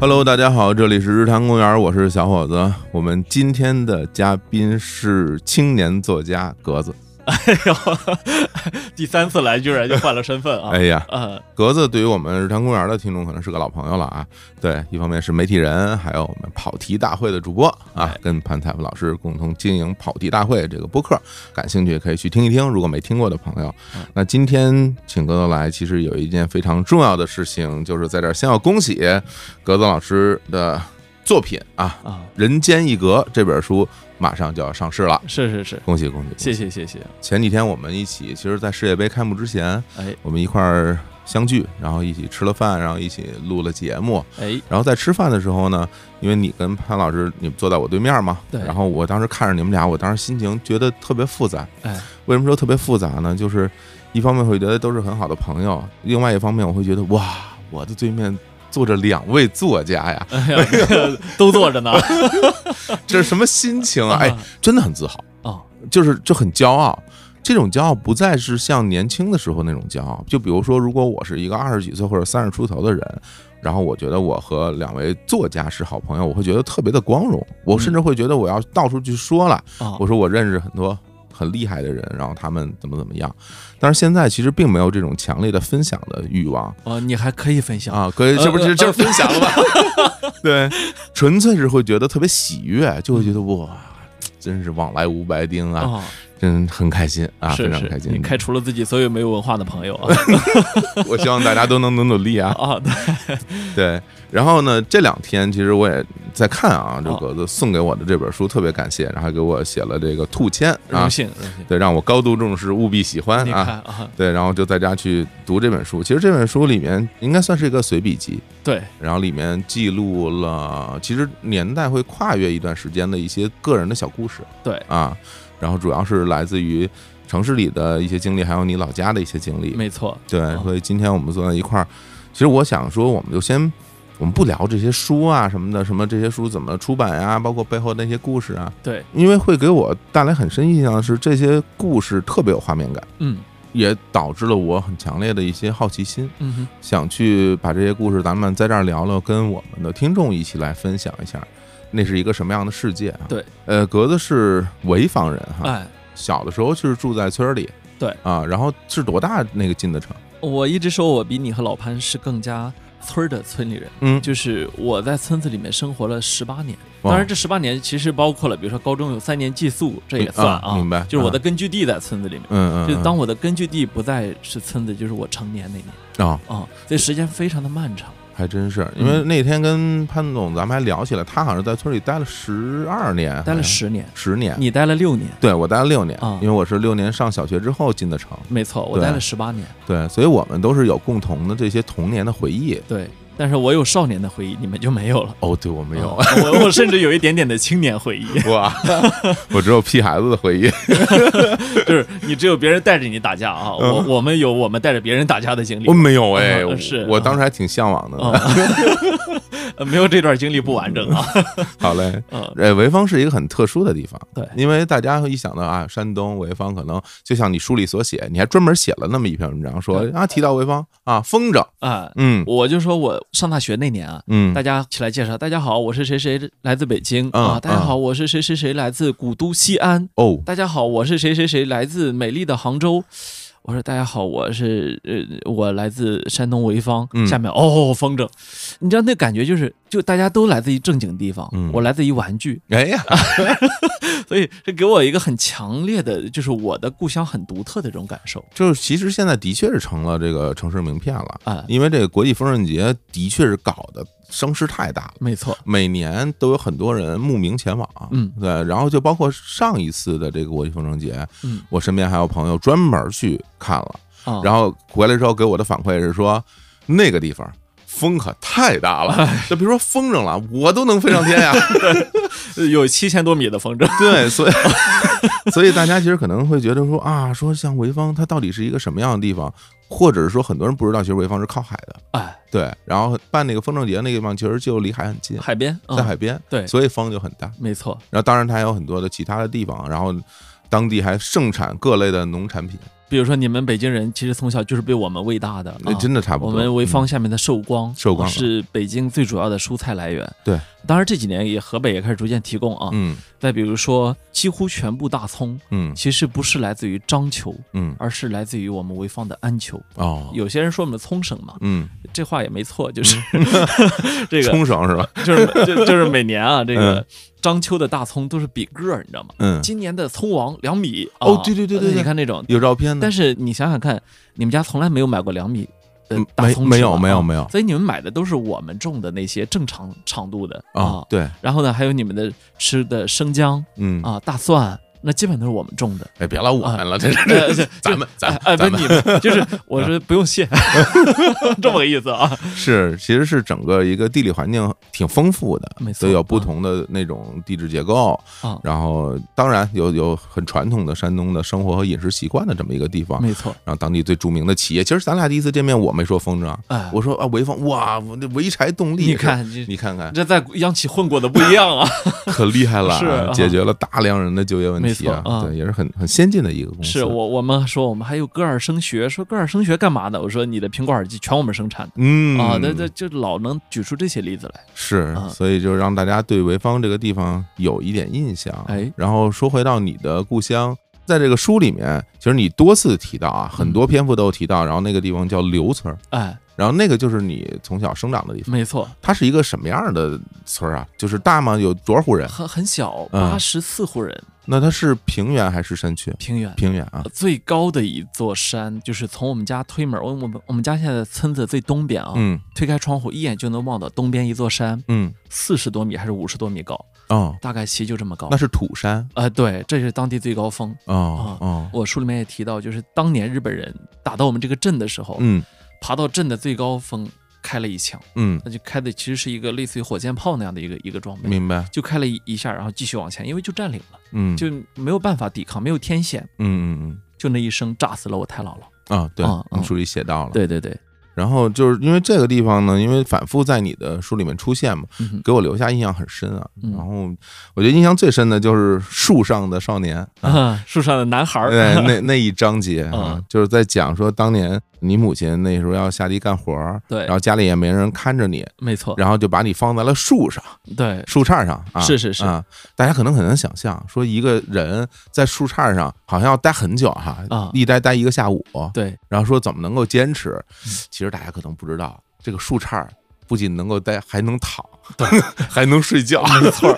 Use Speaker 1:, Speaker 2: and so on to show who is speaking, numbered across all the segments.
Speaker 1: Hello，大家好，这里是日坛公园，我是小伙子。我们今天的嘉宾是青年作家格子。
Speaker 2: 哎呦，第三次来居然就换了身份啊！
Speaker 1: 哎呀，
Speaker 2: 呃，
Speaker 1: 格子对于我们日坛公园的听众可能是个老朋友了啊。对，一方面是媒体人，还有我们跑题大会的主播啊
Speaker 2: 哎，
Speaker 1: 跟潘彩夫老师共同经营跑题大会这个播客，感兴趣也可以去听一听。如果没听过的朋友，
Speaker 2: 嗯
Speaker 1: 那今天请格子来，其实有一件非常重要的事情，就是在这儿先要恭喜呃格子老师的作品啊，
Speaker 2: 啊，
Speaker 1: 《人间一格》这本书马上就要上市了。
Speaker 2: 是是是，
Speaker 1: 恭喜恭喜！
Speaker 2: 嗯谢。谢谢谢，
Speaker 1: 前几天我们一起，其实，在世界杯开幕之前，
Speaker 2: 哎
Speaker 1: 我们一块儿相聚，然后一起吃了饭，然后一起录了节目。
Speaker 2: 哎，
Speaker 1: 然后在吃饭的时候呢，因为你跟潘老师，你们坐在我对面嘛，
Speaker 2: 对
Speaker 1: 然后我当时看着你们俩，我当时心情觉得特别复杂。
Speaker 2: 哎，
Speaker 1: 为什么说特别复杂呢？就是一方面会觉得都是很好的朋友，另外一方面我会觉得哇，我的对面坐着两位作家呀，
Speaker 2: 哎呀，都坐着呢，
Speaker 1: 这是什么心情 啊？ 哎，真的很自豪。
Speaker 2: 哦，
Speaker 1: 就是就很骄傲。这种骄傲不再是像年轻的时候那种骄傲。就比如说，如果我是一个二十几岁或者三十出头的人，然后我觉得我和两位作家是好朋友，我会觉得特别的光荣。
Speaker 2: 嗯
Speaker 1: 我甚至会觉得我要到处去说了，
Speaker 2: 哦
Speaker 1: 我说我认识很多很厉害的人，然后他们怎么怎么样。但是现在其实并没有这种强烈的分享的欲望
Speaker 2: 哦，你还可以分享，
Speaker 1: 啊，可以，
Speaker 2: 呃
Speaker 1: 这不是
Speaker 2: 呃
Speaker 1: 就是分享了吧？对，纯粹是会觉得特别喜悦，就会觉得
Speaker 2: 嗯
Speaker 1: 哇，真是往来无白丁啊。
Speaker 2: 哦，
Speaker 1: 真很开心啊，非
Speaker 2: 是
Speaker 1: 常
Speaker 2: 是
Speaker 1: 开，心。
Speaker 2: 你 开除了自己所有没有文化的朋友啊，
Speaker 1: 我希望大家都能努努力啊。
Speaker 2: 啊，对
Speaker 1: 对，然后呢，这两天其实我也在看啊，这
Speaker 2: 哦
Speaker 1: 格子送给我的这本书，特别感谢，然后还给我写了这个兔签啊
Speaker 2: 荣，幸荣幸，
Speaker 1: 对，让我高度重视，务必喜欢
Speaker 2: 嗯你
Speaker 1: 啊。
Speaker 2: 看啊，
Speaker 1: 对，然后就在家去读这本书。其实这本书里面应该算是一个随笔集，
Speaker 2: 对，
Speaker 1: 然后里面记录了其实年代会跨越一段时间的一些个人的小故事，
Speaker 2: 对
Speaker 1: 啊，然后主要是来自于城市里的一些经历，还有你老家的一些经历。
Speaker 2: 没错，
Speaker 1: 对，
Speaker 2: 啊
Speaker 1: 所以今天我们坐在一块儿，其实我想说，我们就先，我们不聊这些书啊什么的，什么这些书怎么出版呀、包括背后那些故事啊，
Speaker 2: 对，
Speaker 1: 因为会给我带来很深印象的是，这些故事特别有画面感，
Speaker 2: 嗯
Speaker 1: 也导致了我很强烈的一些好奇心，
Speaker 2: 嗯哼，
Speaker 1: 想去把这些故事咱们在这儿聊聊，跟我们的听众一起来分享一下。那是一个什么样的世界啊？
Speaker 2: 对，
Speaker 1: 呃，格子是潍坊人哈，
Speaker 2: 哎，
Speaker 1: 小的时候是住在村儿里，
Speaker 2: 对
Speaker 1: 啊，然后是多大那个进的城？
Speaker 2: 我一直说我比你和老潘是更加村儿的村里人。
Speaker 1: 嗯，
Speaker 2: 就是我在村子里面生活了十八年，
Speaker 1: 哇
Speaker 2: 当然这十八年其实包括了，比如说高中有三年寄宿，这也算
Speaker 1: 啊明白
Speaker 2: 就是我的根据地在村子里面，
Speaker 1: 嗯嗯，
Speaker 2: 就是
Speaker 1: 嗯
Speaker 2: 当我的根据地不再是村子，就是我成年那年
Speaker 1: 啊、
Speaker 2: 啊、所以时间非常的漫长。
Speaker 1: 还真是，因
Speaker 2: 嗯
Speaker 1: 为那天跟潘总咱们还聊起来，他好像是在村里待了十二年，
Speaker 2: 待了
Speaker 1: 好像
Speaker 2: 十年，
Speaker 1: 十年，
Speaker 2: 你待了六年，
Speaker 1: 对我待了六年
Speaker 2: 啊，
Speaker 1: 因为我是六年上小学之后进的城，
Speaker 2: 没错，我
Speaker 1: 对
Speaker 2: 待了十八年，
Speaker 1: 对，所以我们都是有共同的这些童年的回忆。
Speaker 2: 对。但是我有少年的回忆，你们就没有了。
Speaker 1: 哦，对我没有
Speaker 2: 啊，我我甚至有一点点的青年回忆，
Speaker 1: 哇，我只有屁孩子的回忆。
Speaker 2: 就是你只有别人带着你打架啊，我我们有我们带着别人打架的经历
Speaker 1: 嗯我，没有哎，
Speaker 2: 啊
Speaker 1: 我
Speaker 2: 是
Speaker 1: 我
Speaker 2: 啊哦
Speaker 1: 当时还挺向往的呢。
Speaker 2: 呃 没有这段经历不完整啊。
Speaker 1: 好嘞。
Speaker 2: 嗯，
Speaker 1: 呃，潍坊是一个很特殊的地方，
Speaker 2: 对
Speaker 1: 因为大家一想到啊，山东潍坊，可能就像你书里所写，你还专门写了那么一篇文章，说
Speaker 2: 对
Speaker 1: 啊，提到潍坊啊，风筝，
Speaker 2: 啊，
Speaker 1: 嗯
Speaker 2: 我就说我上大学那年啊，
Speaker 1: 嗯
Speaker 2: 大家起来介绍，大家好，我是谁谁来自北京啊，
Speaker 1: 嗯
Speaker 2: 大家好，我是谁谁谁来自古都西安，
Speaker 1: 哦，
Speaker 2: 大家好，我是谁谁谁来自美丽的杭州。我说大家好，我是呃，我来自山东潍坊。
Speaker 1: 嗯
Speaker 2: 下面哦，风筝，你知道那感觉就是，就大家都来自于正经地方，
Speaker 1: 嗯
Speaker 2: 我来自于玩具，
Speaker 1: 哎呀，
Speaker 2: 所以这给我一个很强烈的，就是我的故乡很独特的这种感受
Speaker 1: 就是其实现在的确是成了这个城市名片了，
Speaker 2: 啊，
Speaker 1: 因为这个国际风筝节的确是搞的声势太大了。
Speaker 2: 没错，
Speaker 1: 每年都有很多人慕名前往，
Speaker 2: 嗯，
Speaker 1: 对，然后就包括上一次的这个国际风筝节，
Speaker 2: 嗯
Speaker 1: 我身边还有朋友专门去看了，
Speaker 2: 啊，
Speaker 1: 然后回来之后给我的反馈是说，那个地方风可太大了，
Speaker 2: 哎
Speaker 1: 就别说风筝了，我都能飞上 天呀。
Speaker 2: 后有七千多米的风筝，
Speaker 1: 对，所 以所以大家其实可能会觉得说啊，说像潍坊它到底是一个什么样的地方，或者是说很多人不知道，其实潍坊是靠海的。
Speaker 2: 哎，
Speaker 1: 对，然后办那个风筝节那个地方其实就离海很近，
Speaker 2: 海边，嗯
Speaker 1: 在海边，
Speaker 2: 对
Speaker 1: 所以风就很大。
Speaker 2: 没错，
Speaker 1: 然后当然它还有很多的其他的地方，然后当地还盛产各类的农产品。
Speaker 2: 比如说你们北京人其实从小就是被我们喂大的，
Speaker 1: 那
Speaker 2: 啊
Speaker 1: 真的差不
Speaker 2: 我
Speaker 1: 多。
Speaker 2: 们潍坊
Speaker 1: 嗯
Speaker 2: 下面的寿光，
Speaker 1: 寿光
Speaker 2: 是北京最主要的蔬菜来源。
Speaker 1: 对，
Speaker 2: 当然这几年也河北也开始逐渐提供啊。
Speaker 1: 嗯
Speaker 2: 再比如说，几乎全部大葱
Speaker 1: 嗯
Speaker 2: 其实不是来自于章丘，
Speaker 1: 嗯
Speaker 2: 而是来自于我们潍坊的安丘。
Speaker 1: 哦
Speaker 2: 有些人说我们葱省嘛，
Speaker 1: 嗯，
Speaker 2: 这话也没错，就是 这个
Speaker 1: 冲绳是吧？
Speaker 2: 就是就就是每 年啊，这个
Speaker 1: 嗯
Speaker 2: 章丘的大葱都是比个儿，你知道吗？
Speaker 1: 嗯，
Speaker 2: 今年的葱王两米啊
Speaker 1: 哦对对对对对
Speaker 2: 你看那种，
Speaker 1: 有照片呢
Speaker 2: 但，是你想想看，你们家从来没有买过两米的
Speaker 1: 嗯
Speaker 2: 大
Speaker 1: 没
Speaker 2: 葱吃吧，
Speaker 1: 没有没有
Speaker 2: 啊
Speaker 1: 没有
Speaker 2: 所以你们买的都是我们种的那些正常长度的
Speaker 1: 啊，对，
Speaker 2: 然后呢，还有你们的吃的生姜
Speaker 1: 嗯，
Speaker 2: 啊、大蒜，那基本都是我们 种的。
Speaker 1: 哎，别老我们了，这 这这
Speaker 2: 呃这
Speaker 1: 咱们咱
Speaker 2: 哎
Speaker 1: 们
Speaker 2: 哎，
Speaker 1: 咱
Speaker 2: 不是
Speaker 1: 们
Speaker 2: 你们， 就是我说不用谢， 这么个意思啊。
Speaker 1: 是，其实是整个一个地理环境挺丰富的，
Speaker 2: 没错
Speaker 1: 都有不
Speaker 2: 啊
Speaker 1: 同的那种地质结构，
Speaker 2: 啊
Speaker 1: 然后当然有有很传统的山东的生活和饮食习惯的这么一个地方，
Speaker 2: 没错，
Speaker 1: 然后当地最著名的企业，其实咱俩第一次见面，我没说风筝，
Speaker 2: 哎，
Speaker 1: 我说啊潍坊，哇，我这潍柴动力，
Speaker 2: 你看
Speaker 1: 是
Speaker 2: 这
Speaker 1: 你看看，
Speaker 2: 这在央企混过的不一样 啊。
Speaker 1: 可厉害了啊，
Speaker 2: 是啊
Speaker 1: 解决了大量人的就业问
Speaker 2: 没
Speaker 1: 题啊，
Speaker 2: 错啊
Speaker 1: 对，也是很很先进的一个公司，
Speaker 2: 是我我们说我们还有戈尔声学，说戈尔声学干嘛的？我说你的苹果耳机全我们生产的。
Speaker 1: 嗯
Speaker 2: 啊，那那就老能举出这些例子来。
Speaker 1: 是，
Speaker 2: 啊
Speaker 1: 所以就让大家对潍坊这个地方有一点印象。
Speaker 2: 哎
Speaker 1: 然后说回到你的故乡，在这个书里面，其实你多次提到啊，很多篇幅都有提到，然后那个地方叫刘村儿，
Speaker 2: 哎，
Speaker 1: 然后那个就是你从小生长的地方。
Speaker 2: 没错，
Speaker 1: 它是一个什么样的村儿啊？就是大吗？有多少户人？
Speaker 2: 很很小，
Speaker 1: 嗯
Speaker 2: 八十四户人，
Speaker 1: 那它是平原还是山区？
Speaker 2: 平原。
Speaker 1: 平原啊，
Speaker 2: 最高的一座山，就是从我们家推门，我我们我们家现在的村子最东边啊，
Speaker 1: 嗯
Speaker 2: 推开窗户一眼就能望到东边一座山，
Speaker 1: 嗯
Speaker 2: 四十多米还是五十多米高，
Speaker 1: 哦，
Speaker 2: 大概其就这么高
Speaker 1: 那。是土山
Speaker 2: 呃，对，这是当地最高峰。
Speaker 1: 哦哦，
Speaker 2: 我书里面也提到，就是当年日本人打到我们这个镇的时候，
Speaker 1: 嗯
Speaker 2: 爬到镇的最高峰开了一枪，
Speaker 1: 嗯，
Speaker 2: 那就开的其实是一个类似于火箭炮那样的一个一个装备，
Speaker 1: 明白，
Speaker 2: 就开了一一下，然后继续往前，因为就占领了，
Speaker 1: 嗯
Speaker 2: 就没有办法抵抗，没有天险，
Speaker 1: 嗯嗯
Speaker 2: 就那一声炸死了我太姥姥。
Speaker 1: 嗯啊，对
Speaker 2: 啊，
Speaker 1: 你
Speaker 2: 啊
Speaker 1: 书里写到了。
Speaker 2: 对对对，
Speaker 1: 然后就是因为这个地方呢，因为反复在你的书里面出现嘛，
Speaker 2: 嗯哼
Speaker 1: 给我留下印象很深啊。
Speaker 2: 嗯
Speaker 1: 然后我觉得印象最深的就是树上的少年，
Speaker 2: 啊， 树上的男孩儿，
Speaker 1: 对那那一章节啊
Speaker 2: 嗯，
Speaker 1: 就是在讲说当年你母亲那时候要下地干活儿，
Speaker 2: 对哦
Speaker 1: 然后家里也没人看着你，
Speaker 2: 没错，
Speaker 1: 然后就把你放在了树上、
Speaker 2: 对，
Speaker 1: 树杈上啊。
Speaker 2: 是是是
Speaker 1: 啊，大家可能很难想象，说一个人在树杈上好像要待很久哈
Speaker 2: 啊，
Speaker 1: 一待待一个下午，
Speaker 2: 对，
Speaker 1: 然后说怎么能够坚持？
Speaker 2: 嗯
Speaker 1: 其实大家可能不知道，这个树杈儿不仅能够待，还能躺，还能睡觉。没错，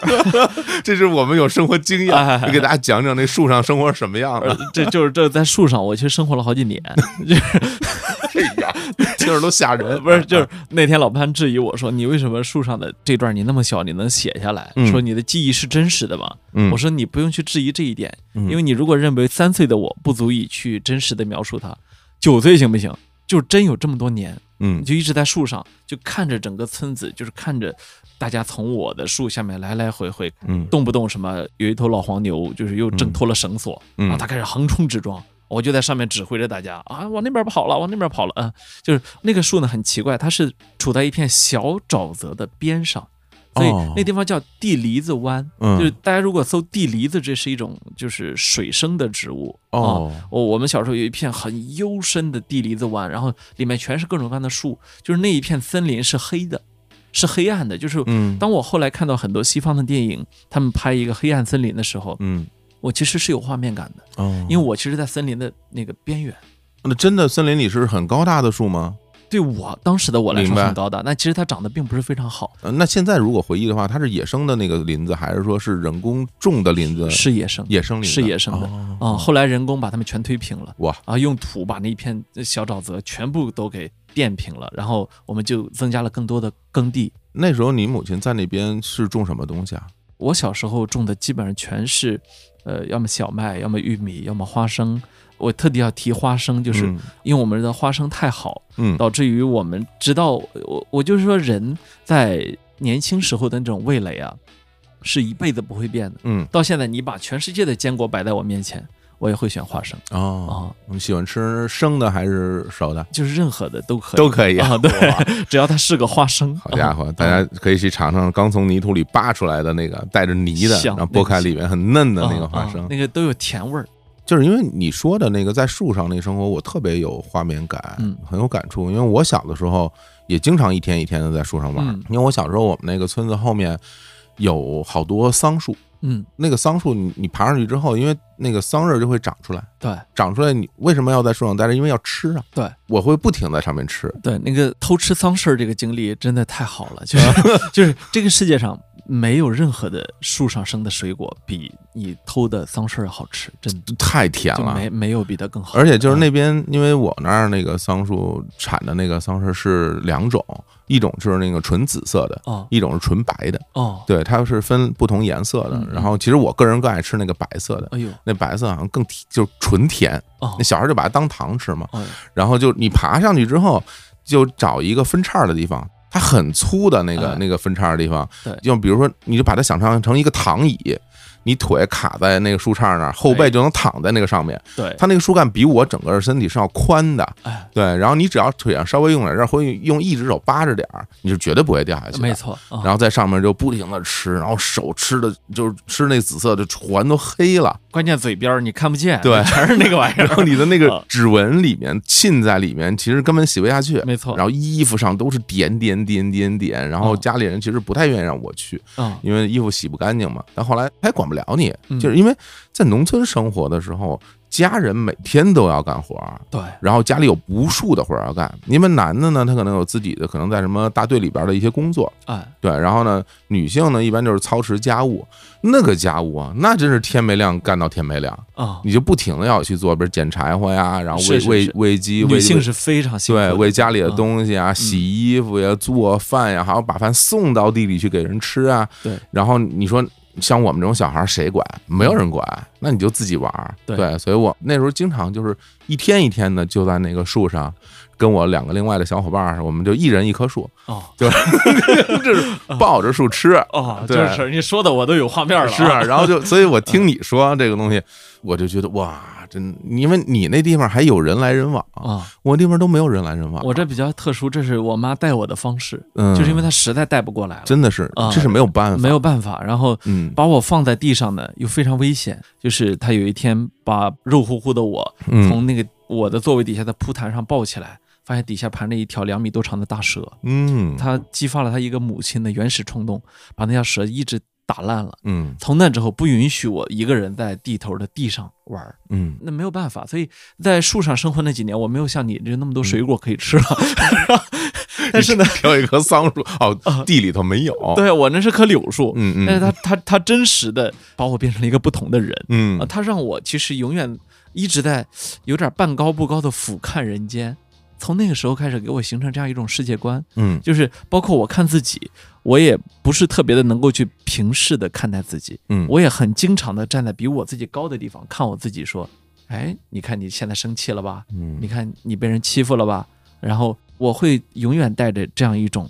Speaker 1: 这是我们有生活经验，
Speaker 2: 哎
Speaker 1: 给大家讲讲那树上生活是什么样的。
Speaker 2: 呃这就是这在树上，我其实生活了好几 年，
Speaker 1: 哎 呀，听着都吓人。
Speaker 2: 不是，就是那天老潘质疑我说，你为什么树上的这段你那么小，你能写下来？
Speaker 1: 嗯
Speaker 2: 说你的记忆是真实的吗？
Speaker 1: 嗯
Speaker 2: 我说你不用去质疑这一点，
Speaker 1: 嗯
Speaker 2: 因为你如果认为三岁的我不足以去真实的描述它，九岁行不行？就真有这么多年，
Speaker 1: 嗯
Speaker 2: 你就一直在树上，就看着整个村子，就是看着大家从我的树下面来来回回，
Speaker 1: 嗯
Speaker 2: 动不啊动什么有一头老黄牛，就是又挣脱了绳索，
Speaker 1: 嗯
Speaker 2: 然后他开始横冲直撞。我就在上面指挥着大家啊，往那边跑了，往那边跑了，嗯，就是那个树呢，很奇怪，它是处在一片小沼泽的边上，所以
Speaker 1: 哦
Speaker 2: 那地方叫地梨子湾。
Speaker 1: 嗯
Speaker 2: 就是大家如果搜地梨子，这是一种就是水生的植物啊。
Speaker 1: 哦
Speaker 2: 我我们小时候有一片很幽深的地梨子湾，然后里面全是各种各样的树，就是那一片森林是黑的，是黑暗的。就是
Speaker 1: 嗯
Speaker 2: 当我后来看到很多西方的电影，他们拍一个黑暗森林的时候，
Speaker 1: 嗯
Speaker 2: 我其实是有画面感的，
Speaker 1: 哦，
Speaker 2: 因为我其实，在森林的那个边缘。
Speaker 1: 那真的森林里是很高大的树吗？
Speaker 2: 对我当时的我来
Speaker 1: 明
Speaker 2: 说
Speaker 1: 白
Speaker 2: 很高大，但其实它长得并不是非常好，
Speaker 1: 呃那现在如果回忆的话，它是野生的那个林子，还是说是人工种的林子？
Speaker 2: 是野生
Speaker 1: 野生林子，
Speaker 2: 是野生的
Speaker 1: 哦
Speaker 2: 啊、后来人工把它们全推平了，
Speaker 1: 哇
Speaker 2: 啊，用土把那一片小沼泽全部都给垫平了，然后我们就增加了更多的耕地。
Speaker 1: 那时候你母亲在那边是种什么东西啊？
Speaker 2: 我小时候种的基本上全是，呃，要么小麦，要么玉米，要么花生。我特地要提花生，就是
Speaker 1: 嗯
Speaker 2: 因为我们的花生太好，
Speaker 1: 嗯
Speaker 2: 导致于我们直到我我就是说人在年轻时候的那种味蕾啊，是一辈子不会变的。
Speaker 1: 嗯
Speaker 2: 到现在，你把全世界的坚果摆在我面前，我也会选花生啊、
Speaker 1: 哦，你喜欢吃生的还是熟的？
Speaker 2: 就是任何的都可以，
Speaker 1: 都可以
Speaker 2: 啊，对嗯
Speaker 1: 哇，
Speaker 2: 只要它是个花生。
Speaker 1: 好家
Speaker 2: 伙，
Speaker 1: 伙，大家可以去尝尝刚从泥土里扒出来的那个带着泥的，
Speaker 2: 香
Speaker 1: 然后剥开里面很嫩的那个
Speaker 2: 啊
Speaker 1: 花生
Speaker 2: 啊，那个都有甜味儿。
Speaker 1: 就是因为你说的那个在树上那生活，我特别有画面感，
Speaker 2: 嗯
Speaker 1: 很有感触。因为我小的时候也经常一天一天的在树上玩，
Speaker 2: 嗯
Speaker 1: 因为我小时候我们那个村子后面有好多桑树，
Speaker 2: 嗯，
Speaker 1: 那个桑树你你爬上去之后，因为那个桑叶就会长出来，
Speaker 2: 对
Speaker 1: 长出来你为什么要在树上待着？因为要吃啊。
Speaker 2: 对，
Speaker 1: 我会不停地在上面吃。
Speaker 2: 对，那个偷吃丧事儿这个经历真的太好 了，就是就是这个世界上没有任何的树上生的水果比你偷的丧事儿好吃，真的
Speaker 1: 太甜
Speaker 2: 就
Speaker 1: 了，
Speaker 2: 没没有比它更好。啊
Speaker 1: 而且就是那边，因为我那儿那个桑树产的那个桑葚是两种，一种是那个纯紫色的，
Speaker 2: 哦
Speaker 1: 一种是纯白的。
Speaker 2: 哦，
Speaker 1: 对，它是分不同颜色的
Speaker 2: 嗯。嗯
Speaker 1: 然后其实我个人更爱吃那个白色的，
Speaker 2: 哎呦
Speaker 1: 那白色好像更甜就是纯甜，
Speaker 2: 哦
Speaker 1: 那小孩就把它当糖吃嘛。
Speaker 2: 哦
Speaker 1: 然后就你爬上去之后，就找一个分叉的地方。它很粗的那个
Speaker 2: 哎
Speaker 1: 那个分叉的地方
Speaker 2: 对，
Speaker 1: 就比如说，你就把它想象成一个躺椅，你腿卡在那个树杈那儿，后背
Speaker 2: 哎
Speaker 1: 就能躺在那个上面，
Speaker 2: 对，
Speaker 1: 它那个树干比我整个身体是要宽的，
Speaker 2: 哎，
Speaker 1: 对。然后你只要腿上稍微用点劲儿，或者用一只手扒着点儿，你是绝对不会掉下去的。
Speaker 2: 没。错，啊
Speaker 1: 然后在上面就不停的吃，然后手吃的就是吃那紫色的环都黑了，
Speaker 2: 关键嘴边儿你看不见，
Speaker 1: 对
Speaker 2: 全是那个玩意儿。
Speaker 1: 然后你的那个
Speaker 2: 啊
Speaker 1: 指纹里面沁在里面，其实根本洗不下去。
Speaker 2: 没错，
Speaker 1: 然后衣服上都是点点点点点，然后
Speaker 2: 哦
Speaker 1: 家里人其实不太愿意让我去，
Speaker 2: 嗯
Speaker 1: 因为衣服洗不干净嘛。但后来他也管不了你，
Speaker 2: 嗯
Speaker 1: 就是因为在农村生活的时候，家人每天都要干活儿，
Speaker 2: 对，
Speaker 1: 然后家里有无数的活儿要干。因为男的呢，他可能有自己的，可能在什么大队里边的一些工作，
Speaker 2: 哎，
Speaker 1: 对。然后呢，女性呢一般就是操持家务，那个家务啊，那真是天没亮干到天没亮，
Speaker 2: 啊，
Speaker 1: 你就不停的要去做，比如捡柴火呀，然后喂
Speaker 2: 是是
Speaker 1: 喂
Speaker 2: 是
Speaker 1: 喂鸡，喂
Speaker 2: 女性是非常辛苦的，
Speaker 1: 对，喂家里的
Speaker 2: 嗯
Speaker 1: 东西啊，洗衣服呀，做饭呀，还要把饭送到地里去给人吃啊。
Speaker 2: 对，嗯
Speaker 1: 然后你说像我们这种小孩儿谁管？没有人管，那你就自己玩儿。
Speaker 2: 对
Speaker 1: 对，所以我那时候经常就是一天一天的就在那个树上，跟我两个另外的小伙伴儿，我们就一人一棵树，
Speaker 2: 哦
Speaker 1: 就是 就是抱着树吃。
Speaker 2: 哦，就
Speaker 1: 对
Speaker 2: 是你说的我都有画面了啊，
Speaker 1: 是啊，然后就，所以我听你说这个东西，我就觉得哇，真，因为你那地方还有人来人往，
Speaker 2: 啊，
Speaker 1: 我地方都没有人来人往。
Speaker 2: 我这比较特殊，这是我妈带我的方式，
Speaker 1: 嗯，
Speaker 2: 就是因为她实在带不过来了，
Speaker 1: 真的是
Speaker 2: 啊，
Speaker 1: 这是没有办法，
Speaker 2: 没有办法，然后
Speaker 1: 嗯
Speaker 2: 把我放在地上呢又非常危险，就是她有一天把肉乎乎的我
Speaker 1: 嗯
Speaker 2: 从那个我的座位底下的铺毯上抱起来，发现底下盘着一条两米多长的大蛇，
Speaker 1: 嗯，
Speaker 2: 她激发了她一个母亲的原始冲动，把那条蛇一直打烂了。
Speaker 1: 嗯
Speaker 2: 从那之后，不允许我一个人在地头的地上玩儿，
Speaker 1: 嗯，
Speaker 2: 那没有办法。所以在树上生活那几年，我没有像你这那么多水果可以吃 了。但是呢，
Speaker 1: 挑一棵桑树， 哦，地里头没有，，
Speaker 2: 啊对我那是棵柳树，
Speaker 1: 嗯嗯，
Speaker 2: 但是它它它真实的把我变成了一个不同的人
Speaker 1: 嗯
Speaker 2: 啊，它让我其实永远一直在有点半高不高的俯瞰人间。从那个时候开始，给我形成这样一种世界观，
Speaker 1: 嗯
Speaker 2: 就是包括我看自己，我也不是特别的能够去平视的看待自己，
Speaker 1: 嗯，
Speaker 2: 我也很经常的站在比我自己高的地方看我自己，说，哎，你看你现在生气了吧？你
Speaker 1: 嗯
Speaker 2: 看你被人欺负了吧？然后我会永远带着这样一种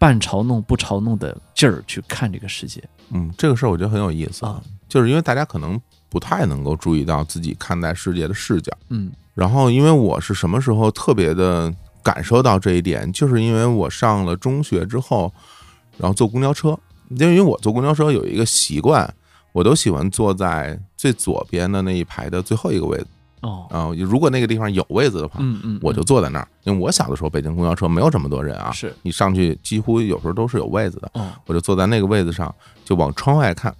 Speaker 2: 半嘲弄不嘲弄的劲儿去看这个世界
Speaker 1: 嗯，这个事儿我觉得很有意思
Speaker 2: 啊，
Speaker 1: 就是因为大家可能不太能够注意到自己看待世界的视角，
Speaker 2: 嗯
Speaker 1: 然后因为我是什么时候特别的感受到这一点，就是因为我上了中学之后，然后坐公交车，因为我坐公交车有一个习惯，我都喜欢坐在最左边的那一排的最后一个位置
Speaker 2: 哦，
Speaker 1: 啊、如果那个地方有位子的话，
Speaker 2: 嗯嗯，
Speaker 1: 我就坐在那儿，因为我小的时候北京公交车没有这么多人啊，
Speaker 2: 是
Speaker 1: 你上去几乎有时候都是有位子的，
Speaker 2: 哦
Speaker 1: 我就坐在那个位子上，就往窗外看。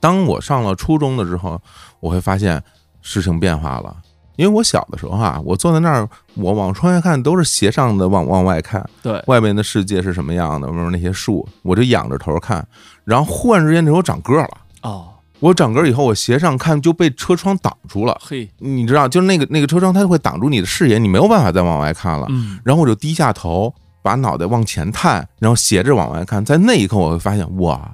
Speaker 1: 当我上了初中的时候，我会发现事情变化了，因为我小的时候啊，我坐在那儿，我往窗外看都是斜上的往往外看，
Speaker 2: 对，
Speaker 1: 外面的世界是什么样的，外面那些树，我就仰着头看，然后忽然之间这时候长个儿了。
Speaker 2: 哦
Speaker 1: 我长个儿以后，我斜上看就被车窗挡住了。
Speaker 2: 嘿，
Speaker 1: 你知道，就是那个那个车窗，它会挡住你的视野，你没有办法再往外看了。
Speaker 2: 嗯
Speaker 1: 然后我就低下头，把脑袋往前探，然后斜着往外看，在那一刻我会发现，哇，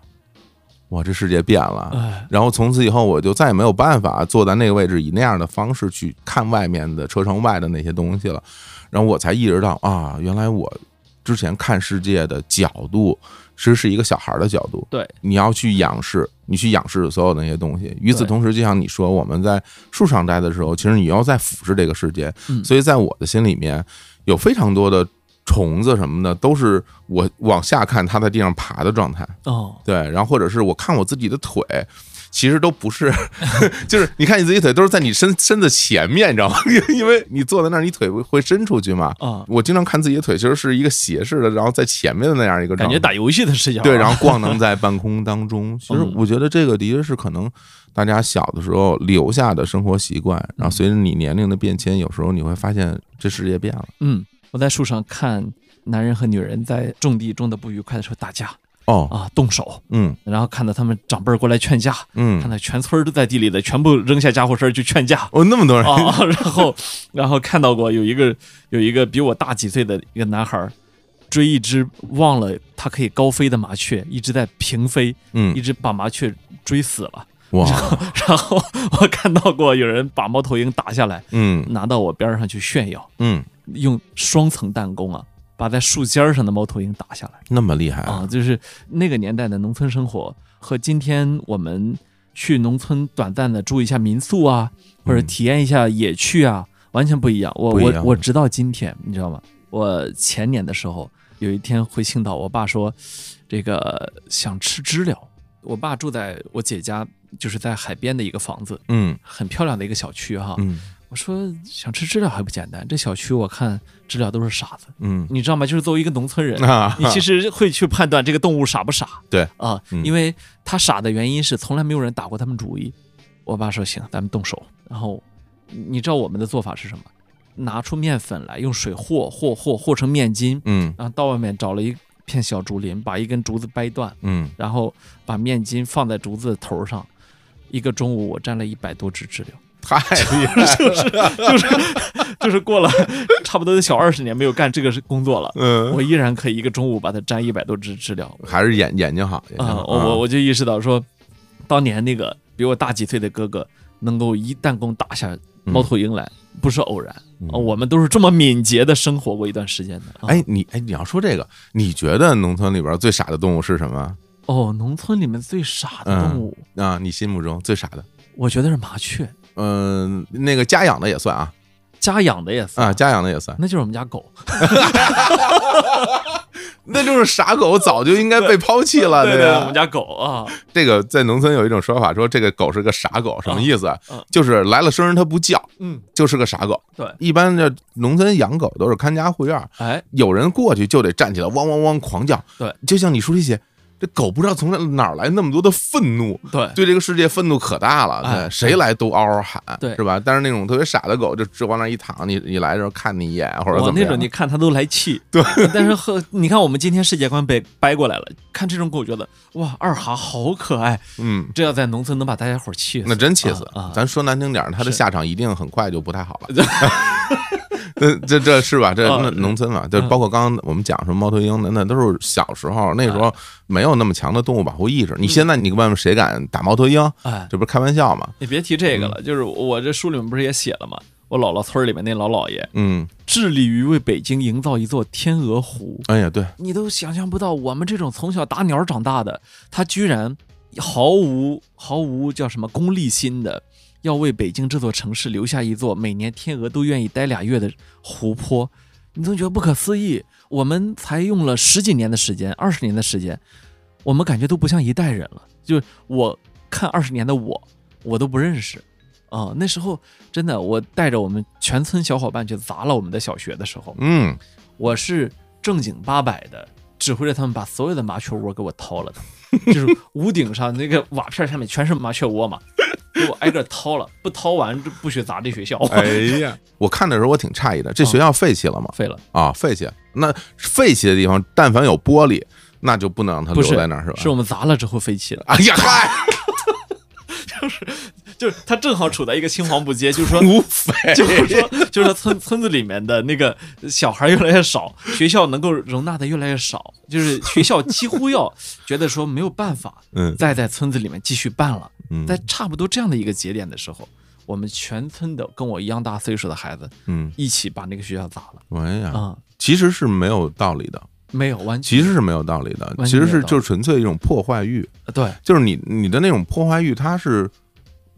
Speaker 1: 哇，这世界变了。
Speaker 2: 哎
Speaker 1: 然后从此以后，我就再也没有办法坐在那个位置，以那样的方式去看外面的车窗外的那些东西了。然后我才意识到啊，原来我之前看世界的角度，其实是一个小孩的角度。
Speaker 2: 对，
Speaker 1: 你要去仰视，你去仰视所有的那些东西。与此
Speaker 2: 对
Speaker 1: 同时，就像你说，我们在树上待的时候，其实你要在俯视这个世界。
Speaker 2: 嗯
Speaker 1: 所以在我的心里面，有非常多的虫子什么的，都是我往下看它在地上爬的状态。
Speaker 2: 哦
Speaker 1: 对，然后或者是我看我自己的腿。其实都不是， 就是你看你自己腿都是在你身身子前面，你知道吗？ 因为你坐在那儿，你腿会会伸出去嘛。
Speaker 2: 啊，
Speaker 1: 我经常看自己的腿，其实是一个斜视的，然后在前面的那样一个
Speaker 2: 感
Speaker 1: 状
Speaker 2: 觉
Speaker 1: 态。
Speaker 2: 打游戏的视角啊。
Speaker 1: 对，然后逛能在半空当 中。其实我觉得这个的确是可能大家小的时候留下的生活习惯，然后随着你年龄的变迁，有时候你会发现这世界变了。
Speaker 2: 嗯，我在树上看男人和女人在种地种的不愉快的时候打架
Speaker 1: 哦，
Speaker 2: 啊，动手，
Speaker 1: 嗯
Speaker 2: 然后看到他们长辈儿过来劝架，看
Speaker 1: 嗯，
Speaker 2: 到全村儿都在地里的，全部扔下家伙事儿去劝 架。
Speaker 1: 哦，那么多人，
Speaker 2: 啊，然后，然后看到过有一个有一个比我大几岁的一个男孩儿，追一只忘了它可以高飞的麻雀，一直在平飞，一
Speaker 1: 嗯，
Speaker 2: 直把麻雀追死了。
Speaker 1: 哇，
Speaker 2: 然后我看到过有人把猫头鹰打下来，
Speaker 1: 嗯
Speaker 2: 拿到我边儿上去炫耀，
Speaker 1: 嗯，
Speaker 2: 用双层弹弓啊，把在树尖儿上的猫头鹰打下来
Speaker 1: 那么厉害
Speaker 2: 啊！就是那个年代的农村生活和今天我们去农村短暂的住一下民宿啊，或者
Speaker 1: 嗯
Speaker 2: 体验一下野趣啊，完全不一样。我
Speaker 1: 不一
Speaker 2: 我
Speaker 1: 样
Speaker 2: 我直到今天，你知道吗？我前年的时候有一天回青岛，我爸说这个想吃知了。我爸住在我姐家，就是在海边的一个房子，
Speaker 1: 嗯
Speaker 2: 很漂亮的一个小区哈。
Speaker 1: 嗯
Speaker 2: 我说想吃知了还不简单，这小区我看知了都是傻子，
Speaker 1: 嗯
Speaker 2: 你知道吗？就是作为一个农 村人，
Speaker 1: 啊
Speaker 2: 你其 实会去判断这个动物傻不傻。
Speaker 1: 对
Speaker 2: 啊，
Speaker 1: 嗯
Speaker 2: 因为他傻的原因是从来没有人打过他们主意。我爸说行，咱们动手。然后你知道我们的做法是什么？拿出面粉来，用水和和和和成面筋，
Speaker 1: 嗯
Speaker 2: 然后到外面找了一片小竹林，把一根竹子掰断，
Speaker 1: 嗯，
Speaker 2: 然后把面筋放在竹子的头上。一个中午，我粘了一百多只知了。
Speaker 1: 太厉害了，
Speaker 2: 就是就是过了差不多得小二十年没有干这个工作了，
Speaker 1: 嗯，
Speaker 2: 我依然可以一个中午把它粘一百多只知了
Speaker 1: 还是眼眼睛好，眼睛
Speaker 2: 啊！
Speaker 1: 好
Speaker 2: 我我我就意识到说，当年那个比我大几岁的哥哥能够一弹弓打下猫头鹰来，不是偶然
Speaker 1: 嗯
Speaker 2: 啊！我们都是这么敏捷的生活过一段时间的。啊
Speaker 1: 哎，你哎，你要说这个，你觉得农村里边最傻的动物是什么
Speaker 2: 哦，农村里面最傻的动物，
Speaker 1: 啊？你心目中最傻的？
Speaker 2: 我觉得是麻雀，
Speaker 1: 嗯，那个家养的也算啊
Speaker 2: 家养的也算
Speaker 1: 啊，，家养的也算，
Speaker 2: 那就是我们家狗。
Speaker 1: 那就是傻狗早就应该被抛弃了，
Speaker 2: 对
Speaker 1: 吧？
Speaker 2: 我们家狗啊，
Speaker 1: 这个在农村有一种说法，说这个狗是个傻狗，什么意思啊
Speaker 2: 嗯嗯？
Speaker 1: 就是来了生人它不叫，
Speaker 2: 嗯，
Speaker 1: 就是个傻狗。
Speaker 2: 对
Speaker 1: 一般的农村养狗都是看家护院儿，
Speaker 2: 哎，
Speaker 1: 有人过去就得站起来汪汪汪狂叫。
Speaker 2: 对，
Speaker 1: 就像你说这些，这狗不知道从哪儿来那么多的愤怒，
Speaker 2: 对，
Speaker 1: 对这个世界愤怒可大了，
Speaker 2: 哎
Speaker 1: 对，谁来都嗷嗷喊，
Speaker 2: 对
Speaker 1: 是吧？但是那种特别傻的狗，就只往那儿一躺，你你来的时候看你一眼或者怎
Speaker 2: 我
Speaker 1: 么
Speaker 2: 那
Speaker 1: 样
Speaker 2: 种你看他都来 气，对。但是和你看我们今天世界观被掰过来了，看这种狗觉得哇，二哈好可爱，
Speaker 1: 嗯，
Speaker 2: 这要在农村能把大家伙儿气死，
Speaker 1: 那真气死
Speaker 2: 啊啊！
Speaker 1: 咱说难听点儿，它的
Speaker 2: 是
Speaker 1: 下场一定很快就不太好 了。这这这是吧？这
Speaker 2: 啊
Speaker 1: 那农村嘛，就包括刚刚我们讲什么猫头鹰的，那都是小时候，那时候
Speaker 2: 哎
Speaker 1: 没有那么强的动物保护意识。
Speaker 2: 嗯
Speaker 1: 你现在你问问谁敢打猫头鹰，
Speaker 2: 哎，
Speaker 1: 这不是开玩笑吗？
Speaker 2: 你别提这个了，
Speaker 1: 嗯
Speaker 2: 就是我这书里面不是也写了吗？我姥姥村儿里面那老姥爷
Speaker 1: 嗯，
Speaker 2: 致力于为北京营造一座天鹅湖，
Speaker 1: 哎呀，对，
Speaker 2: 你都想象不到，我们这种从小打鸟长大的，他居然毫无毫无叫什么功利心的，要为北京这座城市留下一座每年天鹅都愿意待俩月的湖泊，你总觉得不可思议。我们才用了十几年的时间，二十年的时间，我们感觉都不像一代人了。就是我看二十年的我，我都不认识。啊、那时候真的，我带着我们全村小伙伴去砸了我们的小学的时候，
Speaker 1: 嗯，
Speaker 2: 我是正经八百的指挥着他们把所有的麻雀窝给我掏 了的，就是屋顶上那个瓦片下面全是麻雀窝嘛，给我挨个掏了，不掏完就不许砸这学校，
Speaker 1: 哎呀，我看的时候我挺诧异的，
Speaker 2: 哦
Speaker 1: 这学校废弃了吗？
Speaker 2: 废了。
Speaker 1: 啊，废弃。那废弃的地方，但凡有玻璃，那就不能让它
Speaker 2: 不
Speaker 1: 留
Speaker 2: 是
Speaker 1: 在那儿，是吧？
Speaker 2: 是我们砸了之后废弃了，
Speaker 1: 哎呀， 嗨，
Speaker 2: 就是它正好处在一个青黄不接， 就是说
Speaker 1: 无非
Speaker 2: 就是说， 就是说村村子里面的那个小孩越来越少，学校能够容纳的越来越少，就是学校几乎要觉得说没有办法
Speaker 1: 嗯
Speaker 2: 再在村子里面继续办了。
Speaker 1: 嗯
Speaker 2: 在差不多这样的一个节点的时候，我们全村的跟我一样大岁数的孩子
Speaker 1: 嗯，
Speaker 2: 一起把那个学校砸了
Speaker 1: 哎呀，
Speaker 2: 啊、
Speaker 1: 其实是没有道理的，
Speaker 2: 没有完全
Speaker 1: 其实是没有道理的，
Speaker 2: 完全
Speaker 1: 其实
Speaker 2: 没有
Speaker 1: 是
Speaker 2: 道理
Speaker 1: 就是纯粹一种破坏欲，
Speaker 2: 对
Speaker 1: 就是你你的那种破坏欲，它是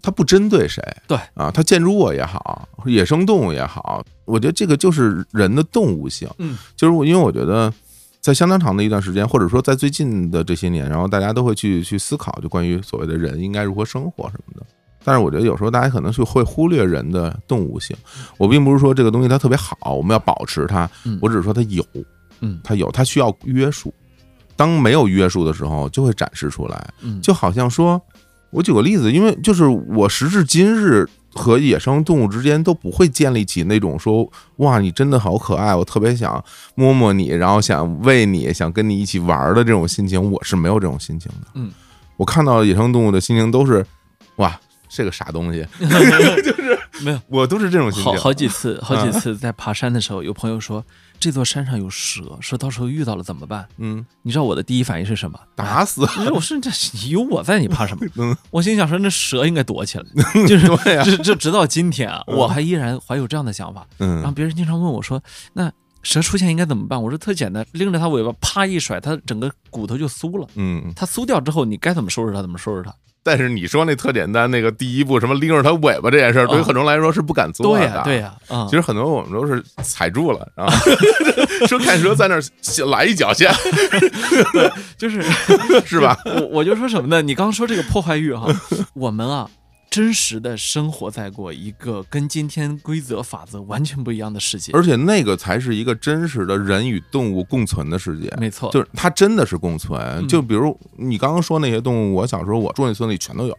Speaker 1: 它不针对谁，
Speaker 2: 对
Speaker 1: 啊，它建筑物也好，野生动物也好，我觉得这个就是人的动物性，
Speaker 2: 嗯，
Speaker 1: 就是我因为我觉得。在相当长的一段时间，或者说在最近的这些年，然后大家都会去去思考，就关于所谓的人应该如何生活什么的。但是我觉得有时候大家可能是会忽略人的动物性。我并不是说这个东西它特别好，我们要保持它
Speaker 2: 嗯，
Speaker 1: 我只是说它有，
Speaker 2: 嗯
Speaker 1: 它有，它需要约束。当没有约束的时候，就会展示出来。
Speaker 2: 嗯，
Speaker 1: 就好像说，我举个例子，因为就是我时至今日和野生动物之间都不会建立起那种说，哇，你真的好可爱，我特别想摸摸你，然后想喂你，想跟你一起玩儿的这种心情，我是没有这种心情的。
Speaker 2: 嗯，
Speaker 1: 我看到野生动物的心情都是，哇，这个傻东西，
Speaker 2: 没有。
Speaker 1: 我都是这种心
Speaker 2: 好
Speaker 1: 情。
Speaker 2: 好几次，好几次在爬山的时候，有朋友说这座山上有蛇，说到时候遇到了怎么办？
Speaker 1: 嗯，
Speaker 2: 你知道我的第一反应是什么？
Speaker 1: 打死，
Speaker 2: 你说我哎是这你有我在，你怕 什么？
Speaker 1: 嗯，
Speaker 2: 我心想说那蛇应该躲起来，就是
Speaker 1: 对呀、
Speaker 2: 这这直到今天啊，我还依然怀有这样的想法。然后
Speaker 1: 嗯，
Speaker 2: 别人经常问我说，那蛇出现应该怎么办？我说特简单，拎着它尾巴啪一甩，它整个骨头就酥了。
Speaker 1: 嗯，
Speaker 2: 它酥掉之后，你该怎么收拾它怎么收拾它。
Speaker 1: 但是你说那特简单，那个第一步什么拎着它尾巴这件事儿，对于很多人来说是不敢做
Speaker 2: 哦对
Speaker 1: 的。
Speaker 2: 呀对呀啊
Speaker 1: 其，实很多我们都是踩住了，然后 说看蛇在那儿先来一脚先，
Speaker 2: 就是
Speaker 1: 是吧？
Speaker 2: 我我就说什么呢？你刚刚说这个破坏欲哈，我们啊，真实的生活在过一个跟今天规则法则完全不一样的世界，
Speaker 1: 而且那个才是一个真实的人与动物共存的世界，
Speaker 2: 没错，嗯
Speaker 1: 就是它真的是共存。就比如你刚刚说那些动物，我小时候我住那村里全都有，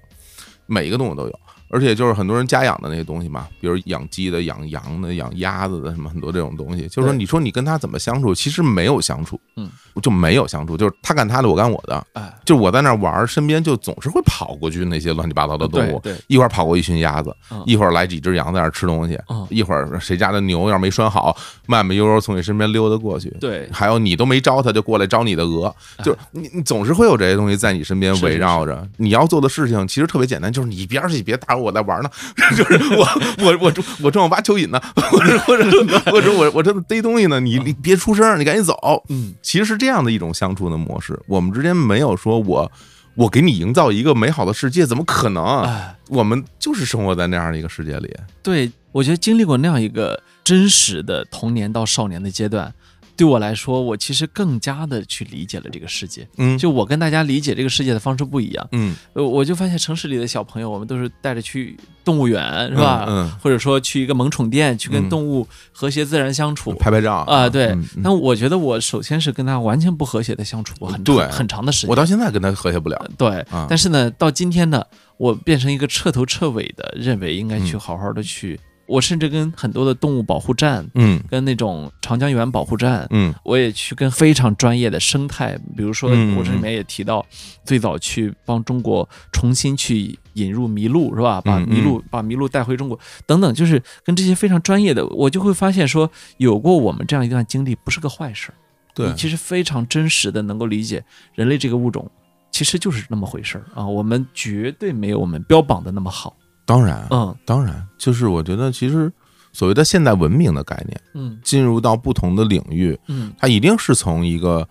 Speaker 1: 每一个动物都有。而且就是很多人家养的那些东西嘛，比如养鸡的、养羊的、养鸭子的，什么很多这种东西。就是说，
Speaker 2: 对
Speaker 1: 你说你跟它怎么相处，其实没有相处，
Speaker 2: 嗯，
Speaker 1: 就没有相处，就是它干它的，我干我的，
Speaker 2: 哎，
Speaker 1: 就是我在那儿玩儿，身边就总是会跑过去那些乱七八糟的动物，
Speaker 2: 对对
Speaker 1: 一会儿跑过一群鸭子
Speaker 2: 嗯，
Speaker 1: 一会儿来几只羊在那儿吃东西
Speaker 2: 嗯，
Speaker 1: 一会儿谁家的牛要是没拴好，慢慢悠悠从你身边溜达过去。
Speaker 2: 对，
Speaker 1: 还有你都没招它，就过来招你的鹅，就是你你总是会有这些东西在你身边
Speaker 2: 啊是是
Speaker 1: 围绕着。你要做的事情其实特别简单，就是你一边儿去，别打扰我在玩儿呢， 就是我我我正我正我挖蚯蚓呢， 或者或者 或者我我正逮东西呢，你你别出声儿，你赶紧走，
Speaker 2: 嗯，
Speaker 1: 其实是这样的一种相处的模式。我们之间没有说我我给你营造一个美好的世界，怎么可能啊？
Speaker 2: 哎，
Speaker 1: 我们就是生活在那样的一个世界里。
Speaker 2: 对我觉得经历过那样一个真实的童年到少年的阶段，对我来说，我其实更加的去理解了这个世界。
Speaker 1: 嗯，
Speaker 2: 就我跟大家理解这个世界的方式不一样，
Speaker 1: 嗯
Speaker 2: 呃，我就发现城市里的小朋友，我们都是带着去动物园，是吧？
Speaker 1: 嗯嗯
Speaker 2: 或者说去一个萌宠店，去跟
Speaker 1: 嗯
Speaker 2: 动物和谐自然相处
Speaker 1: 拍拍照
Speaker 2: 啊。对
Speaker 1: 嗯，嗯
Speaker 2: 但我觉得我首先是跟他完全不和谐的相处过很长
Speaker 1: 对
Speaker 2: 很长的时
Speaker 1: 我
Speaker 2: 间。
Speaker 1: 到现在跟他和谐不了。
Speaker 2: 对
Speaker 1: 啊，
Speaker 2: 但是呢，到今天呢，我变成一个彻头彻尾的认为应该去
Speaker 1: 嗯
Speaker 2: 好好的去，我甚至跟很多的动物保护站，
Speaker 1: 嗯
Speaker 2: 跟那种长江源保护站，
Speaker 1: 嗯
Speaker 2: 我也去跟非常专业的生态，比如说
Speaker 1: 嗯
Speaker 2: 我这里面也提到，最早去帮中国重新去引入麋鹿是吧？把
Speaker 1: 嗯嗯
Speaker 2: 麋鹿把麋鹿带回中国等等，就是跟这些非常专业的，我就会发现说，有过我们这样一段经历不是个坏事儿。
Speaker 1: 对
Speaker 2: 你其实非常真实的能够理解人类这个物种其实就是那么回事儿啊，我们绝对没有我们标榜的那么好。
Speaker 1: 当然
Speaker 2: 嗯
Speaker 1: 当然，就是我觉得其实所谓的现代文明的概念，
Speaker 2: 嗯
Speaker 1: 进入到不同的领域，
Speaker 2: 嗯，
Speaker 1: 它一定是从一个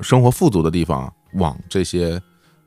Speaker 1: 生活富足的地方往这些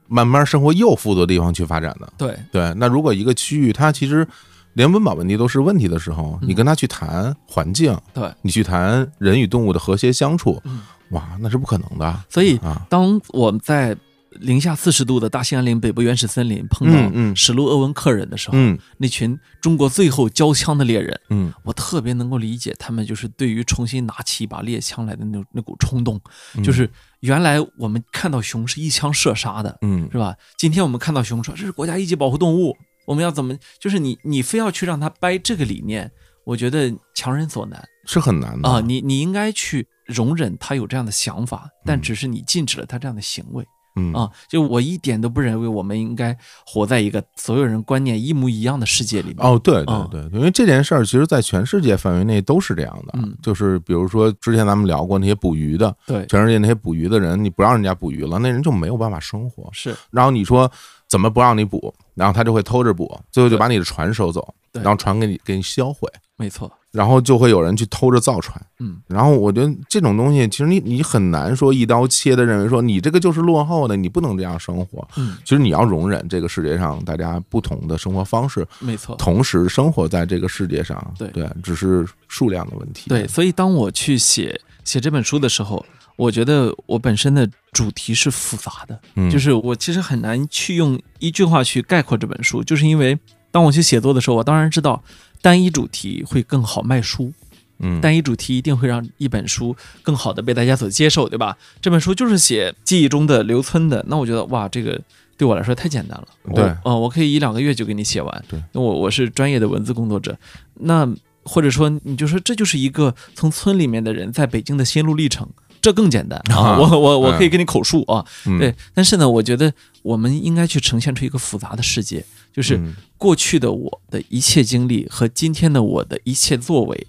Speaker 1: 慢慢生活又富足的地方去发展的。
Speaker 2: 对，
Speaker 1: 对，那如果一个区域它其实连温饱问题都是问题的时候，
Speaker 2: 嗯
Speaker 1: 你跟他去谈环境，
Speaker 2: 对
Speaker 1: 你去谈人与动物的和谐相处
Speaker 2: 嗯，
Speaker 1: 哇，那是不可能的。
Speaker 2: 所以
Speaker 1: 啊，
Speaker 2: 当我们在零下四十度的大兴安岭北部原始森林碰
Speaker 1: 嗯
Speaker 2: 到
Speaker 1: 嗯
Speaker 2: 史路鄂温克人的时候，
Speaker 1: 嗯
Speaker 2: 那群中国最后交枪的猎人，
Speaker 1: 嗯，
Speaker 2: 我特别能够理解他们就是对于重新拿起一把猎枪来的那那股冲动，
Speaker 1: 嗯
Speaker 2: 就是原来我们看到熊是一枪射杀的，
Speaker 1: 嗯
Speaker 2: 是吧？今天我们看到熊说这是国家一级保护动物，我们要怎么？就是你你非要去让他掰这个理念，我觉得强人所难
Speaker 1: 是很难的
Speaker 2: 啊、你你应该去容忍他有这样的想法，但只是你禁止了他这样的行为
Speaker 1: 嗯
Speaker 2: 啊、就我一点都不认为我们应该活在一个所有人观念一模一样的世界里面。
Speaker 1: 哦，对
Speaker 2: 啊
Speaker 1: 对对，因为这件事儿，其实，在全世界范围内都是这样的
Speaker 2: 嗯。
Speaker 1: 就是比如说，之前咱们聊过那些捕鱼的，
Speaker 2: 对，
Speaker 1: 全世界那些捕鱼的人，你不让人家捕鱼了，那人就没有办法生活。
Speaker 2: 是
Speaker 1: 然后你说怎么不让你捕，然后他就会偷着捕，最后就
Speaker 2: 对
Speaker 1: 把你的船收走，
Speaker 2: 对
Speaker 1: 然后船给你给你销毁，
Speaker 2: 没错，
Speaker 1: 然后就会有人去偷着造船。
Speaker 2: 嗯，
Speaker 1: 然后我觉得这种东西，其实你你很难说一刀切的认为说你这个就是落后的，你不能这样生活。
Speaker 2: 嗯，
Speaker 1: 其实你要容忍这个世界上大家不同的生活方式，
Speaker 2: 没错。
Speaker 1: 同时生活在这个世界上。
Speaker 2: 对
Speaker 1: 只是数量的问题。
Speaker 2: 对，所以当我去写写这本书的时候，我觉得我本身的主题是复杂的，
Speaker 1: 嗯，
Speaker 2: 就是我其实很难去用一句话去概括这本书，就是因为当我去写作的时候，我当然知道单一主题会更好卖书，
Speaker 1: 嗯，
Speaker 2: 单一主题一定会让一本书更好的被大家所接受，对吧？这本书就是写记忆中的刘村的，那我觉得哇，这个对我来说太简单了。我
Speaker 1: 对
Speaker 2: 嗯、我可以一两个月就给你写完。
Speaker 1: 对，
Speaker 2: 那我我是专业的文字工作者，那或者说你就说这就是一个从村里面的人在北京的心路历程，这更简单啊！
Speaker 1: 啊
Speaker 2: 我我我
Speaker 1: 嗯
Speaker 2: 可以给你口述啊。
Speaker 1: 嗯
Speaker 2: 对，，但是呢，我觉得我们应该去呈现出一个复杂的世界，就是
Speaker 1: 嗯
Speaker 2: 过去的我的一切经历和今天的我的一切作为，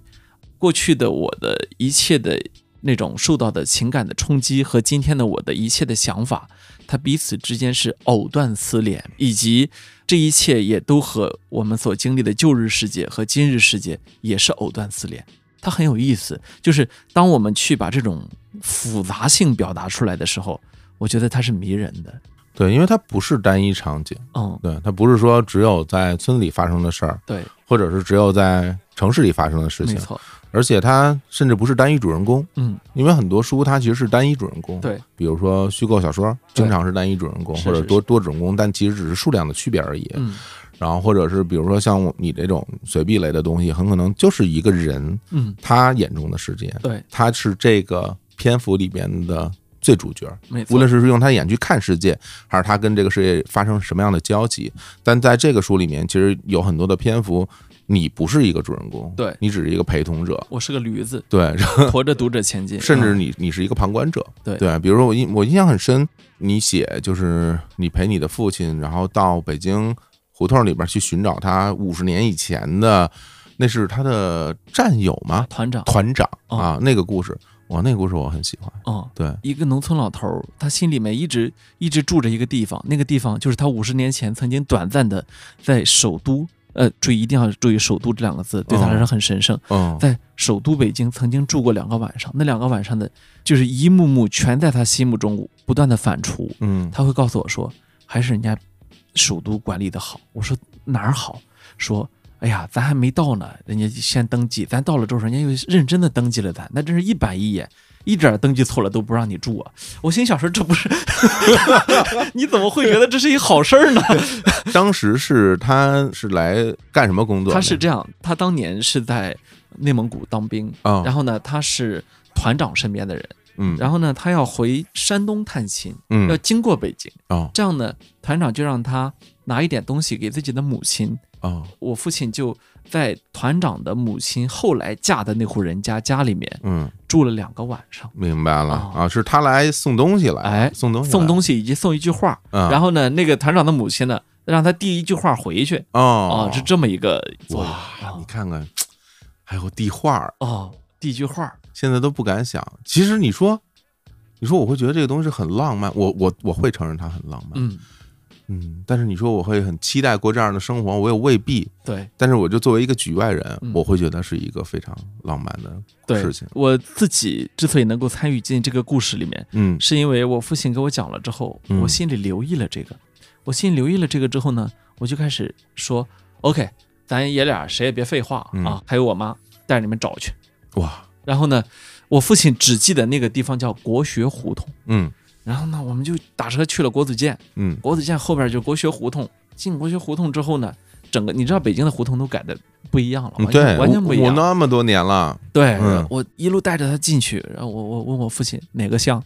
Speaker 2: 过去的我的一切的那种受到的情感的冲击和今天的我的一切的想法，它彼此之间是藕断丝连，以及这一切也都和我们所经历的旧日世界和今日世界也是藕断丝连。它很有意思，就是当我们去把这种复杂性表达出来的时候，我觉得它是迷人的。
Speaker 1: 对，因为它不是单一场景，
Speaker 2: 嗯，
Speaker 1: 对，它不是说只有在村里发生的事儿，
Speaker 2: 对，
Speaker 1: 或者是只有在城市里发生的事
Speaker 2: 没
Speaker 1: 情，
Speaker 2: 错，
Speaker 1: 而且它甚至不是单一主人公，
Speaker 2: 嗯，
Speaker 1: 因为很多书它其实是单一主人公，，
Speaker 2: 对，
Speaker 1: 比如说虚构小说
Speaker 2: 对
Speaker 1: 经常是单一主人公
Speaker 2: 是
Speaker 1: 或者
Speaker 2: 是
Speaker 1: 多多主人公，但其实只是数量的区别而已，
Speaker 2: 嗯
Speaker 1: 然后或者是比如说像我你这种随笔类的东西，很可能就是一个人
Speaker 2: 嗯，
Speaker 1: 他眼中的世界，
Speaker 2: 对，
Speaker 1: 他是这个篇幅里边的最主角，
Speaker 2: 没错，
Speaker 1: 无论是用他眼去看世界，还是他跟这个世界发生什么样的交集。但在这个书里面，其实有很多的篇幅，你不是一个主人公，
Speaker 2: 对
Speaker 1: 你只是一个陪同者，
Speaker 2: 我是个驴 子，
Speaker 1: 对，然后
Speaker 2: 驮着读者前进，
Speaker 1: 甚至
Speaker 2: 嗯
Speaker 1: 你你是一个旁观者，
Speaker 2: 对
Speaker 1: 对。比如说我印我印象很深，你写就是你陪你的父亲，然后到北京胡同里边去寻找他五十年以前的，那是他的战友吗？
Speaker 2: 团长，
Speaker 1: 团长
Speaker 2: 哦
Speaker 1: 啊，那个故事，哇，那个故事我很喜欢，
Speaker 2: 嗯。
Speaker 1: 对。
Speaker 2: 一个农村老头儿，他心里面一直一直住着一个地方，那个地方就是他五十年前曾经短暂的在首都，呃，注意一定要注意“首都”这两个
Speaker 1: 哦
Speaker 2: 字，对他来说很神圣。
Speaker 1: 嗯，
Speaker 2: 在首都北京曾经住过两个晚上，那两个晚上的就是一幕幕全在他心目中不断的反刍。
Speaker 1: 嗯，
Speaker 2: 他会告诉我说，还是人家首都管理的好。我说哪儿好？说哎呀，咱还没到呢，人家就先登记，咱到了之后，人家又认真的登记了咱，那真是一板一眼。一点儿登记错了都不让你住啊！我心想说，这不是 你怎么会觉得这是一好事儿呢？
Speaker 1: 当时是他是来干什么工作呢？
Speaker 2: 他是这样，他当年是在内蒙古当兵，
Speaker 1: 啊，
Speaker 2: 然后呢，他是团长身边的人，
Speaker 1: 嗯，
Speaker 2: 然后呢，他要回山东探亲，
Speaker 1: 嗯
Speaker 2: 要经过北京，
Speaker 1: 哦
Speaker 2: 这样呢，团长就让他拿一点东西给自己的母亲。
Speaker 1: 哦
Speaker 2: 我父亲就在团长的母亲后来嫁的那户人家家里面
Speaker 1: 嗯，
Speaker 2: 住了两个晚上，
Speaker 1: 明白了
Speaker 2: 哦
Speaker 1: 啊，是他来送东西来，
Speaker 2: 哎
Speaker 1: 送东西来，
Speaker 2: 送东西以及送一句话。
Speaker 1: 嗯，
Speaker 2: 然后呢，那个团长的母亲呢，让他递一句话回去。
Speaker 1: 哦
Speaker 2: 哦，是这么一个作用。
Speaker 1: 哇，你
Speaker 2: 哦
Speaker 1: 看哎看，还有地画儿，
Speaker 2: 哦，递一句话，
Speaker 1: 现在都不敢想。其实你说，你说我会觉得这个东西很浪漫，我我我会承认它很浪漫，
Speaker 2: 嗯，
Speaker 1: 嗯，但是你说我会很期待过这样的生活，我也未必。
Speaker 2: 对。
Speaker 1: 但是我就作为一个局外人，
Speaker 2: 嗯
Speaker 1: 我会觉得是一个非常浪漫的
Speaker 2: 对
Speaker 1: 事情，
Speaker 2: 我自己之所以能够参与进这个故事里面，
Speaker 1: 嗯
Speaker 2: 是因为我父亲给我讲了之后，
Speaker 1: 嗯
Speaker 2: 我心里留意了这个，我心里留意了这个之后呢，我就开始说，OK，咱爷俩谁也别废话
Speaker 1: 嗯
Speaker 2: 啊，还有我妈带你们找去。
Speaker 1: 哇，
Speaker 2: 然后呢，我父亲只记得那个地方叫国学胡同，
Speaker 1: 嗯
Speaker 2: 然后呢，我们就打车去了国子监，
Speaker 1: 嗯
Speaker 2: 国子监后边就国学胡同。进国学胡同之后呢，整个你知道北京的胡同都改的不一样了，
Speaker 1: 嗯
Speaker 2: 完全
Speaker 1: 对，
Speaker 2: 完全不一
Speaker 1: 我
Speaker 2: 样
Speaker 1: 我。那么多年了，
Speaker 2: 对，
Speaker 1: 嗯
Speaker 2: 我一路带着他进去，然后我我问我父亲哪个像，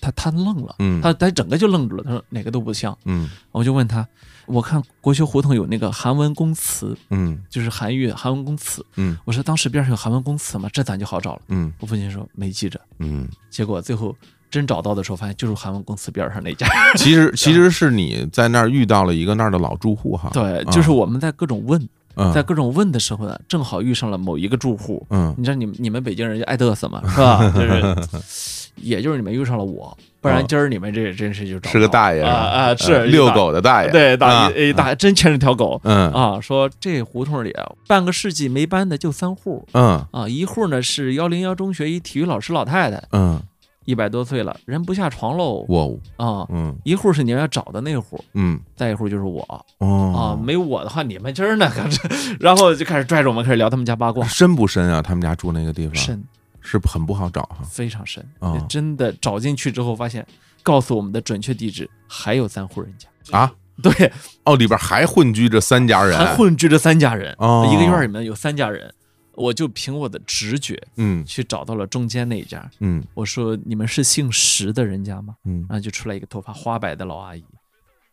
Speaker 2: 他他愣了，
Speaker 1: 嗯，
Speaker 2: 他他整个就愣住了，他说哪个都不像。
Speaker 1: 嗯
Speaker 2: 我就问他，我看国学胡同有那个韩文公祠，
Speaker 1: 嗯
Speaker 2: 就是韩愈韩文公祠。
Speaker 1: 嗯，
Speaker 2: 我说当时边上有韩文公祠吗？这咱就好找了。
Speaker 1: 嗯
Speaker 2: 我父亲说没记着，
Speaker 1: 嗯，
Speaker 2: 结果最后真找到的时候，发现就是韩文公祠边上那家。
Speaker 1: 其实其实是你在那儿遇到了一个那儿的老住户哈，
Speaker 2: 对，
Speaker 1: 啊
Speaker 2: 就是我们在各种问，
Speaker 1: 嗯，
Speaker 2: 在各种问的时候呢，正好遇上了某一个住户。
Speaker 1: 嗯
Speaker 2: 你知道你们你们北京人就爱嘚 瑟嘛，是吧？就是，也就是你们遇上了我，不然今儿你们这真是就找不
Speaker 1: 嗯
Speaker 2: 到
Speaker 1: 是个大爷
Speaker 2: 啊啊，
Speaker 1: 呃
Speaker 2: 是
Speaker 1: 遛，狗的大
Speaker 2: 一
Speaker 1: 爷，
Speaker 2: 大对大
Speaker 1: 啊
Speaker 2: 爷哎大真牵着条狗
Speaker 1: 嗯
Speaker 2: 啊，说这胡同里啊，半个世纪没搬的就三户
Speaker 1: 嗯
Speaker 2: 啊，一户呢是幺零幺中学一体育老师老太太，
Speaker 1: 嗯，
Speaker 2: 一百多岁了，人不下床喽
Speaker 1: 哇哦，
Speaker 2: 啊，
Speaker 1: 嗯
Speaker 2: 一户是你们要找的那户，
Speaker 1: 嗯
Speaker 2: 再一户就是我啊，
Speaker 1: 哦
Speaker 2: 没我的话你们今儿呢，可是然后就开始拽着我们开始聊他们家八卦
Speaker 1: 啊，，深不深啊？他们家住那个地方
Speaker 2: 深
Speaker 1: 是很不好找哈。
Speaker 2: 非常深
Speaker 1: 啊
Speaker 2: 真的找进去之后，发现告诉我们的准确地址还有三户人家
Speaker 1: 啊，
Speaker 2: 对，
Speaker 1: 哦，里边还混居着三家人，
Speaker 2: 还混居着三家人，
Speaker 1: 哦
Speaker 2: 一个院儿里面有三家人，我就凭我的直觉
Speaker 1: 嗯
Speaker 2: 去找到了中间那一家。
Speaker 1: 嗯
Speaker 2: 我说：“你们是姓石的人家吗
Speaker 1: 嗯？”，
Speaker 2: 然后就出来一个头发花白的老阿姨，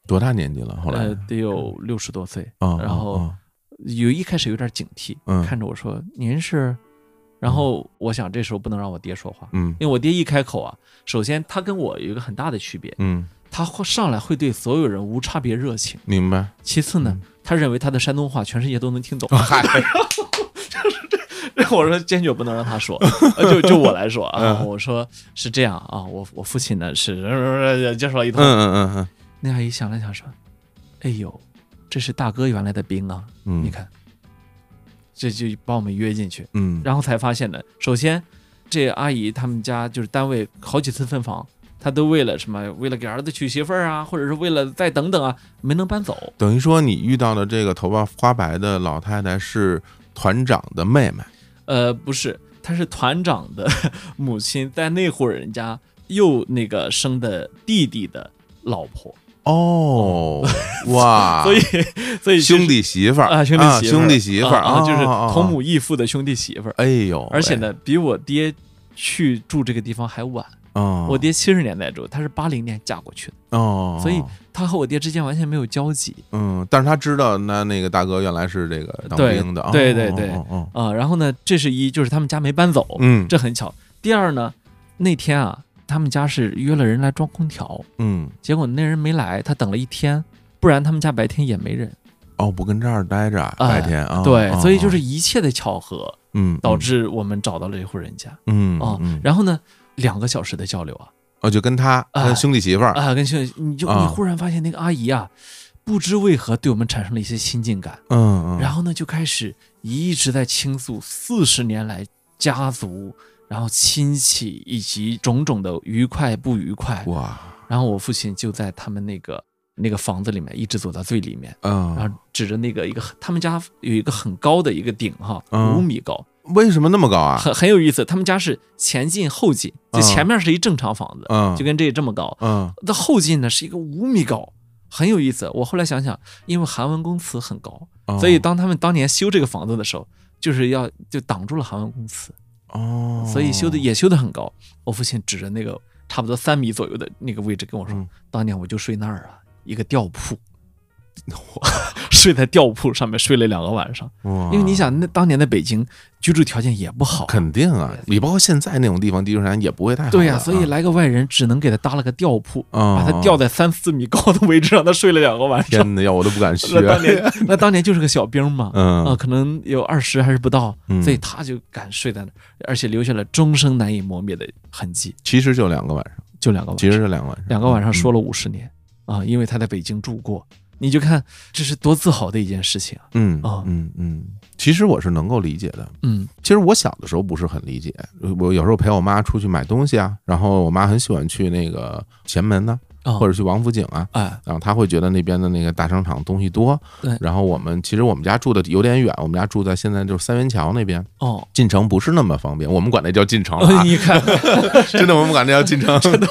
Speaker 1: 多大年纪了？后来
Speaker 2: 呃，得有六十多岁，
Speaker 1: 啊，
Speaker 2: 然后
Speaker 1: 啊
Speaker 2: 有一开始有点警惕，
Speaker 1: 嗯
Speaker 2: 看着我说：“您是？”然后我想这时候不能让我爹说话，
Speaker 1: 嗯
Speaker 2: 因为我爹一开口啊，首先他跟我有一个很大的区别，
Speaker 1: 嗯，
Speaker 2: 他会上来会对所有人无差别热情。
Speaker 1: 明 白。
Speaker 2: 其次呢，
Speaker 1: 嗯
Speaker 2: 他认为他的山东话全世界都能 听懂。
Speaker 1: 嗨，
Speaker 2: 我说坚决不能让他说，呃就就我来说啊，
Speaker 1: 嗯
Speaker 2: 我说是这样啊，我我父亲呢是 介绍了一
Speaker 1: 嗯
Speaker 2: 通，
Speaker 1: 嗯嗯嗯
Speaker 2: 那阿姨想了想说：“哎呦，这是大哥原来的兵啊，
Speaker 1: 嗯，
Speaker 2: 你看，这就把我们约进去。”
Speaker 1: 嗯，
Speaker 2: 然后才发现呢，首先这阿姨他们家就是单位好几次分房，她都为了什么？为了给儿子娶媳妇儿啊，或者是为了再等等啊，没能搬走。
Speaker 1: 等于说你遇到的这个头发花白的老太太是团长的妹妹，
Speaker 2: 呃，不是，她是团长的母亲，在那户人家又那个生的弟弟的老婆，
Speaker 1: 哦，哇，
Speaker 2: 所以 所以就是
Speaker 1: 兄弟媳妇儿
Speaker 2: 啊，兄弟媳妇儿、
Speaker 1: 兄弟媳妇儿
Speaker 2: 啊，就是同。
Speaker 1: 啊啊啊
Speaker 2: 母异父的兄弟媳妇儿，
Speaker 1: 哎呦，
Speaker 2: 而且呢，比我爹。去住这个地方还晚，
Speaker 1: 喂，啊，
Speaker 2: 我爹七十年代住，他是八零年嫁过去的，
Speaker 1: 哦，
Speaker 2: 所以他和我爹之间完全没有交集。
Speaker 1: 嗯，但是他知道那那个大哥原来是这个当
Speaker 2: 对
Speaker 1: 兵的，哦
Speaker 2: 对对对
Speaker 1: 哦哦，
Speaker 2: 啊、然后呢，这是一，就是他们家没搬走，
Speaker 1: 嗯
Speaker 2: 这很巧。第二呢，那天啊，他们家是约了人来装空调，
Speaker 1: 嗯，
Speaker 2: 结果那人没来，他等了一天，不然他们家白天也没人。
Speaker 1: 哦，不跟这儿待着，白天啊，
Speaker 2: 对，
Speaker 1: 哦
Speaker 2: 所以就是一切的巧合
Speaker 1: 嗯，
Speaker 2: 导致我们找到了这户人家啊、
Speaker 1: 嗯
Speaker 2: 哦
Speaker 1: 嗯，
Speaker 2: 然后呢，两个小时的交流啊
Speaker 1: 哦，就跟他
Speaker 2: 哎
Speaker 1: 跟兄弟媳妇儿，
Speaker 2: 啊，跟兄弟，你就你
Speaker 1: 啊
Speaker 2: 忽然发现那个阿姨啊，不知为何对我们产生了一些亲近感，
Speaker 1: 嗯嗯，
Speaker 2: 然后呢就开始一直在倾诉四十年来家族，然后亲戚以及种种的愉快不愉快。
Speaker 1: 哇，
Speaker 2: 然后我父亲就在他们那个那个房子里面一直走到最里面，然
Speaker 1: 嗯，
Speaker 2: 后指着那个一个他们家有一个很高的一个顶哈，
Speaker 1: 嗯
Speaker 2: 五米高，
Speaker 1: 为什么那么高啊？
Speaker 2: 很很有意思。他们家是前进后进，就
Speaker 1: 嗯
Speaker 2: 前面是一正常房子，
Speaker 1: 嗯，
Speaker 2: 就跟这这么高，
Speaker 1: 嗯
Speaker 2: 那后进呢是一个五米高。很有意思，我后来想想，因为韩文公词很高，
Speaker 1: 哦
Speaker 2: 所以当他们当年修这个房子的时候，就是要就挡住了韩文公祠，
Speaker 1: 哦，
Speaker 2: 所以修的也修得很高。我父亲指着那个差不多三米左右的那个位置跟我说：“
Speaker 1: 嗯
Speaker 2: 当年我就睡那儿啊，一个吊铺， 睡在吊铺上面睡了两个晚上。
Speaker 1: 哇，
Speaker 2: 因为你想，那当年的北京居住条件也不好，
Speaker 1: 哦肯定啊，你包括现在那种地方，地球上也不会太好的，啊嗯
Speaker 2: 对呀、所以来个外人只能给他搭了个吊铺，
Speaker 1: 把
Speaker 2: 把他吊在三四米高的位置，让他睡了两个晚 上。
Speaker 1: 啊 天啊哪，要我都不敢学
Speaker 2: 那，当 年，那当年就是个小兵嘛，
Speaker 1: 嗯
Speaker 2: 啊，可能有二十还是不到，
Speaker 1: 嗯
Speaker 2: 所以他就敢睡在那儿，而且留下了终生难以磨灭的痕迹。
Speaker 1: 其实就两个晚上，
Speaker 2: 就两个晚
Speaker 1: 其实
Speaker 2: 上，
Speaker 1: 就两个晚上，
Speaker 2: 两个晚上说了五十年啊，因为他在北京住过，你就看这是多自豪的一件事情啊。
Speaker 1: 嗯
Speaker 2: 啊
Speaker 1: 嗯嗯，其实我是能够理解的，
Speaker 2: 嗯
Speaker 1: 其实我小的时候不是很理解，我有时候陪我妈出去买东西啊，然后我妈很喜欢去那个前门呢、
Speaker 2: 啊，
Speaker 1: 或者去王府井啊，
Speaker 2: 哎，
Speaker 1: 然后她会觉得那边的那个大商场东西多
Speaker 2: 对。
Speaker 1: 然后我们其实我们家住的有点远，我们家住在现在就是三元桥那边，
Speaker 2: 哦，，
Speaker 1: 进城不是那么方便，我们管那叫进城了、啊
Speaker 2: 你 看，
Speaker 1: 真的我们管那叫进城，真的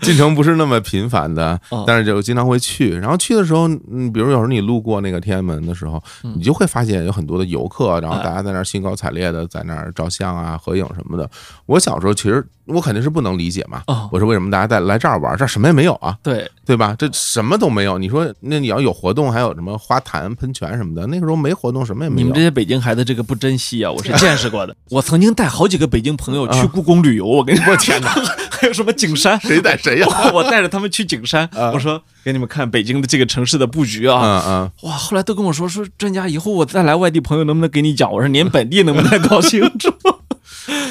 Speaker 1: 进城不是那么频繁的
Speaker 2: 哦，
Speaker 1: 但是就经常会去。然后去的时候，嗯，比如有时候你路过那个天安门的时候，
Speaker 2: 嗯
Speaker 1: 你就会发现有很多的游客，然后
Speaker 2: 哎
Speaker 1: 大家在那儿兴高采烈的在那儿照相啊、合影什么的。我小时候其实我肯定是不能理解嘛，
Speaker 2: 哦，
Speaker 1: 我说为什么大家在来这儿玩，这儿什么也没有啊，
Speaker 2: 对，
Speaker 1: 对吧？这什么都没有。你说那你要有活动，还有什么花坛、喷泉什么的，那个时候没活动，什么也没
Speaker 2: 你
Speaker 1: 有
Speaker 2: 们 这。些北京孩子这个不珍惜啊，我是见识过 的。我曾经带好几个北京朋友去
Speaker 1: 啊
Speaker 2: 故宫旅游，我跟你我天哪， 还有什么景山，
Speaker 1: 谁带谁呀、
Speaker 2: 我带着他们去景山，
Speaker 1: 啊
Speaker 2: 我说给你们看北京的这个城市的布局啊。
Speaker 1: 嗯嗯，
Speaker 2: 哇，后来都跟我说说，专家，以后我再来外地朋友能不能给你讲？我说您本地能不能搞清楚？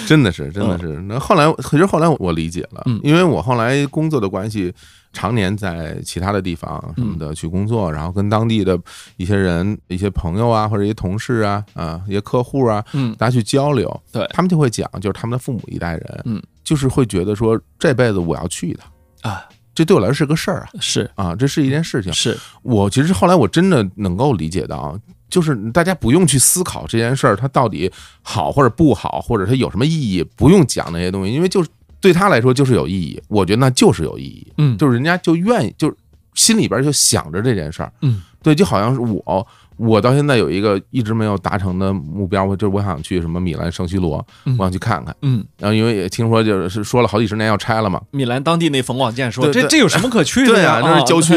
Speaker 1: 真的是，真的是。那后来，其实后来我理解了
Speaker 2: 嗯，
Speaker 1: 因为我后来工作的关系，常年在其他的地方什
Speaker 2: 嗯
Speaker 1: 么的去工作，然后跟当地的一些人、一些朋友啊，或者一些同事啊，啊，一些客户啊，
Speaker 2: 嗯，
Speaker 1: 大家去交流，
Speaker 2: 对
Speaker 1: 他们就会讲，就是他们的父母一代人，
Speaker 2: 嗯，
Speaker 1: 就是会觉得说这辈子我要去一趟。
Speaker 2: 啊，
Speaker 1: 这对我来说是个事儿啊
Speaker 2: 是
Speaker 1: 啊，这是一件事情。
Speaker 2: 是，
Speaker 1: 我其实后来我真的能够理解到，啊就是大家不用去思考这件事儿它到底好或者不好，或者它有什么意义，不用讲那些东西，因为就是对他来说就是有意义。我觉得那就是有意义，
Speaker 2: 嗯，
Speaker 1: 就是人家就愿意，就是心里边就想着这件事儿。
Speaker 2: 嗯，
Speaker 1: 对，就好像是我。我到现在有一个一直没有达成的目标，我就是我想去什么米兰圣西罗，
Speaker 2: 嗯
Speaker 1: 我想去看看。
Speaker 2: 嗯，
Speaker 1: 然后因为也听说就是是说了好几十年要拆了嘛，
Speaker 2: 米兰当地那冯广建说，
Speaker 1: 对
Speaker 2: 这
Speaker 1: 对
Speaker 2: 这有什么可去的
Speaker 1: 对
Speaker 2: 呀？
Speaker 1: 啊，那是郊区，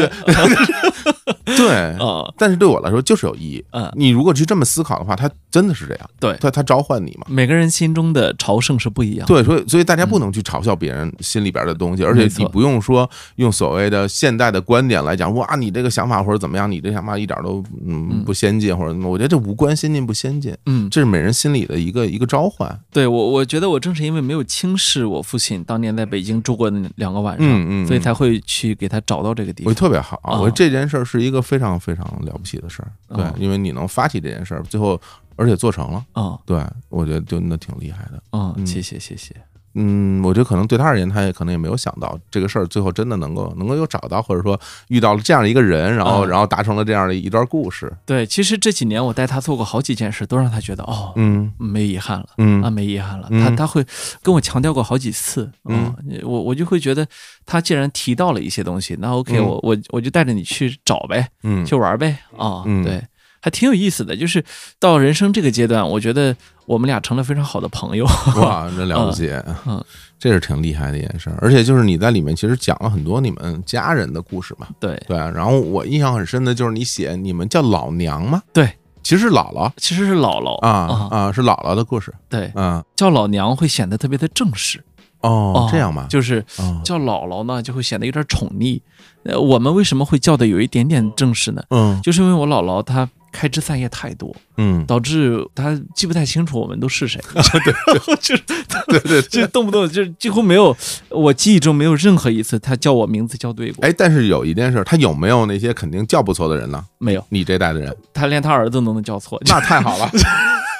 Speaker 1: 对。
Speaker 2: 啊，
Speaker 1: 但是对我来说就是有意义。
Speaker 2: 嗯，
Speaker 1: 你如果去这么思考的话，它真的是这样，
Speaker 2: 对，
Speaker 1: 它它召唤你嘛。
Speaker 2: 每个人心中的朝圣是不一样的。
Speaker 1: 对，所以所以大家不能去嘲笑别人心里边的东西，而且
Speaker 2: 嗯没错
Speaker 1: 你不用说用所谓的现代的观点来讲，哇，你这个想法或者怎么样，你这想法一点都嗯
Speaker 2: 嗯
Speaker 1: 不先进或者怎么，我觉得这无关先进不先进，
Speaker 2: 嗯，
Speaker 1: 这是每人心里的一个一个召唤。
Speaker 2: 对我，我觉得我正是因为没有轻视我父亲当年在北京住过的那两个晚上，
Speaker 1: 嗯嗯，
Speaker 2: 所以
Speaker 1: 嗯
Speaker 2: 才会去给他找到这个地
Speaker 1: 我觉得
Speaker 2: 方。
Speaker 1: 特别好，
Speaker 2: 啊
Speaker 1: 我觉得这件事儿是一个非常非常了不起的事儿，对
Speaker 2: 啊，
Speaker 1: 因为你能发起这件事儿，最后而且做成了，
Speaker 2: 啊
Speaker 1: 对我觉得真的挺厉害的。
Speaker 2: 啊、
Speaker 1: 嗯
Speaker 2: 谢谢谢谢。
Speaker 1: 嗯，我觉得可能对他而言，他也可能也没有想到这个事儿最后真的能够能够有找到，或者说遇到了这样一个人，然后
Speaker 2: 嗯
Speaker 1: 然后达成了这样的一段故事。
Speaker 2: 对，其实这几年我带他做过好几件事，都让他觉得哦，
Speaker 1: 嗯
Speaker 2: 没遗憾了。啊，
Speaker 1: 嗯
Speaker 2: 没遗憾了。
Speaker 1: 嗯
Speaker 2: 他他会跟我强调过好几次，啊，我我就会觉得他既然提到了一些东西，那 OK，、
Speaker 1: 嗯
Speaker 2: 我我我就带着你去找呗，
Speaker 1: 嗯，
Speaker 2: 去玩呗，啊，
Speaker 1: 嗯
Speaker 2: 对，还挺有意思的。就是到人生这个阶段，我觉得我们俩成了非常好的朋友。
Speaker 1: 哇，这了不起啊
Speaker 2: 嗯，
Speaker 1: 这是挺厉害的一件事儿。而且就是你在里面其实讲了很多你们家人的故事嘛，
Speaker 2: 对，
Speaker 1: 对。啊然后我印象很深的就是你写你们叫老娘吗？
Speaker 2: 对，哦
Speaker 1: 其实是姥姥
Speaker 2: 其实是姥姥
Speaker 1: 啊啊，是姥姥的故事
Speaker 2: 对，
Speaker 1: 啊。
Speaker 2: 叫老娘会显得特别的正式，
Speaker 1: 哦
Speaker 2: 哦，
Speaker 1: 这样吧，
Speaker 2: 就是
Speaker 1: 哦
Speaker 2: 叫姥姥呢，就会显得有点宠溺。呃，我们为什么会叫的有一点点正式呢？
Speaker 1: 嗯
Speaker 2: 就是因为我姥姥她开枝散叶太多，
Speaker 1: 嗯，
Speaker 2: 导致他记不太清楚我们都是谁， 对，就是
Speaker 1: 对对对。
Speaker 2: 就动不动就是几乎没有，我记忆中没有任何一次他叫我名字叫对过，
Speaker 1: 哎，但是有一件事，他有没有那些肯定叫不错的人呢？
Speaker 2: 没有，
Speaker 1: 你这代的人，
Speaker 2: 他连他儿子都能叫错，
Speaker 1: 那太好了，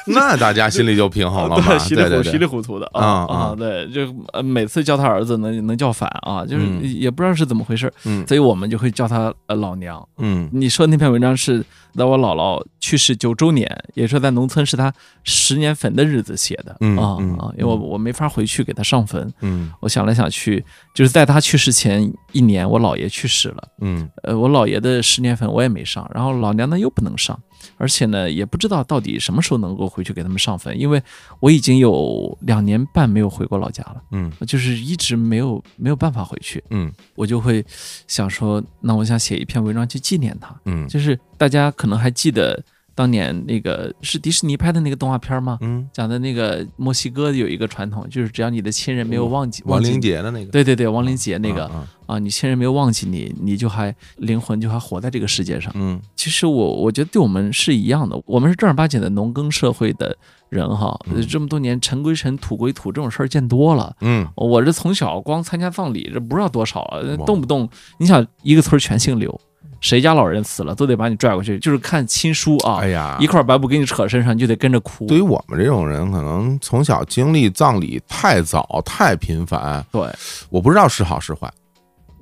Speaker 1: 那大家心里就平衡了嘛。
Speaker 2: 对，稀里
Speaker 1: 对对
Speaker 2: 糊稀里
Speaker 1: 对，
Speaker 2: 糊涂的
Speaker 1: 啊
Speaker 2: 啊啊，对，就呃每次叫他儿子能能叫反啊，就是
Speaker 1: 嗯
Speaker 2: 也不知道是怎么回事，
Speaker 1: 嗯
Speaker 2: 所以我们就会叫他呃老娘。
Speaker 1: 嗯
Speaker 2: 你说那篇文章是在我姥姥去世九周年，也说在农村是她十年坟的日子写的
Speaker 1: 嗯
Speaker 2: 啊
Speaker 1: 嗯
Speaker 2: 啊，因为我我没法回去给她上坟，
Speaker 1: 嗯
Speaker 2: 我想来想去，就是在他去世前一年，我姥爷去世了。
Speaker 1: 嗯
Speaker 2: 呃，我姥爷的十年坟我也没上，然后老娘呢又不能上，而且呢也不知道到底什么时候能够回去给他们上坟，因为我已经有两年半没有回过老家了，
Speaker 1: 嗯
Speaker 2: 就是一直没有没有办法回去，
Speaker 1: 嗯
Speaker 2: 我就会想说，那我想写一篇文章去纪念他。
Speaker 1: 嗯
Speaker 2: 就是大家可能还记得当年那个是迪士尼拍的那个动画片吗？
Speaker 1: 嗯，
Speaker 2: 讲的那个墨西哥有一个传统，就是只要你的亲人没有忘记
Speaker 1: 王
Speaker 2: 忘记
Speaker 1: 林
Speaker 2: 你
Speaker 1: 杰的那个，
Speaker 2: 对对对，亡灵节那个
Speaker 1: 啊，
Speaker 2: 啊，你亲人没有忘记你，你就还灵魂就还活在这个世界上。
Speaker 1: 嗯
Speaker 2: 其实我我觉得对我们是一样的，我们是正儿八经的农耕社会的人哈，呃
Speaker 1: 嗯
Speaker 2: 这么多年尘归尘，土归土这种事儿见多了。
Speaker 1: 嗯
Speaker 2: 我这从小光参加葬礼，这不知道多少，呃
Speaker 1: 哇
Speaker 2: 动不动你想一个村儿全姓刘，谁家老人死了都得把你拽过去，就是看亲疏啊，
Speaker 1: 哎呀
Speaker 2: 一。块白布给你扯身上，你就得跟着哭。
Speaker 1: 对于我们这种人，可能从小经历葬礼太早、太频繁，
Speaker 2: 对，
Speaker 1: 我不知道是好是坏，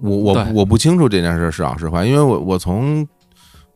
Speaker 1: 我我
Speaker 2: 对
Speaker 1: 我不清楚这件事是好是坏，因为我我从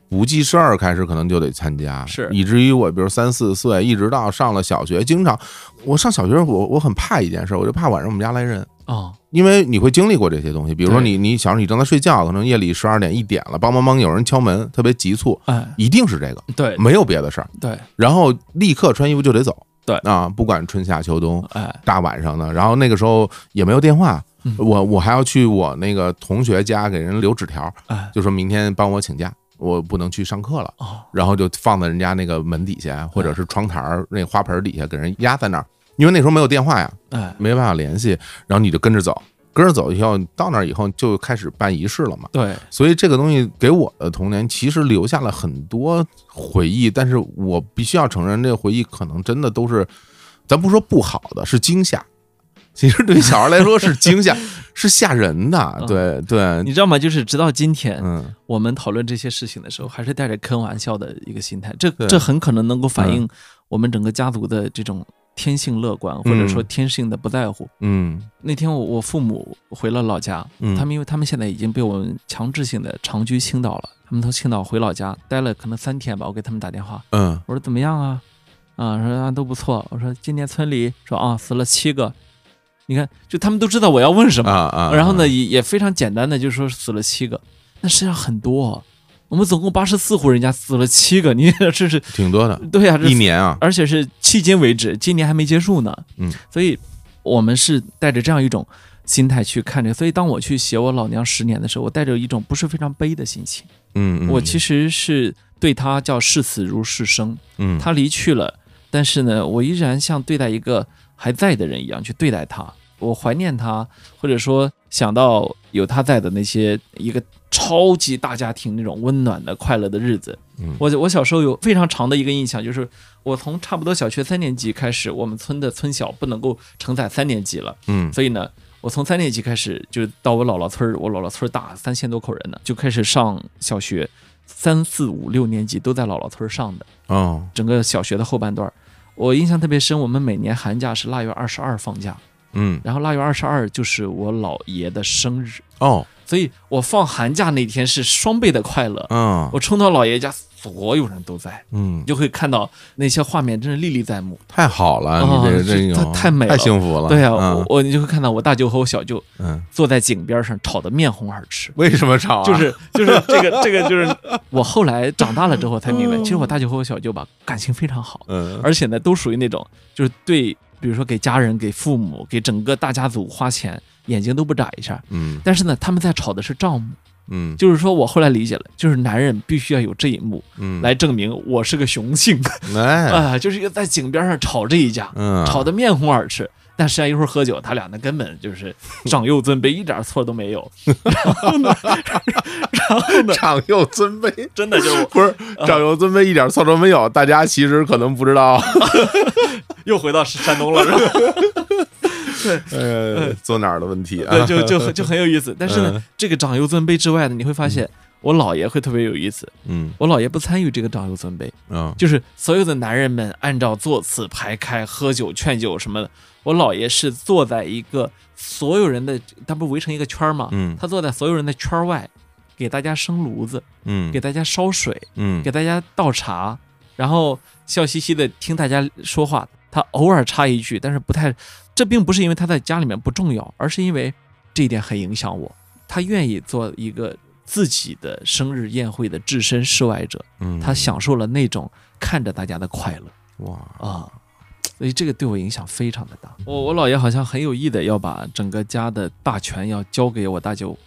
Speaker 1: 不记事儿开始，可能就得参加，
Speaker 2: 是
Speaker 1: 以至于我比如三四岁，一直到上了小学，经常我上小学我我很怕一件事，我就怕晚上我们家来人。
Speaker 2: 啊，
Speaker 1: 因为你会经历过这些东西，比如说
Speaker 2: 对
Speaker 1: 你你小时候你正在睡觉，可能夜里十二点一点了，梆梆梆有人敲门，特别急促，
Speaker 2: 哎，
Speaker 1: 一定是这个，
Speaker 2: 对
Speaker 1: 没有别的事儿，
Speaker 2: 对，
Speaker 1: 然后立刻穿衣服就得走，
Speaker 2: 对
Speaker 1: 啊，不管春夏秋冬，
Speaker 2: 哎，
Speaker 1: 大晚上的，然后那个时候也没有电话
Speaker 2: 嗯，
Speaker 1: 我我还要去我那个同学家给人留纸条
Speaker 2: 哎，
Speaker 1: 就说明天帮我请假，我不能去上课了，
Speaker 2: 哦，哎
Speaker 1: 然后就放在人家那个门底下或者是窗台儿那花盆底下给人压在那儿，因为那时候没有电话呀，
Speaker 2: 哎，
Speaker 1: 没办法联系，然后你就跟着走，跟着走以后到那儿以后就开始办仪式了嘛，
Speaker 2: 对，
Speaker 1: 所以这个东西给我的童年其实留下了很多回忆，但是我必须要承认，这个回忆可能真的都是，咱不说不好的，是惊吓。 其实对于小孩来说是惊 吓，是吓人的。对对，
Speaker 2: 嗯你知道吗？就是直到今天，
Speaker 1: 嗯
Speaker 2: 我们讨论这些事情的时候，还是带着坑玩笑的一个心态，这
Speaker 1: 对嗯
Speaker 2: 这很可能能够反映我们整个家族的这种天性乐观，或者说天性的不在乎。
Speaker 1: 嗯
Speaker 2: 那天我我父母回了老家，
Speaker 1: 嗯
Speaker 2: 他们因为他们现在已经被我们强制性的长居青岛了，他们从青岛回老家待了可能三天吧，我给他们打电话，
Speaker 1: 嗯
Speaker 2: 我说怎么样啊？啊，说啊都不错。我说今年村里说啊死了七个，你看就他们都知道我要问什
Speaker 1: 啊
Speaker 2: 么，
Speaker 1: 啊，
Speaker 2: 然后呢
Speaker 1: 啊，
Speaker 2: 也也非常简单的就说死了七个，那实际上很多、啊，我们总共八十四户人家死了七个， 你这是
Speaker 1: 挺多的，
Speaker 2: 对呀、这
Speaker 1: 一年啊，
Speaker 2: 而且是迄今为止，今年还没结束呢。
Speaker 1: 嗯，
Speaker 2: 所以我们是带着这样一种心态去看这个。所以当我去写我老娘十年的时候，我带着一种不是非常悲的心情，
Speaker 1: 嗯，嗯
Speaker 2: 我其实是对她叫视死如是生。
Speaker 1: 嗯
Speaker 2: 她离去了，但是呢，我依然像对待一个还在的人一样去对待她。我怀念她，或者说想到有她在的那些一个超级大家庭那种温暖的快乐的日子。
Speaker 1: 嗯
Speaker 2: 我我小时候有非常长的一个印象，就是我从差不多小学三年级开始，我们村的村小不能够承载三年级了，
Speaker 1: 嗯
Speaker 2: 所以呢，我从三年级开始就到我姥姥村儿，我姥姥村儿大，三千多口人呢，就开始上小学，三四五六年级都在姥姥村儿上的，
Speaker 1: 哦
Speaker 2: 整个小学的后半段儿。我印象特别深，我们每年寒假是腊月二十二放假，
Speaker 1: 嗯
Speaker 2: 然后腊月二十二就是我姥爷的生日，
Speaker 1: 哦
Speaker 2: 所以我放寒假那天是双倍的快乐。
Speaker 1: 嗯
Speaker 2: 我冲到姥爷家，所有人都在，
Speaker 1: 嗯
Speaker 2: 你，就会看到那些画面，真是历历在目。
Speaker 1: 太好了，
Speaker 2: 哦
Speaker 1: 你这
Speaker 2: 这
Speaker 1: 这
Speaker 2: 太
Speaker 1: 种
Speaker 2: 太美了
Speaker 1: 太幸福了，
Speaker 2: 对啊，
Speaker 1: 嗯
Speaker 2: 我我你就会看到我大舅和我小舅
Speaker 1: 嗯，
Speaker 2: 坐在井边上吵得面红耳赤。
Speaker 1: 为什么吵啊？
Speaker 2: 就是就是这个这个 就是我后来长大了之后才明白，其实我大舅和我小舅吧感情非常好，
Speaker 1: 嗯
Speaker 2: 而且呢都属于那种就是对，比如说给家人、给父母、给整个大家族花钱，眼睛都不眨一下。
Speaker 1: 嗯
Speaker 2: 但是呢，他们在吵的是账目，
Speaker 1: 嗯
Speaker 2: 就是说我后来理解了，就是男人必须要有这一幕
Speaker 1: 嗯，
Speaker 2: 来证明我是个雄性 啊、
Speaker 1: 哎
Speaker 2: 就是一个在井边上吵这一架，
Speaker 1: 嗯
Speaker 2: 吵得面红耳赤。但实际上一会儿喝酒，他俩那根本就是长幼尊卑，一点错都没有。
Speaker 1: 长幼尊卑。
Speaker 2: 真的就
Speaker 1: 不是长幼尊卑一点错都没有，大家其实可能不知 道。
Speaker 2: 又回到山东了，是 吧？
Speaker 1: 呃，坐哪儿的问题啊
Speaker 2: 对，？就就就很有意思。但是
Speaker 1: 嗯
Speaker 2: 呢，这个长幼尊卑之外呢，你会发现我姥爷会特别有意思。
Speaker 1: 嗯
Speaker 2: 我姥爷不参与这个长幼尊卑，
Speaker 1: 嗯
Speaker 2: 就是所有的男人们按照座次排开喝酒、劝酒什么的。我姥爷是坐在一个所有人的，他不是围成一个圈儿吗？
Speaker 1: 嗯
Speaker 2: 他坐在所有人的圈儿外，给大家生炉子，
Speaker 1: 嗯
Speaker 2: 给大家烧水，
Speaker 1: 嗯
Speaker 2: 给大家倒茶，然后笑嘻嘻的听大家说话。他偶尔插一句，但是不太，这并不是因为他在家里面不重要，而是因为这一点很影响我。他愿意做一个自己的生日宴会的置身事外者，
Speaker 1: 嗯
Speaker 2: 他享受了那种看着大家的快乐
Speaker 1: 哇
Speaker 2: 啊。所以这个对我影响非常的大。我我姥爷好像很有意的要把整个家的大权要交给我大舅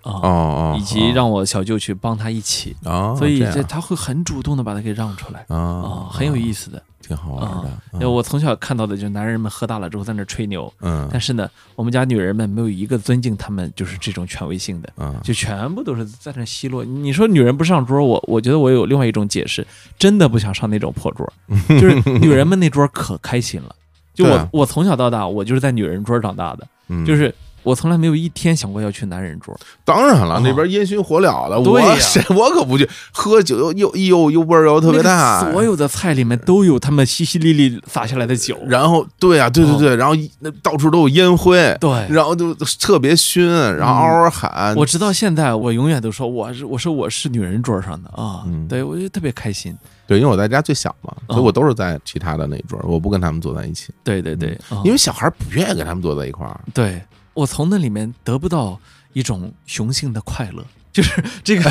Speaker 1: 哦
Speaker 2: 啊，
Speaker 1: 哦，
Speaker 2: 以及让我小舅去帮他一起。
Speaker 1: 啊，
Speaker 2: 所以
Speaker 1: 这
Speaker 2: 这
Speaker 1: 样
Speaker 2: 他会很主动的把它给让出来啊
Speaker 1: 啊，
Speaker 2: 很有意
Speaker 1: 思，
Speaker 2: 思的。
Speaker 1: 挺好玩的。
Speaker 2: 因为我从小看到的就是男人们喝大了之后在那吹牛，
Speaker 1: 嗯
Speaker 2: 但是呢，我们家女人们没有一个尊敬他们就是这种权威性的，
Speaker 1: 嗯
Speaker 2: 就全部都是在那奚落。你说女人不上桌，我我觉得我有另外一种解释，真的不想上那种破桌， 就是女人们那桌可开心了。就
Speaker 1: 对
Speaker 2: 我
Speaker 1: 啊
Speaker 2: 我从小到大，我就是在女人桌长大的，
Speaker 1: 嗯，
Speaker 2: 就是我从来没有一天想过要去男人桌。
Speaker 1: 当然了
Speaker 2: 哦，
Speaker 1: 那边烟熏火燎的，
Speaker 2: 对呀
Speaker 1: 我 谁我可不去，喝酒又又又味儿又特别
Speaker 2: 那
Speaker 1: 大啊
Speaker 2: 个。所有的菜里面都有他们淅淅沥沥洒下来的酒，
Speaker 1: 然后对啊，
Speaker 2: 哦
Speaker 1: 对对对，然后一那到处都有烟灰，
Speaker 2: 对，
Speaker 1: 然后就特别熏，然后嗷嗷喊。
Speaker 2: 嗯我直到现在，我永远都说我是我说我是女人桌上的啊，
Speaker 1: 嗯
Speaker 2: 对我就特别开心。
Speaker 1: 对，因为我在家最小嘛，
Speaker 2: 嗯
Speaker 1: 所以我都是在其他的那一桌，我不跟他们坐在一起，
Speaker 2: 对对对，啊
Speaker 1: 因为小孩不愿意跟他们坐在一块儿。
Speaker 2: 对我从那里面得不到一种雄性的快乐。 就是这个，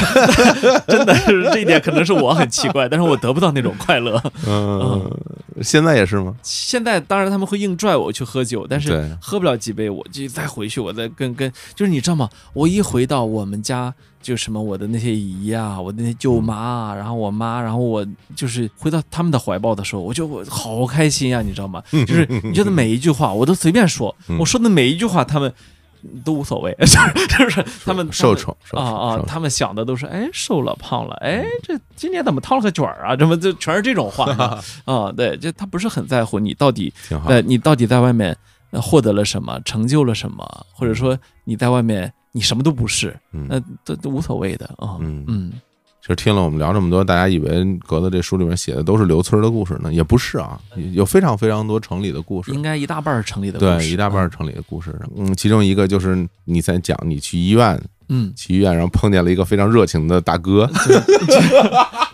Speaker 2: 真的是这一点，可能是我很奇怪，但是我得不到那种快乐。
Speaker 1: 嗯，现在也是吗？
Speaker 2: 现在当然他们会硬拽我去喝酒，但是
Speaker 1: 对
Speaker 2: 喝不了几杯，我就再回去，我再跟跟，就是你知道吗？我一回到我们家，就什么我的那些姨啊，我的那些舅妈
Speaker 1: 嗯
Speaker 2: 啊，然后我妈，然后我就是回到他们的怀抱的时候，我就我好开心呀、啊你知道吗？
Speaker 1: 嗯
Speaker 2: 就是你觉得每一句话我都随便说，我说的每一句话他们。都无所谓， 就是就是他们
Speaker 1: 受宠受
Speaker 2: 啊
Speaker 1: 宠
Speaker 2: 啊
Speaker 1: 受，宠
Speaker 2: 他们想的都是哎瘦了胖了，哎这今年怎么烫了个卷儿啊？这么就全是这种话 呢啊？对，就他不是很在乎你到底
Speaker 1: 挺好。
Speaker 2: 呃，你到底在外面呃获得了什么，成就了什么，或者说你在外面你什么都不是，
Speaker 1: 嗯
Speaker 2: 那都都无所谓的啊。
Speaker 1: 嗯
Speaker 2: 嗯
Speaker 1: 其实听了我们聊这么多，大家以为格子这书里面写的都是刘村的故事呢，也不是啊，有非常非常多城里的故事。
Speaker 2: 应该一大半儿城里的故
Speaker 1: 对，
Speaker 2: 事啊
Speaker 1: 一大半儿城里的故事。嗯，其中一个就是你在讲你去医院，
Speaker 2: 嗯，
Speaker 1: 去医院，然后碰见了一个非常热情的大 哥，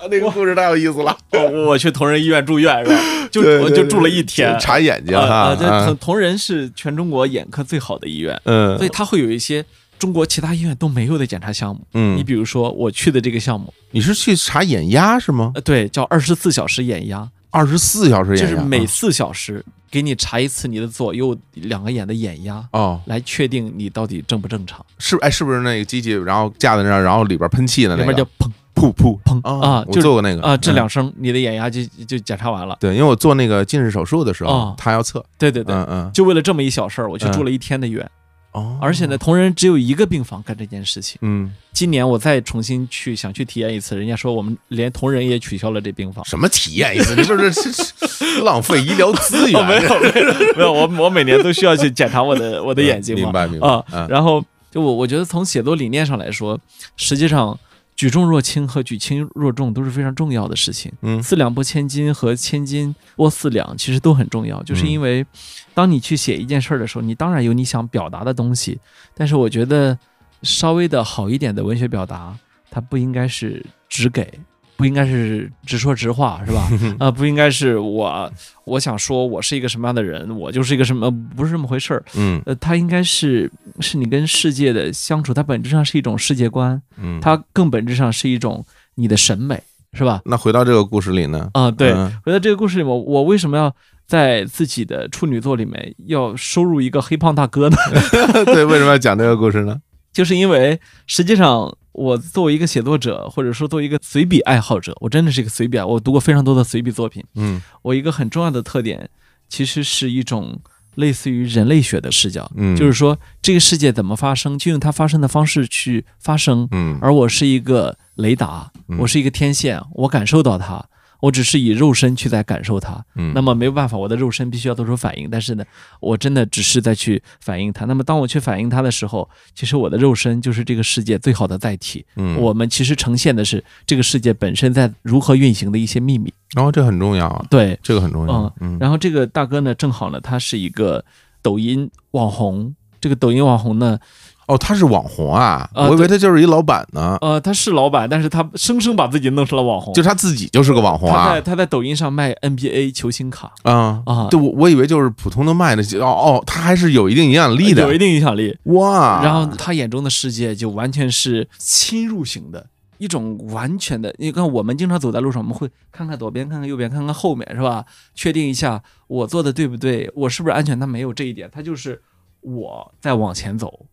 Speaker 1: 那个故事太有意思了。
Speaker 2: 哦我我去同仁医院住院是吧？就
Speaker 1: 对
Speaker 2: 我
Speaker 1: 对
Speaker 2: 就
Speaker 1: 对
Speaker 2: 住了一天。
Speaker 1: 查眼睛
Speaker 2: 啊
Speaker 1: 哈
Speaker 2: 啊，这同
Speaker 1: 啊，
Speaker 2: 同仁是全中国眼科最好的医院，
Speaker 1: 嗯
Speaker 2: 所以它会有一些中国其他医院都没有的检查项目。你
Speaker 1: 嗯，
Speaker 2: 比如说我去的这个项目，
Speaker 1: 你是去查眼压是吗？
Speaker 2: 呃，对，叫二十四小时眼压，
Speaker 1: 二十四小时眼
Speaker 2: 就
Speaker 1: 压，
Speaker 2: 是每
Speaker 1: 啊
Speaker 2: 四小时给你查一次你的左右两个眼的眼压，
Speaker 1: 哦，
Speaker 2: 来确定你到底正不正常。
Speaker 1: 是哎，是不是那个机器，然后架在那儿，然后里边喷气的
Speaker 2: 里
Speaker 1: 那个，
Speaker 2: 面就砰
Speaker 1: 噗噗
Speaker 2: 砰
Speaker 1: 啊
Speaker 2: 啊，
Speaker 1: 我
Speaker 2: 就是
Speaker 1: 做过那个
Speaker 2: 啊，这
Speaker 1: 嗯
Speaker 2: 两声你的眼压就就检查完了。
Speaker 1: 对，因为我做那个近视手术的时候
Speaker 2: 哦，
Speaker 1: 他要测，
Speaker 2: 对对对，
Speaker 1: 嗯嗯，
Speaker 2: 就为了这么一小事儿，我去住
Speaker 1: 嗯
Speaker 2: 了一天的院。
Speaker 1: 哦，
Speaker 2: 而且呢，，同仁只有一个病房干这件事情。
Speaker 1: 嗯，。
Speaker 2: 今年我再重新去想去体验一次，人家说我们连同仁也取消了这病房
Speaker 1: 什么体验意思？这就是 是是浪费医疗资 源，
Speaker 2: 没有没有没有，我我每年都需要去检查我的我的眼睛
Speaker 1: 嗯明
Speaker 2: 嘛
Speaker 1: 白明白
Speaker 2: 啊，
Speaker 1: 嗯
Speaker 2: 然后就我我觉得从写作理念上来说，实际上举重若轻和举轻若重都是非常重要的事情。
Speaker 1: 嗯
Speaker 2: 四两拨千斤和千金握四两其实都很重要，就是
Speaker 1: 嗯
Speaker 2: 因为当你去写一件事儿的时候，你当然有你想表达的东西，但是我觉得稍微的好一点的文学表达，它不应该是只给。不应该是直说直话是吧？ 啊、不应该是我我想说我是一个什么样的人，我就是一个什么，不是这么回事儿。
Speaker 1: 嗯
Speaker 2: 呃，它应该是是你跟世界的相处，它本质上是一种世界观，
Speaker 1: 嗯，
Speaker 2: 它更本质上是一种你的审美，是吧？
Speaker 1: 那回到这个故事里呢，
Speaker 2: 啊、对，
Speaker 1: 嗯
Speaker 2: 回到这个故事里面，我为什么要在自己的处女作里面要收入一个黑胖大哥呢？
Speaker 1: 对，为什么要讲这个故事呢？
Speaker 2: 就是因为实际上我作为一个写作者，或者说作为一个随笔爱好者，我真的是一个随笔爱，啊我读过非常多的随笔作品。
Speaker 1: 嗯
Speaker 2: 我一个很重要的特点，其实是一种类似于人类学的视角，
Speaker 1: 嗯，
Speaker 2: 就是说这个世界怎么发生，就用它发生的方式去发生。
Speaker 1: 嗯
Speaker 2: 而我是一个雷达，
Speaker 1: 嗯
Speaker 2: 我是一个天线，我感受到它，我只是以肉身去在感受它。
Speaker 1: 嗯，
Speaker 2: 那么没有办法，我的肉身必须要做出反应。但是呢，我真的只是在去反映它。那么当我去反映它的时候，其实我的肉身就是这个世界最好的载体。
Speaker 1: 嗯
Speaker 2: 我们其实呈现的是这个世界本身在如何运行的一些秘密。
Speaker 1: 然后这很重要啊，
Speaker 2: 对，
Speaker 1: 这个很重要，嗯
Speaker 2: 然后这个大哥呢，正好呢，他是一个抖音网红。这个抖音网红呢，
Speaker 1: 哦，他是网红啊，
Speaker 2: 啊
Speaker 1: 我以为他就是一老板呢，
Speaker 2: 呃，他是老板，但是他生生把自己弄成了网红。
Speaker 1: 就是他自己就是个网红
Speaker 2: 哦他
Speaker 1: 啊
Speaker 2: 在，他在抖音上卖 NBA 球星卡，
Speaker 1: 啊
Speaker 2: 啊
Speaker 1: 对，我我以为就是普通的卖的，哦哦，他还是有一定影响力的，啊
Speaker 2: 有一定影响力。
Speaker 1: 哇，
Speaker 2: 然后他眼中的世界就完全是侵入型的。一种完全的，你看我们经常走在路上，我们会看看左边，看看右边，看看后面，是吧？确定一下我做的对不对，我是不是安全？他没有这一点，他就是我在往前走，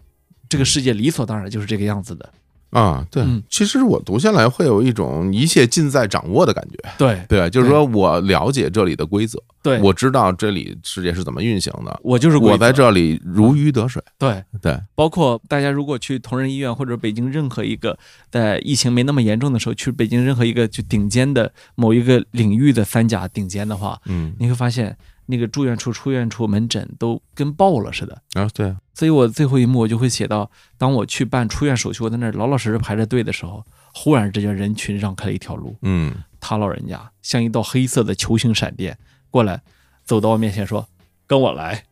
Speaker 2: 这个世界理所当然就是这个样子的。
Speaker 1: 啊，对
Speaker 2: 嗯，
Speaker 1: 其实我读下来会有一种一切尽在掌握的感觉，
Speaker 2: 对
Speaker 1: 对，就是说我了解这里的规则，
Speaker 2: 对，
Speaker 1: 我知道这里世界是怎么运行的，
Speaker 2: 我就是嗯
Speaker 1: 我在
Speaker 2: 这。
Speaker 1: 这里如鱼得水，
Speaker 2: 对，
Speaker 1: 对，
Speaker 2: 包括大家如果去同仁医院或者北京任何一个在疫情没那么严重的时候，去北京任何一个就顶尖的某一个领域的三甲顶尖的话，
Speaker 1: 嗯，
Speaker 2: 你会发现那个住院处、出院处、门诊都跟爆了似的。
Speaker 1: 啊，对，
Speaker 2: 所以我最后一幕我就会写到，当我去办出院手续，我在那儿老老实实排着队的时候，忽然之间人群让开了一条路，
Speaker 1: 嗯，
Speaker 2: 他老人家像一道黑色的球形闪电过来，走到我面前说。跟我来，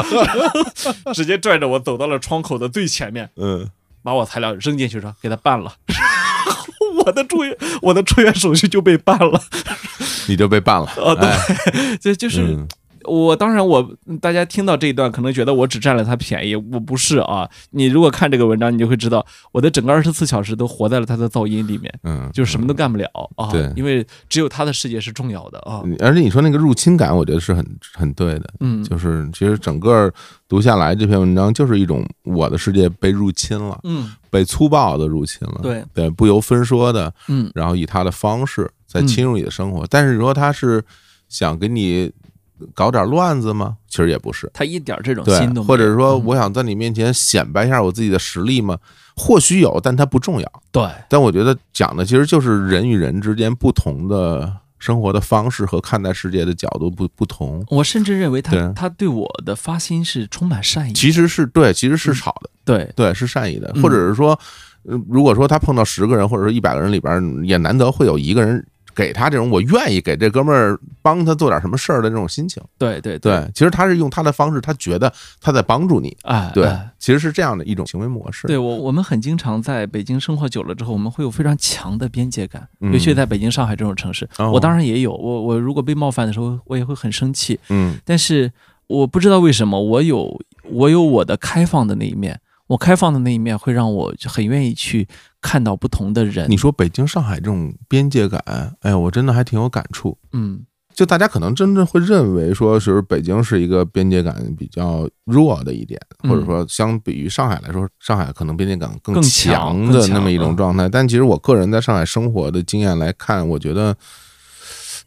Speaker 2: 直接拽着我走到了窗口的最前面，
Speaker 1: 嗯，
Speaker 2: 把我材料扔进去说给他办了， 我的住院我的出院手续就被办了，
Speaker 1: 你就被办了，
Speaker 2: 啊对
Speaker 1: 哎
Speaker 2: 这 就是
Speaker 1: 嗯
Speaker 2: 我当然我大家听到这一段可能觉得我只占了他便宜，我不是啊。你如果看这个文章，你就会知道我的整个二十四小时都活在了他的噪音里面，
Speaker 1: 嗯，
Speaker 2: 就是什么都干不了啊。
Speaker 1: 对
Speaker 2: 因为只有他的世界是重要的啊。
Speaker 1: 你而且你说那个入侵感，我觉得是很很对的，
Speaker 2: 嗯，
Speaker 1: 就是其实整个读下来这篇文章就是一种我的世界被入侵了，
Speaker 2: 嗯
Speaker 1: 被粗暴的入侵了，
Speaker 2: 对
Speaker 1: 对，不由分说的，
Speaker 2: 嗯，
Speaker 1: 然后以他的方式在侵入你的生活。但是你说他是想给你搞点乱子吗？其实也不是，
Speaker 2: 他一点这种
Speaker 1: 对
Speaker 2: 心都没有，，
Speaker 1: 或者说
Speaker 2: 嗯
Speaker 1: 我想在你面前显摆一下我自己的实力吗？或许有，但它不重要。
Speaker 2: 对
Speaker 1: 但我觉得讲的其实就是人与人之间不同的生活的方式和看待世界的角度不不同，
Speaker 2: 我甚至认为他
Speaker 1: 对
Speaker 2: 他对我的发心是充满善意，
Speaker 1: 其实是对，其实是好的，
Speaker 2: 对
Speaker 1: 对，是善意的，
Speaker 2: 嗯
Speaker 1: 或者是说。呃如果说他碰到十个人或者说一百个人里边儿，也难得会有一个人给他这种我愿意给这哥们儿帮他做点什么事儿的这种心情。
Speaker 2: 对对哎对，
Speaker 1: 对，其实他是用他的方式，他觉得他在帮助你。
Speaker 2: 哎，
Speaker 1: 对
Speaker 2: 哎，
Speaker 1: 其实是这样的一种行为模式。
Speaker 2: 对我，我们很经常在北京生活久了之后，我们会有非常强的边界感，
Speaker 1: 嗯
Speaker 2: 尤其在北京、上海这种城市。
Speaker 1: 哦
Speaker 2: 我当然也有，我我如果被冒犯的时候，我也会很生气。
Speaker 1: 嗯，
Speaker 2: 但是我不知道为什么，我有我有我的开放的那一面，我开放的那一面会让我就很愿意去看到不同的人
Speaker 1: 你。说北京、上海这种边界感，哎呀，我真的还挺有感触。
Speaker 2: 嗯，
Speaker 1: 就大家可能真正会认为说，是北京是一个边界感比较弱的一点，
Speaker 2: 嗯
Speaker 1: 或者说相比于上海来说，上海可能边界感更
Speaker 2: 更强
Speaker 1: 强
Speaker 2: 更
Speaker 1: 的
Speaker 2: 强
Speaker 1: 那么一种
Speaker 2: 嗯
Speaker 1: 状态。但其实我个人在上海生活的经验来看，我觉得，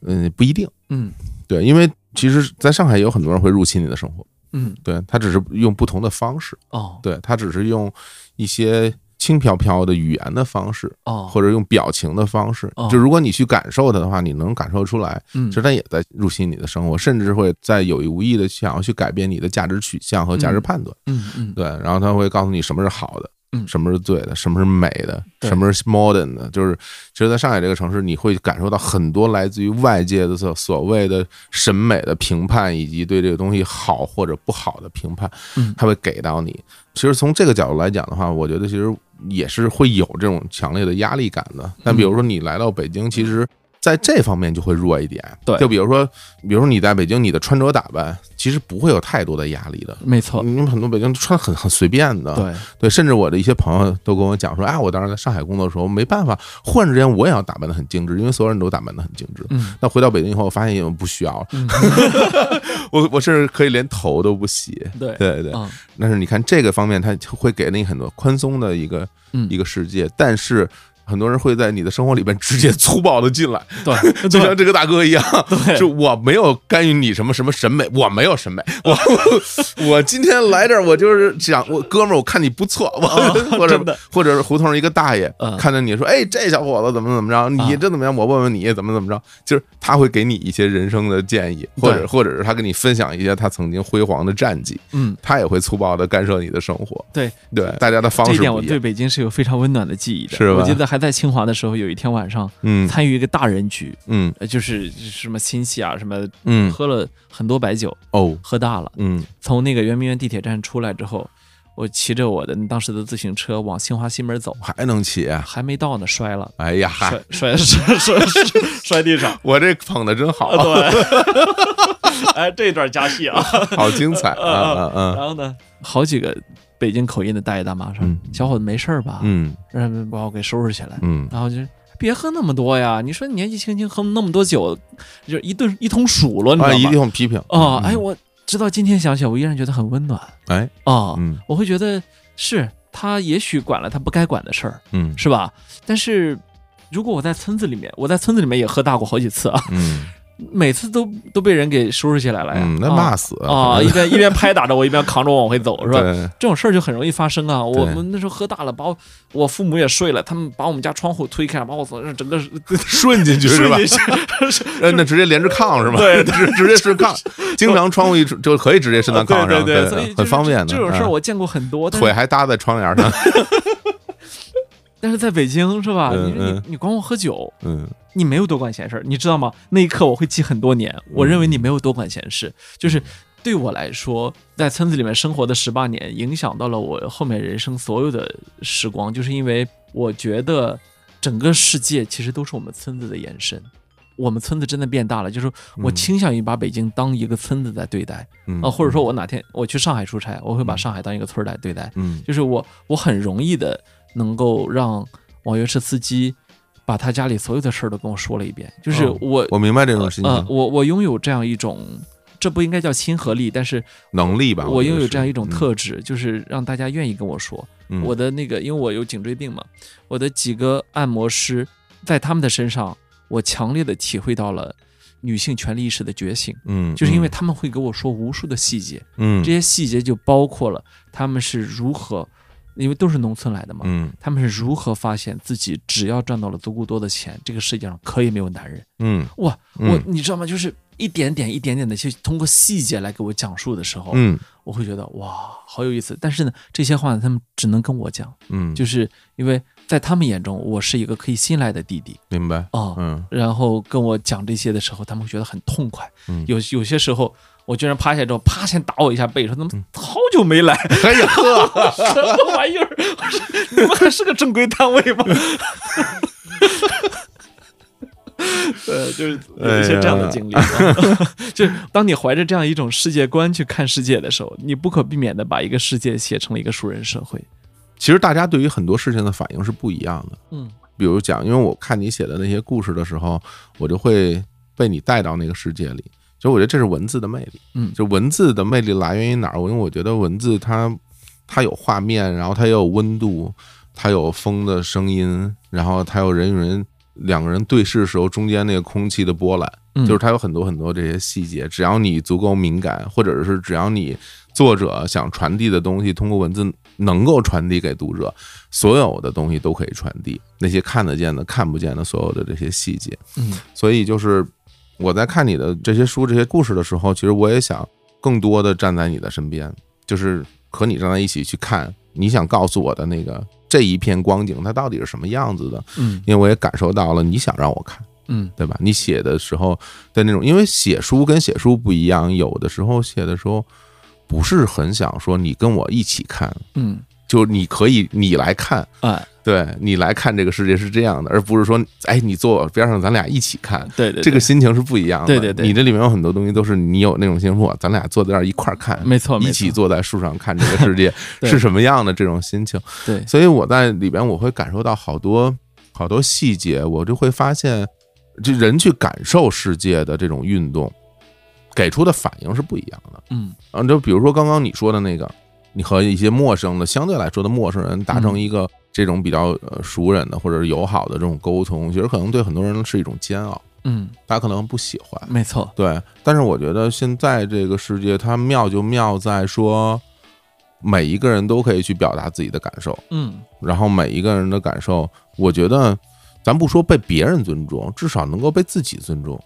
Speaker 1: 嗯，不一定。
Speaker 2: 嗯
Speaker 1: 对，因为其实在上海也有很多人会入侵你的生活，
Speaker 2: 嗯，
Speaker 1: 对他只是用不同的方式。
Speaker 2: 哦
Speaker 1: 对他只是用一些轻飘飘的语言的方式，
Speaker 2: 哦，
Speaker 1: 或者用表情的方式
Speaker 2: 哦。
Speaker 1: 就如果你去感受它的话，你能感受出来，
Speaker 2: 嗯
Speaker 1: 其实它也在入侵你的生活，甚至会在有意无意的想要去改变你的价值取向和价值判断。
Speaker 2: 嗯嗯
Speaker 1: 对，然后他会告诉你什么是好的。
Speaker 2: 嗯
Speaker 1: 什么是对的，什么是美的，
Speaker 2: 对
Speaker 1: 什么是 modern 的，就是其实，在上海这个城市，你会感受到很多来自于外界的所所谓的审美的评判，以及对这个东西好或者不好的评判
Speaker 2: 嗯，
Speaker 1: 它会给到你。其实从这个角度来讲的话，我觉得其实也是会有这种强烈的压力感的。但
Speaker 2: 嗯
Speaker 1: 比如说你来到北京，其实。在这方面就会弱一点，
Speaker 2: 对
Speaker 1: 就比如说，比如说你在北京，你的穿着打扮其实不会有太多的压力的。
Speaker 2: 没错，
Speaker 1: 你们很多北京穿得很很随便的，
Speaker 2: 对，
Speaker 1: 对，甚至我的一些朋友都跟我讲说，啊，我当时在上海工作的时候没办法，忽然之间我也要打扮得很精致，因为所有人都打扮得很精致。
Speaker 2: 嗯
Speaker 1: 那回到北京以后，我发现也不需要了，
Speaker 2: 嗯
Speaker 1: 我我甚至可以连头都不洗。
Speaker 2: 对
Speaker 1: 对对，
Speaker 2: 嗯
Speaker 1: 但是你看这个方面，它就会给你很多宽松的一个
Speaker 2: 嗯
Speaker 1: 一个世界，但是很多人会在你的生活里边直接粗暴的进来，
Speaker 2: 对，
Speaker 1: 就像这个大哥一样，
Speaker 2: 对
Speaker 1: 是我没有干预你什么什么审美，我没有审美， 我我今天来这儿，我就是想，我哥们儿，我看你不错， 我、或者
Speaker 2: 哦真的
Speaker 1: 或者是胡同儿一个大爷、
Speaker 2: 嗯
Speaker 1: 看着你说，哎，这小伙子怎么怎么着，你
Speaker 2: 啊
Speaker 1: 这怎么样？我问问你怎么怎么着，就是他会给你一些人生的建议，或者
Speaker 2: 对
Speaker 1: 或者是他跟你分享一些他曾经辉煌的战绩，
Speaker 2: 嗯。
Speaker 1: 他也会粗暴的干涉你的生活，
Speaker 2: 对
Speaker 1: 对，大家的方
Speaker 2: 这一
Speaker 1: 式
Speaker 2: 点
Speaker 1: 不
Speaker 2: 我
Speaker 1: 一
Speaker 2: 对
Speaker 1: 样，
Speaker 2: 北京是有非常温暖的记忆的。
Speaker 1: 是吧
Speaker 2: 我记得还在清华的时候，有一天晚上
Speaker 1: 嗯
Speaker 2: 参与一个大人局，
Speaker 1: 嗯
Speaker 2: 呃，就是什么亲戚啊，什么
Speaker 1: 嗯
Speaker 2: 喝了很多白酒，
Speaker 1: 哦
Speaker 2: 喝大了。
Speaker 1: 嗯
Speaker 2: 从那个圆明园地铁站出来之后，我骑着我的当时的自行车往清华西门走，
Speaker 1: 还能起啊，
Speaker 2: 还没到呢，摔了，
Speaker 1: 哎呀，嗨
Speaker 2: 摔摔摔 摔摔摔地上。
Speaker 1: 我这捧的真好
Speaker 2: 啊，。对， 哎，这段加戏啊。
Speaker 1: 好精彩啊！嗯
Speaker 2: 然后呢，好几个北京口音的大爷大妈说：“
Speaker 1: 嗯
Speaker 2: 小伙子没事儿吧？
Speaker 1: 嗯
Speaker 2: 让他们把我给收拾起来。”
Speaker 1: 嗯
Speaker 2: 然后就别喝那么多呀！你说你年纪轻轻喝那么多酒，就一顿一通数落，你
Speaker 1: 嗯，
Speaker 2: 知
Speaker 1: 啊，一
Speaker 2: 道吗？
Speaker 1: 定批评
Speaker 2: 哦，哎，
Speaker 1: 嗯
Speaker 2: 我直到今天想起来，我依然觉得很温暖
Speaker 1: 哎，
Speaker 2: 啊、
Speaker 1: 嗯
Speaker 2: 我会觉得是他也许管了他不该管的事儿，
Speaker 1: 嗯
Speaker 2: 是吧？但是如果我在村子里面，我在村子里面也喝大过好几次啊，
Speaker 1: 嗯
Speaker 2: 每次都都被人给收拾起来了呀，
Speaker 1: 嗯，那
Speaker 2: 啊
Speaker 1: 骂死
Speaker 2: 啊、一边一边拍打着我，一边扛着我往回走，是吧？
Speaker 1: 对，
Speaker 2: 这种事儿就很容易发生啊！我
Speaker 1: 对
Speaker 2: 们那时候喝大了，把我我父母也睡了，他们把我们家窗户推开，把我从整个
Speaker 1: 顺进去是吧
Speaker 2: 睡？ 进去，
Speaker 1: 呃，那直接连着炕是吧？
Speaker 2: 对
Speaker 1: 直直接顺 炕，经常窗户一出就可以直接伸到炕
Speaker 2: 呃对
Speaker 1: 上，呃
Speaker 2: 对，所以就是
Speaker 1: 很方便的。
Speaker 2: 这种事儿
Speaker 1: 嗯
Speaker 2: 我见过很多，但
Speaker 1: 腿
Speaker 2: 是
Speaker 1: 还搭在窗帘上，
Speaker 2: 但是在北京是吧？
Speaker 1: 嗯
Speaker 2: 你说你
Speaker 1: 嗯
Speaker 2: 你管我喝酒，
Speaker 1: 嗯
Speaker 2: 你没有多管闲事儿，你知道吗？那一刻我会记很多年。我认为你没有多管闲事，就是对我来说，在村子里面生活的十八年，影响到了我后面人生所有的时光，就是因为我觉得整个世界其实都是我们村子的延伸。我们村子真的变大了，就是我
Speaker 1: 嗯
Speaker 2: 倾向于把北京当一个村子在对待
Speaker 1: 嗯
Speaker 2: 啊、或者说我哪天我去上海出差，我会把上海当一个村儿来对待。
Speaker 1: 嗯
Speaker 2: 就是我我很容易的能够让网约车司机把他家里所有的事儿都跟我说了一遍，就是
Speaker 1: 哦
Speaker 2: 我、
Speaker 1: 我明白这种心
Speaker 2: 呃
Speaker 1: 情
Speaker 2: 我我拥有这样一种。这不应该叫亲和力，但是
Speaker 1: 能力吧，
Speaker 2: 我
Speaker 1: 觉得
Speaker 2: 拥有
Speaker 1: 是
Speaker 2: 这样一种特质，就是让大家愿意跟我说。
Speaker 1: 嗯
Speaker 2: 我的那个，因为我有颈椎病嘛，我的几个按摩师在他们的身上，我强烈的体会到了女性权利意识的觉醒，
Speaker 1: 嗯，
Speaker 2: 就是因为他们会给我说无数的细节，
Speaker 1: 嗯
Speaker 2: 这些细节就包括了他们是如何，因为都是农村来的嘛，
Speaker 1: 嗯
Speaker 2: 他们是如何发现自己只要赚到了足够多的钱，这个世界上可以没有男人。
Speaker 1: 嗯
Speaker 2: 哇，
Speaker 1: 嗯
Speaker 2: 我你知道吗？就是一点点、一点点的去通过细节来给我讲述的时候，
Speaker 1: 嗯
Speaker 2: 我会觉得哇，好有意思。但是呢，这些话呢，他们只能跟我讲，
Speaker 1: 嗯，
Speaker 2: 就是因为在他们眼中，我是一个可以信赖的弟弟
Speaker 1: 明白。
Speaker 2: 啊。
Speaker 1: 嗯
Speaker 2: 然后跟我讲这些的时候，他们会觉得很痛快。
Speaker 1: 嗯，
Speaker 2: 有有些时候，我居然趴下之后，啪先打我一下背，说怎
Speaker 1: 嗯
Speaker 2: 么好久没来，
Speaker 1: 哎呀呵，
Speaker 2: 什么玩意儿？ 我说你们还是个正规单位吗？ 呃，就是有一
Speaker 1: 哎
Speaker 2: 些这样的经历， 就是当你怀着这样一种世界观去看世界的时候，你不可避免的把一个世界写成了一个熟人社会。
Speaker 1: 其实大家对于很多事情的反应是不一样的。
Speaker 2: 嗯
Speaker 1: 比如讲，因为我看你写的那些故事的时候，我就会被你带到那个世界里。其实我觉得这是文字的魅力。
Speaker 2: 嗯
Speaker 1: 就文字的魅力来源于哪儿？我因为我觉得文字它它有画面，然后它也有温度，它有风的声音，然后它有人与人两个人对视时候中间那个空气的波澜，
Speaker 2: 嗯
Speaker 1: 就是它有很多很多这些细节。只要你足够敏感，或者是只要你作者想传递的东西通过文字能够传递给读者，所有的东西都可以传递，那些看得见的、看不见的所有的这些细节。
Speaker 2: 嗯
Speaker 1: 所以就是我在看你的这些书、这些故事的时候，其实我也想更多的站在你的身边，就是和你站在一起去看你想告诉我的那个这一片光景，它到底是什么样子的？
Speaker 2: 嗯
Speaker 1: 因为我也感受到了你想让我看，
Speaker 2: 嗯
Speaker 1: 对吧？你写的时候的那种，因为写书跟写书不一样，有的时候写的时候不是很想说你跟我一起看，
Speaker 2: 嗯，
Speaker 1: 就你可以你来看。
Speaker 2: 哎，
Speaker 1: 对你来看这个世界是这样的，而不是说，哎，你坐我边上，咱俩一起看。
Speaker 2: 对对，
Speaker 1: 这个心情是不一样的。
Speaker 2: 对对对
Speaker 1: 你这里面有很多东西都是你有那种心情，哇，咱俩坐在那儿一块儿看，
Speaker 2: 没错，
Speaker 1: 一起坐在树上看这个世 界
Speaker 2: 对
Speaker 1: 是什么样的这种心情。
Speaker 2: 对，
Speaker 1: 所以我在里边我会感受到好多好多细节，我就会发现，这人去感受世界的这种运动，给出的反应是不一样的。
Speaker 2: 嗯
Speaker 1: 啊，就比如说刚刚你说的那个，你和一些陌生的，相对来说的陌生人达成
Speaker 2: 嗯
Speaker 1: 一个这种比较呃熟人的或者是友好的这种沟通，其实可能对很多人是一种煎熬。
Speaker 2: 嗯，
Speaker 1: 大家可能不喜欢。
Speaker 2: 没错，
Speaker 1: 对，但是我觉得现在这个世界，它妙就妙在说，每一个人都可以去表达自己的感受，
Speaker 2: 嗯
Speaker 1: 然后每一个人的感受，我觉得咱不说被别人尊重，至少能够被自己尊重。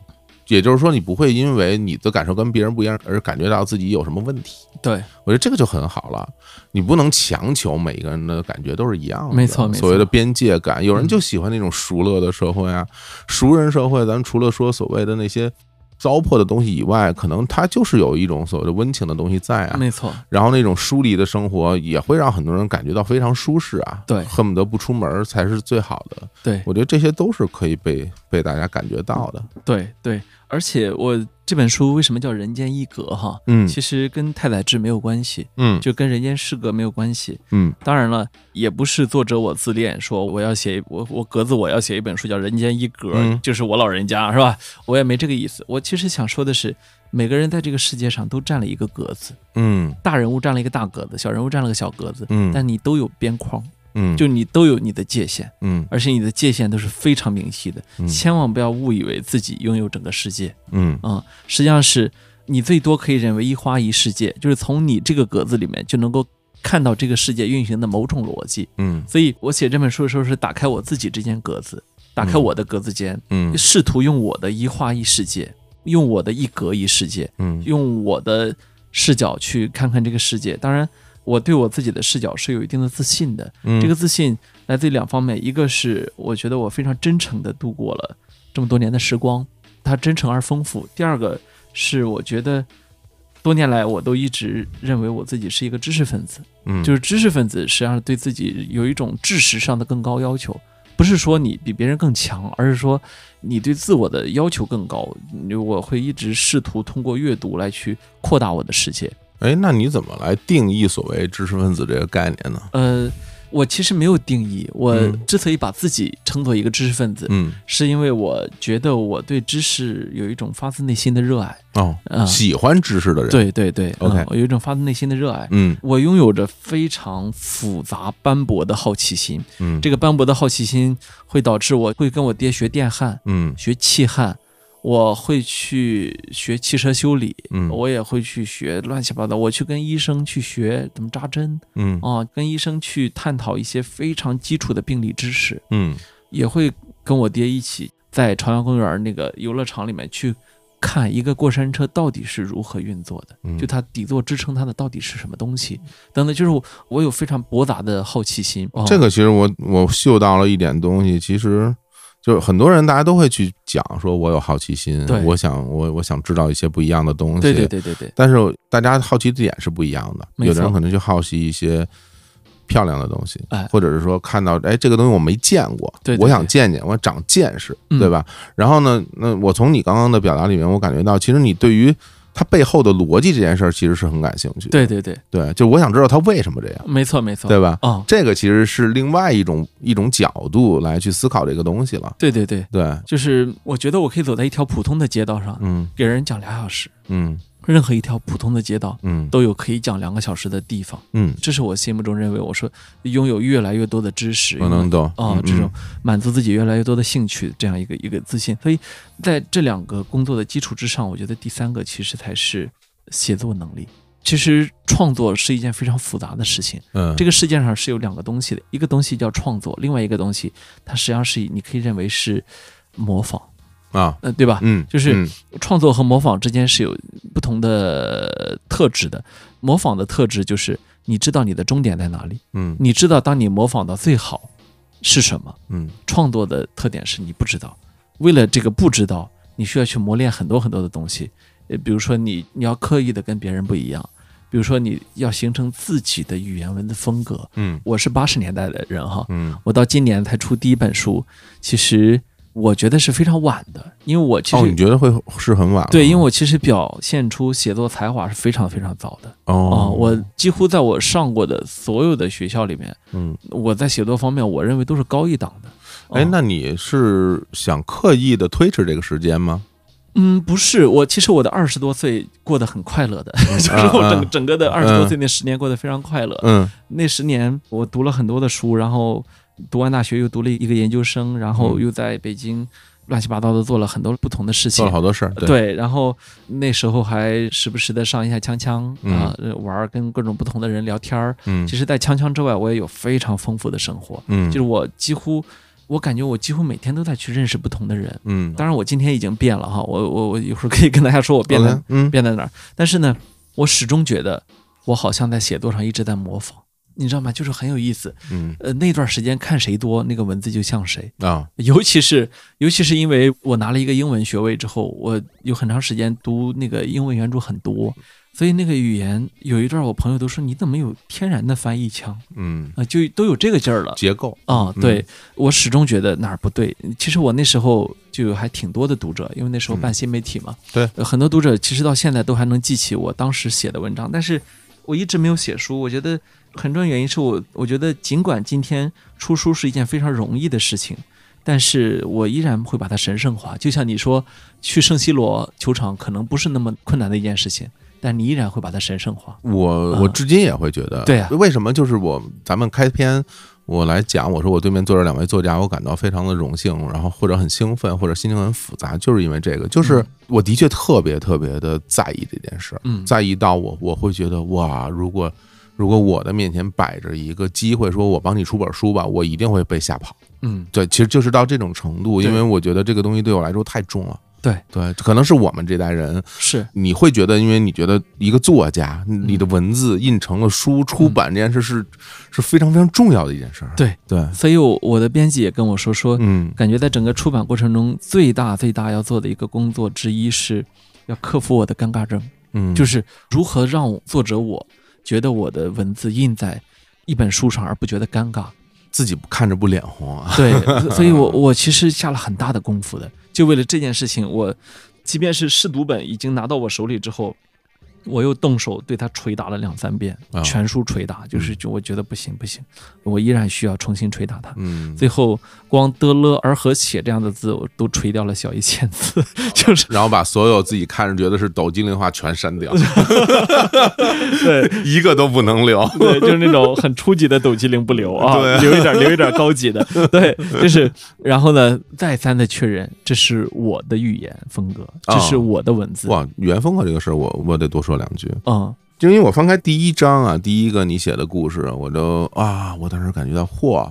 Speaker 1: 也就是说，你不会因为你的感受跟别人不一样而感觉到自己有什么问题。
Speaker 2: 对，
Speaker 1: 我觉得这个就很好了，你不能强求每一个人的感觉都是一样的，
Speaker 2: 没错没错嗯
Speaker 1: 所谓的边界感，有人就喜欢那种熟乐的社会啊，熟人社会，咱除了说所谓的那些糟粕的东西以外，可能它就是有一种所谓的温情的东西在啊。
Speaker 2: 没错，
Speaker 1: 然后那种疏离的生活也会让很多人感觉到非常舒适啊，
Speaker 2: 对
Speaker 1: 恨不得不出门儿才是最好的。
Speaker 2: 对
Speaker 1: 我觉得这些都是可以被被大家感觉到的。
Speaker 2: 对对，而且我这本书为什么叫《人间一格》哈？
Speaker 1: 嗯
Speaker 2: 其实跟太宰治没有关系，
Speaker 1: 嗯
Speaker 2: 就跟人间失格没有关系。
Speaker 1: 嗯
Speaker 2: 当然了，也不是作者我自恋，说我要写一我我格子我要写一本书叫《人间一格》，
Speaker 1: 嗯
Speaker 2: 就是我老人家是吧？我也没这个意思。我其实想说的是，每个人在这个世界上都占了一个格子，
Speaker 1: 嗯
Speaker 2: 大人物占了一个大格子，小人物占了个小格子，
Speaker 1: 嗯
Speaker 2: 但你都有边框，
Speaker 1: 嗯
Speaker 2: 就你都有你的界限，
Speaker 1: 嗯
Speaker 2: 而且你的界限都是非常明晰的。
Speaker 1: 嗯
Speaker 2: 千万不要误以为自己拥有整个世界。
Speaker 1: 嗯
Speaker 2: 啊、实际上是你最多可以认为一花一世界，就是从你这个格子里面就能够看到这个世界运行的某种逻辑。
Speaker 1: 嗯
Speaker 2: 所以我写这本书的时候是打开我自己这间格子，打开我的格子间，
Speaker 1: 嗯
Speaker 2: 试图用我的一花一世界，用我的一格一世界，
Speaker 1: 嗯
Speaker 2: 用我的视角去看看这个世界。当然，我对我自己的视角是有一定的自信的，
Speaker 1: 嗯
Speaker 2: 这个自信来自于两方面，一个是我觉得我非常真诚的度过了这么多年的时光，它真诚而丰富；第二个是我觉得多年来我都一直认为我自己是一个知识分子，
Speaker 1: 嗯
Speaker 2: 就是知识分子实际上对自己有一种知识上的更高要求。不是说你比别人更强，而是说你对自我的要求更高。你我会一直试图通过阅读来去扩大我的世界。
Speaker 1: 哎，那你怎么来定义所谓知识分子这个概念呢？
Speaker 2: 呃，我其实没有定义，我
Speaker 1: 嗯
Speaker 2: 之所以把自己称作一个知识分子，
Speaker 1: 嗯，
Speaker 2: 是因为我觉得我对知识有一种发自内心的热爱。
Speaker 1: 哦，
Speaker 2: 啊
Speaker 1: 喜欢知识的人，，
Speaker 2: 对对对
Speaker 1: OK
Speaker 2: 嗯我有一种发自内心的热爱。
Speaker 1: 嗯
Speaker 2: 我拥有着非常复杂斑驳的好奇心，
Speaker 1: 嗯，
Speaker 2: 这
Speaker 1: 个，
Speaker 2: 个斑驳的好奇心会导致我会跟我爹学电焊、
Speaker 1: 嗯
Speaker 2: 学气焊，我会去学汽车修理，
Speaker 1: 嗯
Speaker 2: 我也会去学乱七八糟，我去跟医生去学怎么扎针，
Speaker 1: 嗯
Speaker 2: 啊，跟医生去探讨一些非常基础的病理知识，
Speaker 1: 嗯
Speaker 2: 也会跟我爹一起在朝阳公园那个游乐场里面去看一个过山车到底是如何运作的，
Speaker 1: 嗯
Speaker 2: 就它底座支撑它的到底是什么东西等等，就是我我有非常博杂的好奇心。哦、
Speaker 1: 这个其实我我嗅到了一点东西，其实就是很多人大家都会去讲说，我有好奇心
Speaker 2: 对，
Speaker 1: 我想我我想知道一些不一样的东西。
Speaker 2: 对对对对对，
Speaker 1: 但是大家好奇的点是不一样的，
Speaker 2: 没错
Speaker 1: 有的人可能就好奇一些漂亮的东西，
Speaker 2: 哎
Speaker 1: 或者是说看到哎这个东西我没见过，
Speaker 2: 对对
Speaker 1: 我想见见，我长见识，
Speaker 2: 嗯
Speaker 1: 对吧？然后呢，那我从你刚刚的表达里面，我感觉到其实你对于它背后的逻辑这件事儿其实是很感兴趣的，
Speaker 2: 对对对，
Speaker 1: 对，就我想知道它为什么这样，
Speaker 2: 没错没错，
Speaker 1: 对吧？
Speaker 2: 哦，
Speaker 1: 这个其实是另外一种一种角度来去思考这个东西了，
Speaker 2: 对对对，
Speaker 1: 对，
Speaker 2: 就是我觉得我可以走在一条普通的街道上，
Speaker 1: 嗯
Speaker 2: 给人讲俩小时，
Speaker 1: 嗯
Speaker 2: 任何一条普通的街道
Speaker 1: 嗯
Speaker 2: 都有可以讲两个小时的地方，
Speaker 1: 嗯，
Speaker 2: 这是我心目中认为我说拥有越来越多的知识，
Speaker 1: 我能懂
Speaker 2: 啊、
Speaker 1: 嗯
Speaker 2: 这种满足自己越来越多的兴趣，这样一个一个自信。所以在这两个工作的基础之上，我觉得第三个其实才是写作能力。其实创作是一件非常复杂的事情。
Speaker 1: 嗯，
Speaker 2: 这
Speaker 1: 个
Speaker 2: 个世界上是有两个东西的，一个东西叫创作，另外一个东西它实际上是你可以认为是模仿，
Speaker 1: 啊，
Speaker 2: 呃，对吧？
Speaker 1: 嗯，
Speaker 2: 就是
Speaker 1: 嗯
Speaker 2: 创作和模仿之间是有不同的特质的。模仿的特质就是你知道你的终点在哪里，
Speaker 1: 嗯
Speaker 2: 你知道当你模仿到最好是什么。
Speaker 1: 嗯
Speaker 2: 创作的特点是你不知道，为了这个不知道，你需要去磨练很多很多的东西，呃，比如说你你要刻意的跟别人不一样，比如说你要形成自己的语言文的风格。
Speaker 1: 嗯
Speaker 2: 我是八十年代的人哈，
Speaker 1: 嗯，
Speaker 2: 我到今年才出第一本书，其实我觉得是非常晚的，因为我其实、
Speaker 1: 哦，你觉得会是很晚了？
Speaker 2: 对，因为我其实表现出写作才华是非常非常早的啊、
Speaker 1: 哦，
Speaker 2: 我几乎在我上过的所有的学校里面，
Speaker 1: 嗯，
Speaker 2: 我在写作方面，我认为都是高一档的。
Speaker 1: 哎
Speaker 2: 啊，
Speaker 1: 那你是想刻意的推迟这个时间吗？
Speaker 2: 嗯，不是，我其实我的二十多岁过得很快乐的， 就是我整、
Speaker 1: 嗯
Speaker 2: 整个的二十多岁那十年过得非常快乐。
Speaker 1: 嗯
Speaker 2: 那十年我读了很多的书，然后读完大学又读了一个研究生，然后
Speaker 1: 嗯
Speaker 2: 又在北京乱七八糟的做了很多不同的事
Speaker 1: 做
Speaker 2: 情
Speaker 1: 了。好多事儿，对，
Speaker 2: 对，然后那时候还时不时的上一下锵锵啊、呃玩儿，跟各种不同的人聊天儿。
Speaker 1: 嗯
Speaker 2: 其实，在锵锵之外，我也有非常丰富的生活，
Speaker 1: 嗯，
Speaker 2: 就是我几乎，我感觉我几乎每天都在去认识不同的人。
Speaker 1: 嗯，
Speaker 2: 当然，我今天已经变了哈，我我我一会儿可以跟大家说我变
Speaker 1: OK，
Speaker 2: 在
Speaker 1: 嗯
Speaker 2: 变在哪儿。但是呢，我始终觉得我好像在写作上一直在模仿，你知道吗？就是很有意思。
Speaker 1: 嗯
Speaker 2: 呃，那段时间看谁多，那个文字就像谁。
Speaker 1: 啊
Speaker 2: 尤其是尤其是因为我拿了一个英文学位之后，我有很长时间读那个英文原著很多，所以那个语言有一段，我朋友都说你怎么有天然的翻译腔
Speaker 1: 嗯
Speaker 2: 啊、，就都有这个劲儿了。
Speaker 1: 结构，
Speaker 2: 啊、
Speaker 1: 嗯
Speaker 2: 对我始终觉得哪儿不对。其实我那时候就有还挺多的读者，因为那时候办新媒体嘛，
Speaker 1: 嗯对
Speaker 2: 呃很多读者其实到现在都还能记起我当时写的文章，但是我一直没有写书。我觉得很重要原因是我，我觉得尽管今天出书是一件非常容易的事情。但是我依然会把它神圣化，就像你说去圣西罗球场可能不是那么困难的一件事情，但你依然会把它神圣化。
Speaker 1: 我
Speaker 2: 啊
Speaker 1: 我至今也会觉得，
Speaker 2: 对啊
Speaker 1: 为什么？就是我咱们开篇我来讲，我说我对面坐着两位作家，我感到非常的荣幸，然后或者很兴奋，或者心情很复杂，就是因为这个，就是
Speaker 2: 嗯
Speaker 1: 我的确特别特别的在意这件事儿，
Speaker 2: 嗯
Speaker 1: 在意到我我会觉得哇，如果如果我的面前摆着一个机会，说我帮你出本书吧，我一定会被吓跑。
Speaker 2: 嗯，
Speaker 1: 对，其实就是到这种程度，
Speaker 2: 对
Speaker 1: 因为我觉得这个东西对我来说太重了。
Speaker 2: 对
Speaker 1: 对，可能是我们这代人，
Speaker 2: 是
Speaker 1: 你会觉得，因为你觉得一个作家，你的文字印成了书，出版这件事是是非常非常重要的一件事儿。
Speaker 2: 对
Speaker 1: 对，
Speaker 2: 所以我我的编辑也跟我说说，
Speaker 1: 嗯
Speaker 2: 感觉在整个出版过程中，最大最大要做的一个工作之一是，要克服我的尴尬症，
Speaker 1: 嗯，
Speaker 2: 就是是如何让作者我觉得我的文字印在一本书上而不觉得 尴尬。
Speaker 1: 自己看着不脸红啊。
Speaker 2: 对，所以我我其实下了很大的功夫的，就为了这件事情，我即便是试读本已经拿到我手里之后。我又动手对它捶打了两三遍
Speaker 1: 啊，
Speaker 2: 全书捶打，就是就我觉得不行不行，我依然需要重新捶打它。
Speaker 1: 嗯，
Speaker 2: 最后光的了而和写这样的字，我都锤掉了小一千字， 就是
Speaker 1: 然后把所有自己看着觉得是抖精灵化全删掉，
Speaker 2: 对。
Speaker 1: 一个都不能留。
Speaker 2: 对，就是那种很初级的抖机灵不留 啊，
Speaker 1: 对
Speaker 2: 留一点，留一点高级 的。对，就是， 然后呢，再三的确认，这是我的语言风格，这是我的文字。
Speaker 1: 哇，原风格这个事儿，我我得多说两句。
Speaker 2: 嗯，
Speaker 1: 就因为我翻开第一章啊，第一个你写的故事，我就啊，我当时感觉到嚯，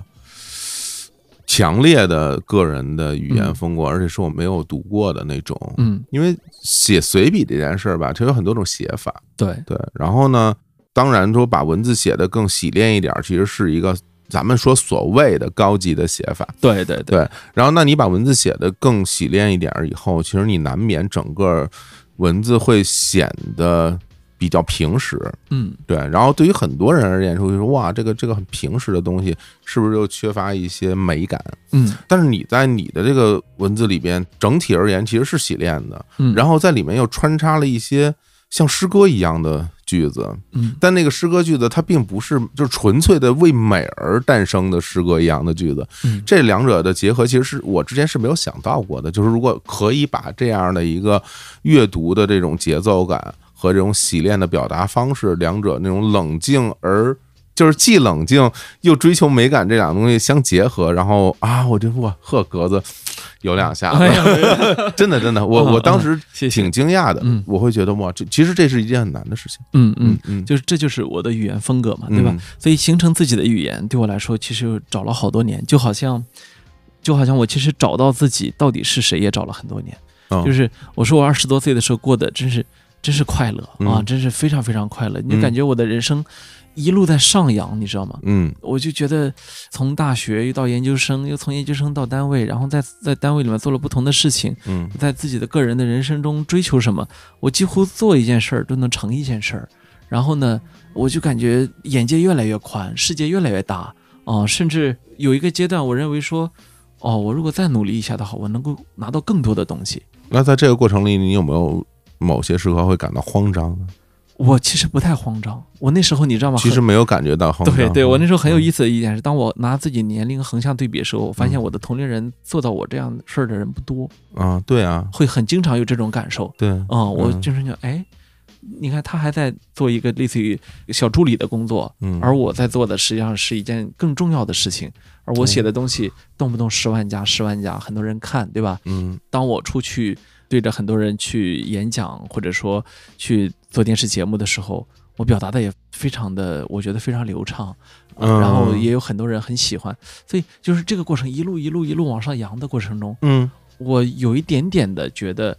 Speaker 1: 强烈的个人的语言风格，而且是我没有读过的那种。
Speaker 2: 嗯，
Speaker 1: 因为写随笔这件事儿吧，它有很多种写法，
Speaker 2: 对，
Speaker 1: 对。然后呢，当然说把文字写得更洗练一点儿，其实是一个咱们说所谓的高级的写法。
Speaker 2: 对对对，
Speaker 1: 对，然后那你把文字写得更洗练一点儿以后，其实你难免整个文字会显得比较平实。
Speaker 2: 嗯，
Speaker 1: 对，然后对于很多人而言说，就说哇，这个这个很平实的东西，是不是又缺乏一些美感？
Speaker 2: 嗯
Speaker 1: 但是你在你的这个文字里边，整体而言其实是洗练的，
Speaker 2: 嗯，
Speaker 1: 然
Speaker 2: 后
Speaker 1: 后在里面又穿插了一些像诗歌一样的句子，
Speaker 2: 嗯
Speaker 1: 但那个诗歌句子它并不是就是纯粹的为美而诞生的诗歌一样的句子，
Speaker 2: 嗯
Speaker 1: 这两者的结合其实是我之前是没有想到过的，就是如果可以把这样的一个阅读的这种节奏感和这种洗练的表达方式，两者那种冷静而就是既冷静又追求美感这两个东西相结合，然后啊，我这哇呵格子有两下
Speaker 2: 哎呀
Speaker 1: 子， 真的真的，我我当时
Speaker 2: 谢谢
Speaker 1: 挺惊讶的
Speaker 2: 嗯，
Speaker 1: 我会觉得哇，这其实这是一件很难的事情，
Speaker 2: 嗯嗯，
Speaker 1: 嗯，
Speaker 2: 就是这就是我的语言风格嘛，对吧？
Speaker 1: 嗯？
Speaker 2: 所以形成自己的语言，对我来说其实找了好多年，就好像，就好像我其实找到自己到底是谁也找了很多年。
Speaker 1: 嗯
Speaker 2: 就是我说我二十多岁的时候过得真是真是快乐、
Speaker 1: 嗯
Speaker 2: 啊，真是非常非常快乐，你就
Speaker 1: 嗯
Speaker 2: 感觉我的人生一路在上扬，你知道吗？
Speaker 1: 嗯
Speaker 2: 我就觉得从大学又到研究生，又从研究生到单位，然后在在单位里面做了不同的事情，
Speaker 1: 嗯
Speaker 2: 在自己的个人的人生中追求什么，我几乎做一件事儿都能成一件事儿。然后呢，我就感觉眼界越来越宽，世界越来越大啊、甚至有一个阶段，我认为说，哦，我如果再努力一下的话，我能够拿到更多的东西。
Speaker 1: 那在这个过程里，你有没有某些时刻会感到慌张呢？
Speaker 2: 我其实不太慌张，我那时候你知道吗？
Speaker 1: 其实
Speaker 2: 很
Speaker 1: 没有感觉到慌张。
Speaker 2: 对对，我那时候很有
Speaker 1: 嗯
Speaker 2: 意思的一点是，当我拿自己年龄横向对比的时候，我发现我的同龄人做到我这样事儿的人不多，
Speaker 1: 啊，对啊，
Speaker 2: 会很经常有这种感受。
Speaker 1: 对，
Speaker 2: 嗯，我
Speaker 1: 嗯
Speaker 2: 就是想，哎，你看他还在做一个类似于小助理的工作，
Speaker 1: 嗯，
Speaker 2: 而我在做的实际上是一件更重要的事情。而我写的东西动不动十万加、十万加，很多人看，对吧？
Speaker 1: 嗯
Speaker 2: 当我出去对着很多人去演讲，或者说去做电视节目的时候，我表达的也非常的，我觉得非常流畅。
Speaker 1: 嗯
Speaker 2: 呃然后也有很多人很喜欢，所以就是这个过程一路一路一路往上扬的过程中，
Speaker 1: 嗯
Speaker 2: 我有一点点的觉得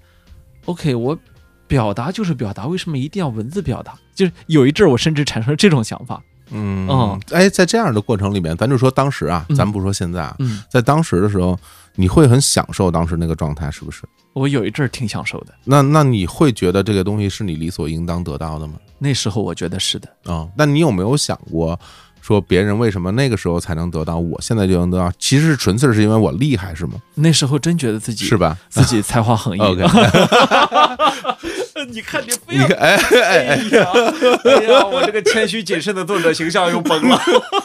Speaker 2: ，OK，我表达就是表达，为什么一定要文字表达？就是有一阵儿，我甚至产生了这种想法。
Speaker 1: 嗯
Speaker 2: 嗯，
Speaker 1: 哎，在这样的过程里面，咱就说当时啊，
Speaker 2: 嗯
Speaker 1: 咱不说现在啊，
Speaker 2: 嗯，
Speaker 1: 在当时的时候，你会很享受当时那个状态，是不是？
Speaker 2: 我有一阵儿挺享受的，
Speaker 1: 那那你会觉得这个东西是你理所应当得到的吗？
Speaker 2: 那时候我觉得是的。
Speaker 1: 啊、那你有没有想过？说别人为什么那个时候才能得到，我现在就能得到，其实是纯粹是因为我厉害，是吗？
Speaker 2: 那时候真觉得自己
Speaker 1: 是吧
Speaker 2: 自己才华横溢。
Speaker 1: ？OK，
Speaker 2: 你 看你非
Speaker 1: 你看， 哎
Speaker 2: 哎
Speaker 1: 哎哎，
Speaker 2: 呀，哎呀，我这个谦虚谨慎的作者形象又崩 了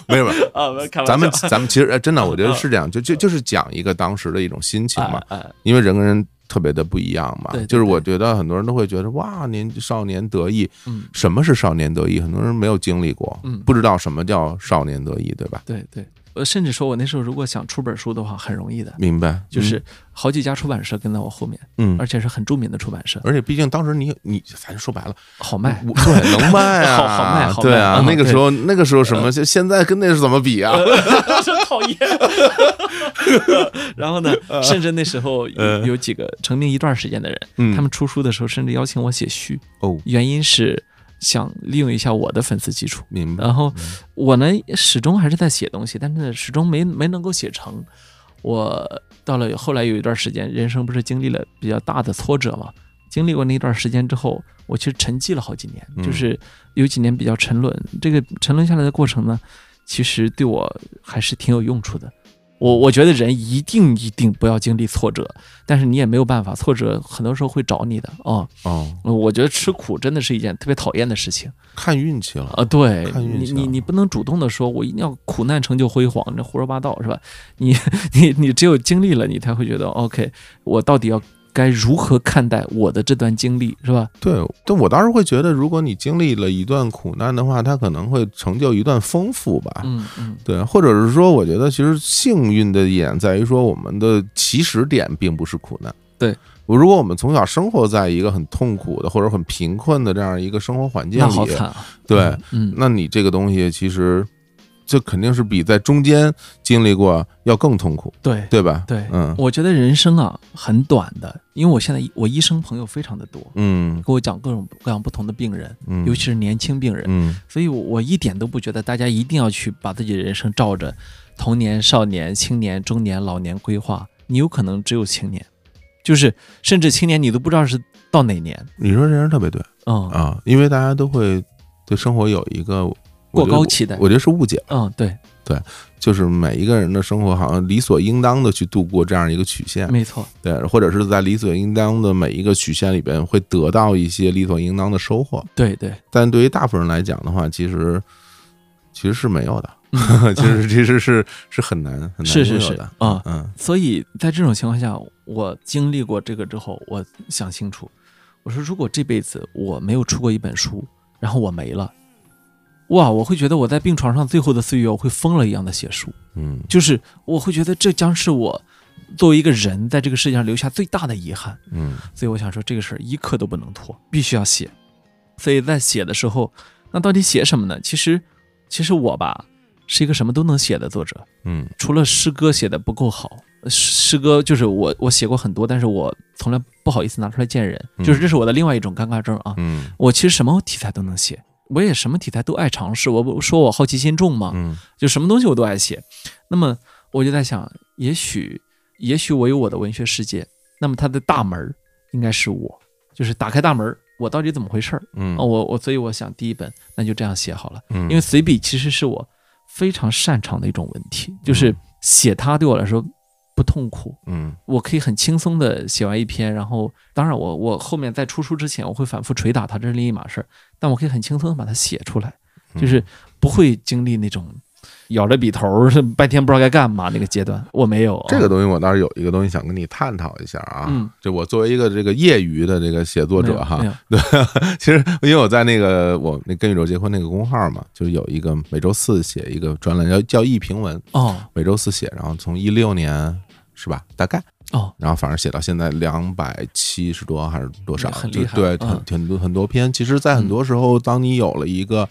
Speaker 1: 没有没有，
Speaker 2: 啊！我开玩笑嗯
Speaker 1: 咱们咱们其实哎真的，我觉得是这样，就就就是讲一个当时的一种心情嘛
Speaker 2: 啊，啊
Speaker 1: 因为人跟人特别的不一样嘛
Speaker 2: 对对。
Speaker 1: 就是我觉得很多人都会觉得哇，年少年得意，
Speaker 2: 嗯，
Speaker 1: 什么是少年得意？很多人没有经历过
Speaker 2: 嗯，
Speaker 1: 不知道什么叫少年得意，对吧？
Speaker 2: 对对，我甚至说我那时候如果想出本书的话，很容易的，
Speaker 1: 明白，
Speaker 2: 就是好几家出版社跟在我后面，
Speaker 1: 嗯，嗯
Speaker 2: 而且是很著名的出版社，
Speaker 1: 而且毕竟当时你你，咱说白了，
Speaker 2: 好卖。
Speaker 1: 我对能卖啊，
Speaker 2: 好好卖好卖
Speaker 1: 对啊
Speaker 2: 嗯，
Speaker 1: 那个
Speaker 2: 对呃
Speaker 1: 时候那个时候什么，就现在跟那是怎么比啊？
Speaker 2: 真讨厌。然后呢，甚至那时候有
Speaker 1: 呃
Speaker 2: 有几个成名一段时间的人，
Speaker 1: 嗯
Speaker 2: 他们出书的时候甚至邀请我写序，
Speaker 1: 哦，
Speaker 2: 原因是想利用一下我的粉丝基础。
Speaker 1: 明白，
Speaker 2: 然后我呢，始终还是在写东西，但是始终没没能够写成。我到了后来有一段时间，人生不是经历了比较大的挫折嘛？经历过那段时间之后，我其实沉寂了好几年，
Speaker 1: 嗯
Speaker 2: 就是有几年比较沉沦。这个沉沦下来的过程呢，其实对我还是挺有用处的。我我觉得人一定一定不要经历挫折，但是你也没有办法，挫折很多时候会找你的啊、
Speaker 1: 哦，
Speaker 2: 我觉得吃苦真的是一件特别讨厌的事情。
Speaker 1: 看运气了，
Speaker 2: 啊，对
Speaker 1: 看运
Speaker 2: 你
Speaker 1: 气
Speaker 2: 你
Speaker 1: 了
Speaker 2: 你不能主动的说，我一定要苦难成就辉煌，你这胡说八道是吧？你你你只有经历了，你才会觉得 OK，我到底要该如何看待我的这段经历是吧？
Speaker 1: 对，但我当时会觉得，如果你经历了一段苦难的话，它可能会成就一段丰富吧。
Speaker 2: 嗯嗯，
Speaker 1: 对，或者是说，我觉得其实幸运的一点在于说，我们的起始点并不是苦难。
Speaker 2: 对，
Speaker 1: 我如果我们从小生活在一个很痛苦的或者很贫困的这样一个生活环境
Speaker 2: 那好
Speaker 1: 里，
Speaker 2: 惨啊！
Speaker 1: 对，
Speaker 2: 嗯，
Speaker 1: 那你这个东西其实这肯定是比在中间经历过要更痛苦，
Speaker 2: 对
Speaker 1: 对吧？
Speaker 2: 对，
Speaker 1: 嗯
Speaker 2: 我觉得人生啊很短的，因为我现在我医生朋友非常的多，
Speaker 1: 嗯
Speaker 2: 给我讲各种各样不同的病人，
Speaker 1: 嗯，
Speaker 2: 尤其是年轻病人，
Speaker 1: 嗯
Speaker 2: 所以我我一点都不觉得大家一定要去把自己的人生照着童年、少年、青年、中年、老年规划，你有可能只有青年，就是甚至青年你都不知道是到哪年，
Speaker 1: 你说这人特别对
Speaker 2: 嗯，
Speaker 1: 啊，因为大家都会对生活有一个
Speaker 2: 过
Speaker 1: 我觉得
Speaker 2: 高
Speaker 1: 我
Speaker 2: 期待
Speaker 1: 我觉得是误解，
Speaker 2: 嗯，对，
Speaker 1: 就是每一个人的生活好像理所应当的去度过这样一个曲线，
Speaker 2: 没错，
Speaker 1: 对，或者是在理所应当的每一个曲线里边会得到一些理所应当的收获，
Speaker 2: 对对，
Speaker 1: 但对于大部分人来讲的话，其实其实是没有的， 其实其实是是很难很难
Speaker 2: 是是
Speaker 1: 拥有
Speaker 2: 是
Speaker 1: 的，
Speaker 2: 啊
Speaker 1: 嗯
Speaker 2: 所以在这种情况下，我经历过这个之后，我想清楚，我说如果这辈子我没有出过一本书，然后我没了，哇，我会觉得我在病床上最后的岁月，我会疯了一样的写书。
Speaker 1: 嗯
Speaker 2: 就是我会觉得这将是我作为一个人在这个世界上留下最大的遗憾，
Speaker 1: 嗯
Speaker 2: 所以我想说这个事儿一刻都不能拖，必须要写。所以在写的时候，那到底写什么呢？其实，其实我吧是一个什么都能写的作者，
Speaker 1: 嗯
Speaker 2: 除了诗歌写的不够好，呃诗诗歌就是我我写过很多，但是我从来不好意思拿出来见人，
Speaker 1: 嗯
Speaker 2: 就是这是我的另外一种尴尬症啊。
Speaker 1: 嗯
Speaker 2: 我其实什么题材都能写，我也什么题材都爱尝试。我不说我好奇心重嘛，
Speaker 1: 嗯
Speaker 2: 就什么东西我都爱写。那么我就在想，也许，也许我有我的文学世界，那么它的大门儿应该是我，就是打开大门儿，我到底怎么回事儿？
Speaker 1: 嗯
Speaker 2: 啊，我我所以我想第一本那就这样写好了，
Speaker 1: 嗯，
Speaker 2: 因为随笔其实是我非常擅长的一种文体，就是写它对我来说不痛苦，
Speaker 1: 嗯
Speaker 2: 我可以很轻松的写完一篇，然后当然我我后面在出书之前我会反复捶打它，这是另一码事儿，但我可以很轻松的把它写出来，
Speaker 1: 嗯
Speaker 2: 就是不会经历那种咬着笔头儿是半天不知道该干嘛那个阶段，我没有啊
Speaker 1: 这个东西，我倒是有一个东西想跟你探讨一下啊。
Speaker 2: 嗯
Speaker 1: 就我作为一个这个业余的这个写作者哈
Speaker 2: 没，有没有
Speaker 1: 其实因为我在那个我那跟宇宙结婚那个公号嘛，就是有一个每周四写一个专栏，叫叫一评文，
Speaker 2: 哦
Speaker 1: 每周四写，然后从一六年是吧，大概
Speaker 2: 哦，
Speaker 1: 然后反正写到现在两百七十多还是多少，
Speaker 2: 很
Speaker 1: 就
Speaker 2: 厉害
Speaker 1: 对，
Speaker 2: 嗯
Speaker 1: 很很多很多篇。其实，在很多时候，当你有了一个。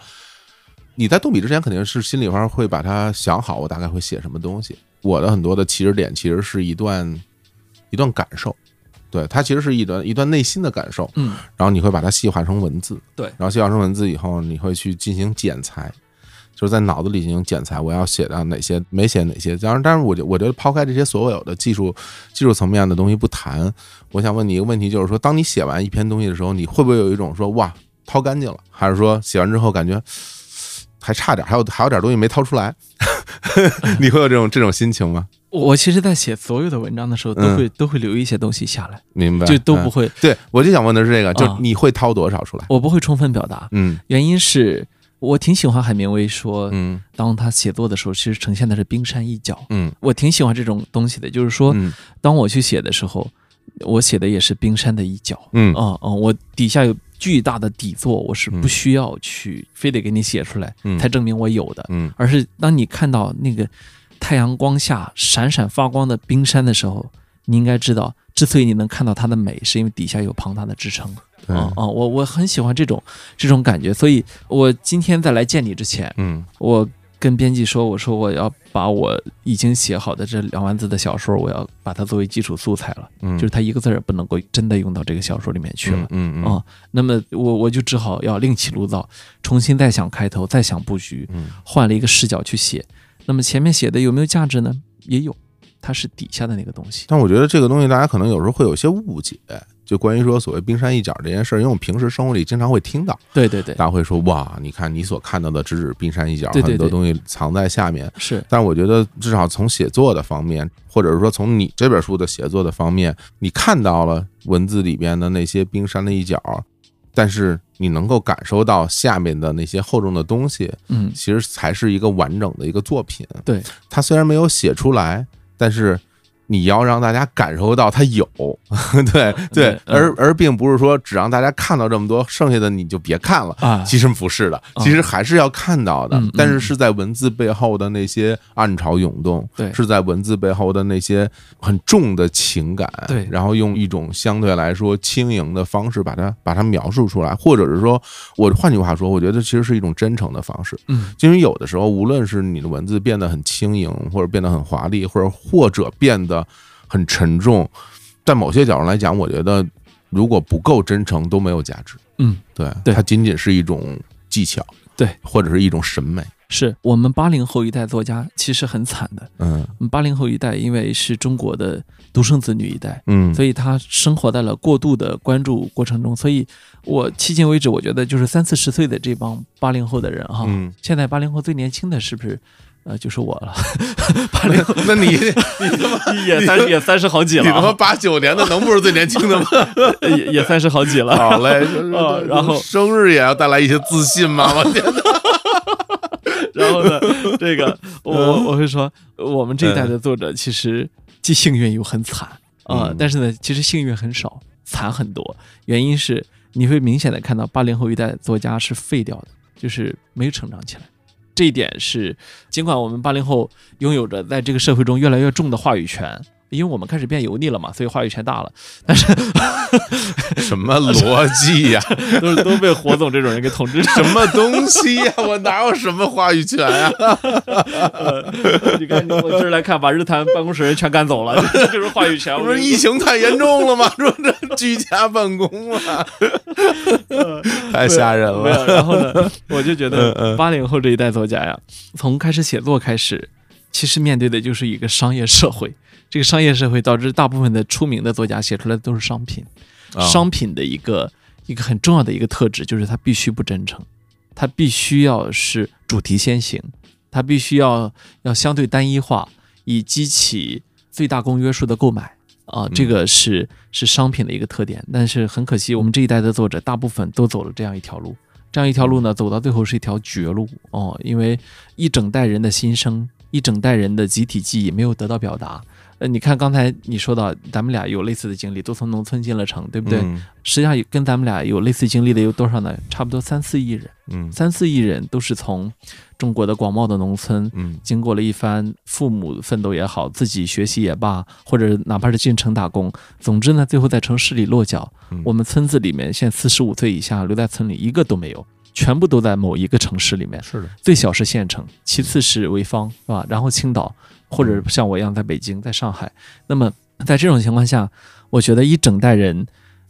Speaker 1: 你在动笔之前，肯定是心里边会把它想好，我大概会写什么东西。我的很多的起始点其实是一段一段感受，对，它其实是一段一段内心的感受。
Speaker 2: 嗯
Speaker 1: 然后你会把它细化成文字，
Speaker 2: 对
Speaker 1: 然后细化成文字以后，你会去进行剪裁，就是在脑子里进行剪裁，我要写到哪些，没写哪些。当然，当然，我觉我觉得抛开这些所有的技术技术层面的东西不谈，我想问你一个问题，就是说，当你写完一篇东西的时候，你会不会有一种说哇掏干净了，还是说写完之后感觉？还差点，还有还有点东西没掏出 来，你会有这种这种心情吗？
Speaker 2: 我我其实，在写所有的文章的时候，都
Speaker 1: 嗯
Speaker 2: 会、都会留一些东西下来，
Speaker 1: 明白？
Speaker 2: 就都不
Speaker 1: 嗯
Speaker 2: 会，
Speaker 1: 对，我就想问的是这个，就是
Speaker 2: 啊哦
Speaker 1: 你会掏多少出来？
Speaker 2: 我不会充分表达，
Speaker 1: 嗯
Speaker 2: 原因是我挺喜欢海明威说，
Speaker 1: 嗯
Speaker 2: 当他写作的时候，其实呈现的是冰山一角，
Speaker 1: 嗯
Speaker 2: 我挺喜欢这种东西的，就是说，
Speaker 1: 嗯
Speaker 2: 当我去写的时候，我写的也是冰山的一角，
Speaker 1: 嗯
Speaker 2: 啊啊、我底下有巨大的底座，我是
Speaker 1: 嗯
Speaker 2: 不需要去、非得给你写出来
Speaker 1: 嗯
Speaker 2: 才证明我有的，
Speaker 1: 嗯
Speaker 2: 而是当你看到那个太阳光下闪闪发光的冰山的时候，你应该知道，之所以你能看到它的美，是因为底下有庞大的支撑。
Speaker 1: 对
Speaker 2: 啊啊，我我很喜欢这种这种感觉，所以我今天在来见你之前，
Speaker 1: 嗯
Speaker 2: 我跟编辑说，我说我要把我已经写好的这两万字的小说，我要把它作为基础素材了，
Speaker 1: 嗯，
Speaker 2: 就是它一个字儿也不能够真的用到这个小说里面去了。
Speaker 1: 嗯嗯
Speaker 2: 啊、那么我我就只好要另起炉灶，重新再想开头，再想布局，
Speaker 1: 嗯
Speaker 2: 换了一个视角去写。那么前面写的有没有价值呢？也有，它是底下的那个东西。
Speaker 1: 但我觉得这个东西大家可能有时候会有些误解，就关于说所谓冰山一角这件事儿，因为我们平时生活里经常会听到，
Speaker 2: 对对对，
Speaker 1: 大家会说哇，你看你所看到的只是冰山一角，
Speaker 2: 对对
Speaker 1: 很多
Speaker 2: 对
Speaker 1: 东西藏在下面。
Speaker 2: 是
Speaker 1: 但我觉得至少从写作的方面，或者是说从你这本书的写作的方面，你看到了文字里边的那些冰山的一角，但是你能够感受到下面的那些厚重的东西，
Speaker 2: 嗯，
Speaker 1: 其实才是一个完整的一个作品。
Speaker 2: 对，
Speaker 1: 他虽然没有写出来，但是你要让大家感受到它有， 对对
Speaker 2: 对，嗯
Speaker 1: 而而并不是说只让大家看到这么多，剩下的你就别看了。
Speaker 2: 啊，
Speaker 1: 其实不是的，
Speaker 2: 嗯
Speaker 1: 其实还是要看到的
Speaker 2: 嗯，
Speaker 1: 但是
Speaker 2: 嗯
Speaker 1: 是在文字背后的那些暗潮涌动，
Speaker 2: 对
Speaker 1: 是在文字背后的那些很重的情感，
Speaker 2: 对
Speaker 1: 然后用一种相对来说轻盈的方式把它把它描述出来，或者是说，我换句话说，我觉得其实是一种真诚的方式，
Speaker 2: 嗯
Speaker 1: 因为有的时候，无论是你的文字变得很轻盈，或者变得很华丽，或者或者变得很沉重，在某些角度来讲，我觉得如果不够真诚，都没有价值。
Speaker 2: 嗯，
Speaker 1: 对，
Speaker 2: 对
Speaker 1: 它仅仅是一种技巧，
Speaker 2: 对，
Speaker 1: 或者是一种审美。
Speaker 2: 是我们八零后一代作家其实很惨的，
Speaker 1: 嗯
Speaker 2: 八零后一代因为是中国的独生子女一代，
Speaker 1: 嗯，
Speaker 2: 所以他生活在了过度的关注过程中。所以我迄今为止，我觉得就是三四十岁的这帮八零后的人哈，
Speaker 1: 嗯，
Speaker 2: 现在八零后最年轻的是不是？呃，就是我了，八零后
Speaker 1: 那你
Speaker 2: 也三也三十好几
Speaker 1: 你他妈
Speaker 2: 了，啊
Speaker 1: 八九年的能不是最年轻的吗？
Speaker 2: 也也三十好几 了。
Speaker 1: 好 嘞，呃
Speaker 2: 哦然后
Speaker 1: 生日也要带来一些自信嘛。我天，
Speaker 2: 然后呢，这个我我我会说，我们这一代的作者其实既幸运又很惨啊、
Speaker 1: 嗯
Speaker 2: 但是呢，其实幸运很少，惨很多。原因是你会明显的看到八零后一代作家是废掉的，就是没有成长起来。这一点是，尽管我们八零后拥有着在这个社会中越来越重的话语权，因为我们开始变油腻了嘛，所以话语权大了，
Speaker 1: 什么逻辑 呀、
Speaker 2: 都是都被火总这种人给统治
Speaker 1: 什么东西呀、我哪有什么话语权啊呀、
Speaker 2: 呃你看，我今儿来看，把日坛办公室人全赶走了， 这就是话语权。
Speaker 1: 不是疫情太严重了吗？说这居家办公 了，太吓人
Speaker 2: 没
Speaker 1: 了。啊
Speaker 2: 有，然后呢，我就 觉
Speaker 1: 嗯
Speaker 2: 得
Speaker 1: 嗯
Speaker 2: 八零后这一代作家呀，从开始写作开始，其实面对的就是一个商业社会。这个商业社会导致大部分的出名的作家写出来的都是商品，
Speaker 1: 啊
Speaker 2: 商品的一个一个很重要的一个特质就是它必须不真诚，它必须要是主题先行，它必须要要相对单一化，以激起最大公约数的购买啊，这个是是商品的一个特点。但是很可惜，我们这一代的作者大部分都走了这样一条路，这样一条路呢，走到最后是一条绝路哦，因为一整代人的心声，一整代人的集体记忆没有得到表达。呃，你看刚才你说到，咱们俩有类似的经历，都从农村进了城，对不对？
Speaker 1: 嗯
Speaker 2: 实际上跟咱们俩有类似经历的有多少呢？差不多三四亿人，
Speaker 1: 嗯
Speaker 2: 三四亿人都是从中国的广袤的农村，
Speaker 1: 嗯
Speaker 2: 经过了一番父母奋斗也好，自己学习也罢，或者哪怕是进城打工，总之呢，最后在城市里落脚。
Speaker 1: 嗯
Speaker 2: 我们村子里面现在四十五岁以下留在村里一个都没有，全部都在某一个城市里面。
Speaker 1: 是的，
Speaker 2: 最小是县城，其次是潍坊，是吧？然后青岛，或者像我一样在北京、在上海。那么在这种情况下，我觉得一整代人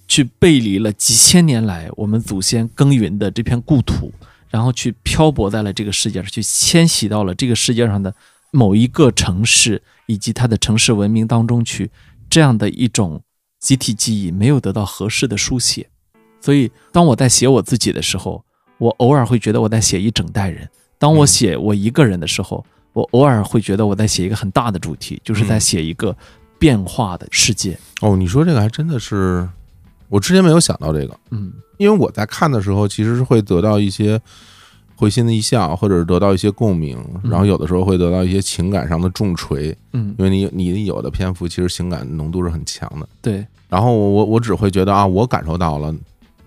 Speaker 2: 去背离了几千年来我们祖先耕耘的这片故土，然后去漂泊在了这个世界上，去迁徙到了这个世界上的某一个城市以及它的城市文明当中去，呃这样的一种集体记忆没有得到合适的书写。所以，当我在写我自己的时候，我偶尔会觉得我在写一整代人；当我
Speaker 1: 嗯
Speaker 2: 写我一个人的时候，我偶尔会觉得我在写一个很大的主题，就是在
Speaker 1: 嗯
Speaker 2: 写一个变化的世界。
Speaker 1: 哦，你说这个还真的是，我之前没有想到这个，
Speaker 2: 嗯
Speaker 1: 因为我在看的时候其实是会得到一些会心的一笑，或者是得到一些共鸣，
Speaker 2: 嗯
Speaker 1: 然后有的时候会得到一些情感上的重锤，
Speaker 2: 嗯，
Speaker 1: 因为你你有的篇幅其实情感浓度是很强的。
Speaker 2: 对，
Speaker 1: 然后我我我只会觉得啊，我感受到了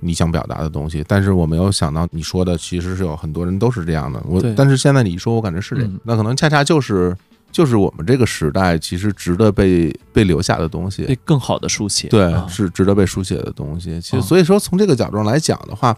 Speaker 1: 你想表达的东西，但是我没有想到你说的其实是有很多人都是这样的。我
Speaker 2: 对
Speaker 1: 但是现在你一说，我感觉是这样，
Speaker 2: 嗯
Speaker 1: 那可能恰恰就是就是我们这个时代其实值得被被留下的东西，
Speaker 2: 对更好的书写。
Speaker 1: 对，
Speaker 2: 啊
Speaker 1: 是值得被书写的东西。其
Speaker 2: 啊
Speaker 1: 实，所以说从这个角度上来讲的话，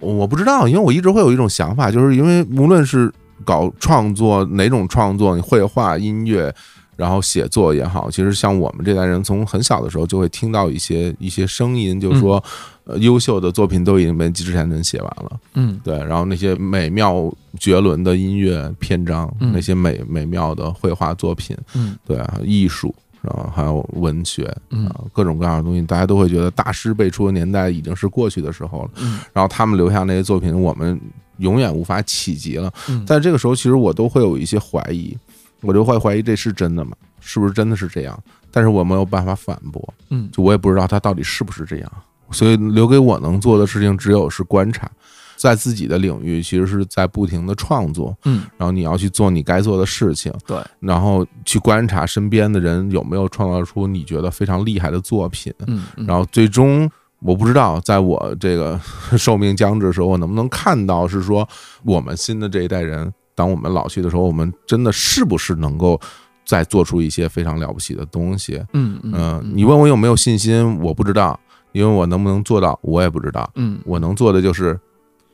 Speaker 1: 我我不知道，因为我一直会有一种想法，就是因为无论是搞创作哪种创作，你绘画、音乐，然后写作也好，其实像我们这代人，从很小的时候就会听到一些一些声音，
Speaker 2: 嗯
Speaker 1: 就说，呃，优秀的作品都已经被之前人写完了。
Speaker 2: 嗯
Speaker 1: 对，然后那些美妙绝伦的音乐篇章，
Speaker 2: 嗯
Speaker 1: 那些美美妙的绘画作品，
Speaker 2: 嗯
Speaker 1: 对，艺术，然后还有文学，
Speaker 2: 嗯
Speaker 1: 啊，各种各样的东西，大家都会觉得大师辈出的年代已经是过去的时候了。
Speaker 2: 嗯
Speaker 1: 然后他们留下那些作品，我们永远无法企及了。
Speaker 2: 嗯
Speaker 1: 但这个时候，其实我都会有一些怀疑，我就会怀疑这是真的吗？是不是真的是这样？但是我没有办法反驳，
Speaker 2: 嗯
Speaker 1: 就我也不知道他到底是不是这样。所以留给我能做的事情，只有是观察。在自己的领域其实是在不停的创作，
Speaker 2: 嗯，
Speaker 1: 然后你要去做你该做的事情，
Speaker 2: 对，
Speaker 1: 然后去观察身边的人有没有创造出你觉得非常厉害的作品，
Speaker 2: 嗯，嗯
Speaker 1: 然后最终我不知道，在我这个 寿命将至的时候，我能不能看到是说我们新的这一代人，当我们老去的时候，我们真的是不是能够再做出一些非常了不起的东西？
Speaker 2: 嗯嗯
Speaker 1: 嗯、你问我有没有信心，我不知道，因为我能不能做到，我也不知道。
Speaker 2: 嗯
Speaker 1: 我能做的就是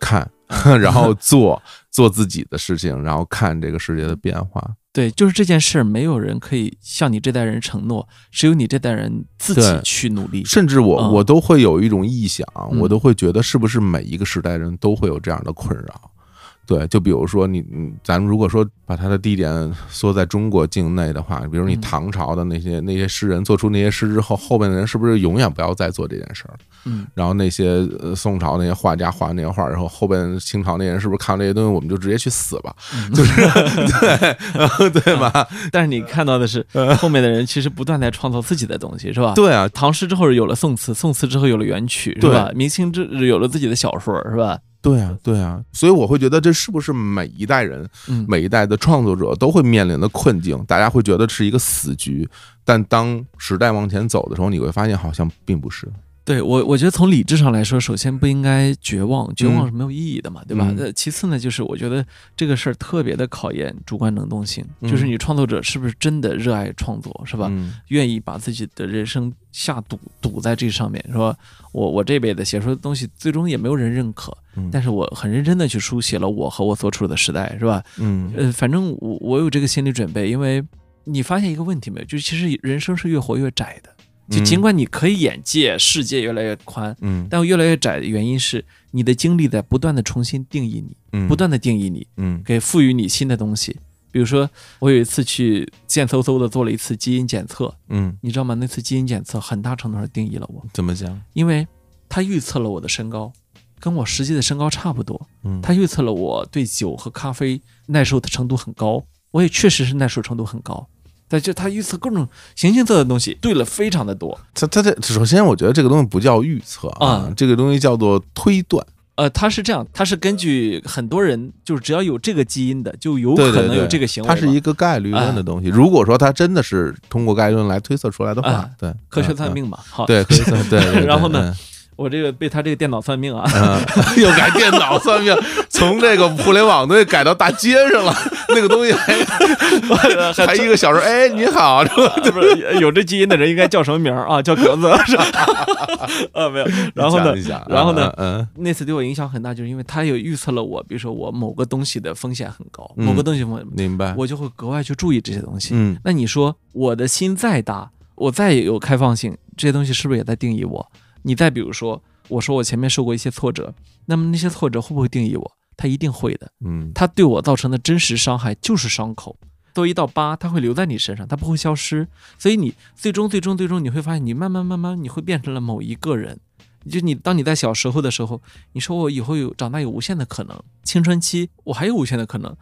Speaker 1: 看， 然后做做自己的事情，然后看这个世界的变化。
Speaker 2: 对，就是这件事儿，没有人可以向你这代人承诺，只有你这代人自己
Speaker 1: 对
Speaker 2: 去努力。
Speaker 1: 甚至我
Speaker 2: 嗯
Speaker 1: 我都会有一种臆想，
Speaker 2: 嗯
Speaker 1: 我都会觉得是不是每一个时代人都会有这样的困扰。对，就比如说你，你咱们如果说把它的地点缩在中国境内的话，比如你
Speaker 2: 嗯
Speaker 1: 唐朝的那些那些诗人做出那些诗之后，后面的人是不是永远不要再做这件事儿？
Speaker 2: 嗯，
Speaker 1: 然后那些呃宋朝那些画家画那些画，然后后边清朝那些人是不是看这些东西，我们就直接去死吧？就是对对吧？
Speaker 2: 但是你看到 的是，后面的人其实不断在创造自己的东西，是吧？。
Speaker 1: 嗯对啊，
Speaker 2: 唐诗之后有了宋词，宋词之后有了元曲，是
Speaker 1: 对
Speaker 2: 吧？明清之有了自己的小说，是吧？
Speaker 1: 对啊，对啊，所以我会觉得这是不是每一代人
Speaker 2: 嗯，
Speaker 1: 每一代的创作者都会面临的困境，大家会觉得是一个死局，但当时代往前走的时候，你会发现好像并不是。
Speaker 2: 对我，我觉得从理智上来说，首先不应该绝望，绝望是没有意义的嘛，对吧？
Speaker 1: 嗯
Speaker 2: 呃，其次呢，就是我觉得这个事儿特别的考验主观能动性，就是
Speaker 1: 嗯
Speaker 2: 你创作者是不是真的热爱创作，是吧？
Speaker 1: 嗯
Speaker 2: 愿意把自己的人生下赌赌在这上面，说我我这辈子写出的东西最终也没有人认可，
Speaker 1: 嗯
Speaker 2: 但是我很认真的去书写了我和我所处的时代，是吧？
Speaker 1: 嗯
Speaker 2: 呃，反正我我有这个心理准备，因为你发现一个问题没有，就是其实人生是越活越窄的，就
Speaker 1: 嗯
Speaker 2: 尽管你可以眼界世界越来越宽，
Speaker 1: 嗯
Speaker 2: 但越来越窄的原因是你的经历在不断的重新定义你，
Speaker 1: 嗯
Speaker 2: 不断的定义你，
Speaker 1: 嗯
Speaker 2: 给赋予你新的东西。比如说，我有一次去贱嗖嗖的做了一次基因检测，
Speaker 1: 嗯，
Speaker 2: 你知道吗？那次基因检测很大程度上定义了我，
Speaker 1: 怎么讲？
Speaker 2: 因为它预测了我的身高，跟我实际的身高差不多。
Speaker 1: 嗯
Speaker 2: 它预测了我对酒和咖啡耐受的程度很高，我也确实是耐受程度很高。但就它预测各种形形色色的东西，对了非常的多。
Speaker 1: 他他这首先，我觉得这个东西不叫预测
Speaker 2: 啊
Speaker 1: 这个东西叫做推断。
Speaker 2: 呃，它是这样，它是根据很多人，就是只要有这个基因的，就有
Speaker 1: 对
Speaker 2: 可
Speaker 1: 对
Speaker 2: 能
Speaker 1: 对，
Speaker 2: 有这个行为嘛。啊
Speaker 1: 它是一个概率论的东西。如果说它真的是通过概率论来推测出来的话
Speaker 2: 啊，
Speaker 1: 对，
Speaker 2: 科学
Speaker 1: 嗯
Speaker 2: 算，
Speaker 1: 嗯
Speaker 2: 命嘛。好，
Speaker 1: 对，科学 算对。对对
Speaker 2: 然后呢
Speaker 1: 嗯
Speaker 2: 我这个被他这个电脑算命啊，
Speaker 1: 嗯，又改电脑算命，从这个互联网东西改到大街上了， 那个东西还还一个小时，哎，你好，
Speaker 2: 不是有这基因的人应该叫什么名儿啊？叫格子是吧？ 啊，没有。然后呢
Speaker 1: 你想一想，
Speaker 2: 然后呢，
Speaker 1: 嗯，
Speaker 2: 那次对我影响很大，就是因为他有预测了我，比如说我某个东西的风险很高，
Speaker 1: 嗯
Speaker 2: 某个东西风险
Speaker 1: 嗯，明白，
Speaker 2: 我就会格外去注意这些东西。
Speaker 1: 嗯
Speaker 2: 那你说我的心再大，我再有开放性，这些东西是不是也在定义我？你再比如说，我说我前面受过一些挫折，那么那些挫折会不会定义我？它一定会的。
Speaker 1: 嗯
Speaker 2: 它对我造成的真实伤害就是伤口。多一道疤，它会留在你身上，它不会消失。所以你最终、最终、最终，你会发现，你慢慢、慢慢，你会变成了某一个人。就你，当你在小时候的时候，你说我以后有长大有无限的可能，青春期我还有无限的可能。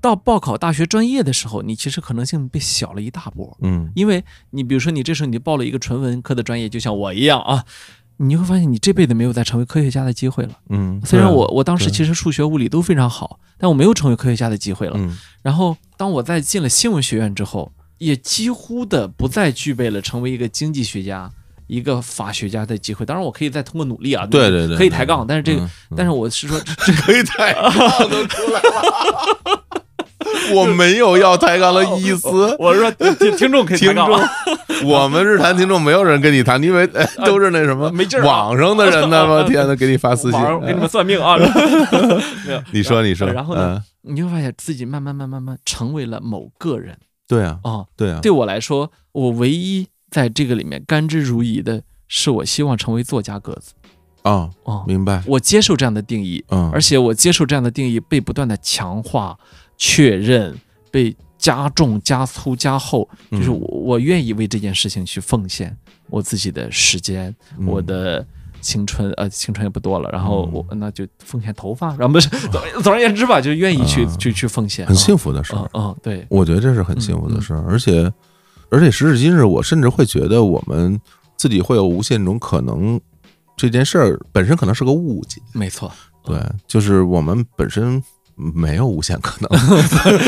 Speaker 2: 到报考大学专业的时候，你其实可能性被小了一大波，
Speaker 1: 嗯
Speaker 2: 因为你比如说你这时候你报了一个纯文科的专业，就像我一样啊，你会发现你这辈子没有再成为科学家的机会了。
Speaker 1: 嗯，
Speaker 2: 虽然
Speaker 1: 对啊
Speaker 2: 我，我当时
Speaker 1: 对
Speaker 2: 其实数学、物理都非常好，但我没有成为科学家的机会了。
Speaker 1: 嗯
Speaker 2: 然后当我在进了新闻学院之后，也几乎的不再具备了成为一个经济学家、一个法学家的机会。当然，我可以再通过努力啊，
Speaker 1: 对对对
Speaker 2: 可以抬杠。但是这个，
Speaker 1: 嗯嗯
Speaker 2: 但是我是说，。
Speaker 1: 可以抬杠都出来了， 我没有要抬杠的意思
Speaker 2: 我是说听听众可以抬
Speaker 1: 听
Speaker 2: 杠
Speaker 1: 众
Speaker 2: 啊，，
Speaker 1: 我们日坛听众没有人跟你谈，因为哎都是那什么
Speaker 2: 呃没劲儿啊
Speaker 1: 网上的人呢，我天呐，给你发私信
Speaker 2: 网，上给你们算 命啊。没有，
Speaker 1: 你说你说，
Speaker 2: 然后呢
Speaker 1: 嗯？
Speaker 2: 你会发现自己慢慢慢慢慢成为了某个人
Speaker 1: 对啊，
Speaker 2: 啊。
Speaker 1: 对啊，
Speaker 2: 对我来说，我唯一在这个里面甘之如饴的是，我希望成为作家鸽子
Speaker 1: 啊，
Speaker 2: 啊、
Speaker 1: 明白，
Speaker 2: 我接受这样的定义，
Speaker 1: 嗯，
Speaker 2: 而且我接受这样的定义被不断的强化、确认、被加重、加粗、加厚，就是
Speaker 1: 嗯
Speaker 2: 我我愿意为这件事情去奉献我自己的时间、
Speaker 1: 嗯
Speaker 2: 我的。青春呃，青春也不多了，然后我那就奉献头发，然后不是，总总而言之吧，就愿意去、
Speaker 1: 啊
Speaker 2: 去去奉献，
Speaker 1: 很幸
Speaker 2: 福
Speaker 1: 福的事
Speaker 2: 嗯
Speaker 1: 儿，
Speaker 2: 嗯，对，
Speaker 1: 我觉得这是很幸福的事儿，而且而且时至今日，我甚至会觉得我们自己会有无限种可能，这件事儿本身可能是个误解，
Speaker 2: 没错，
Speaker 1: 对，就是我们本身没有无限可能，
Speaker 2: 嗯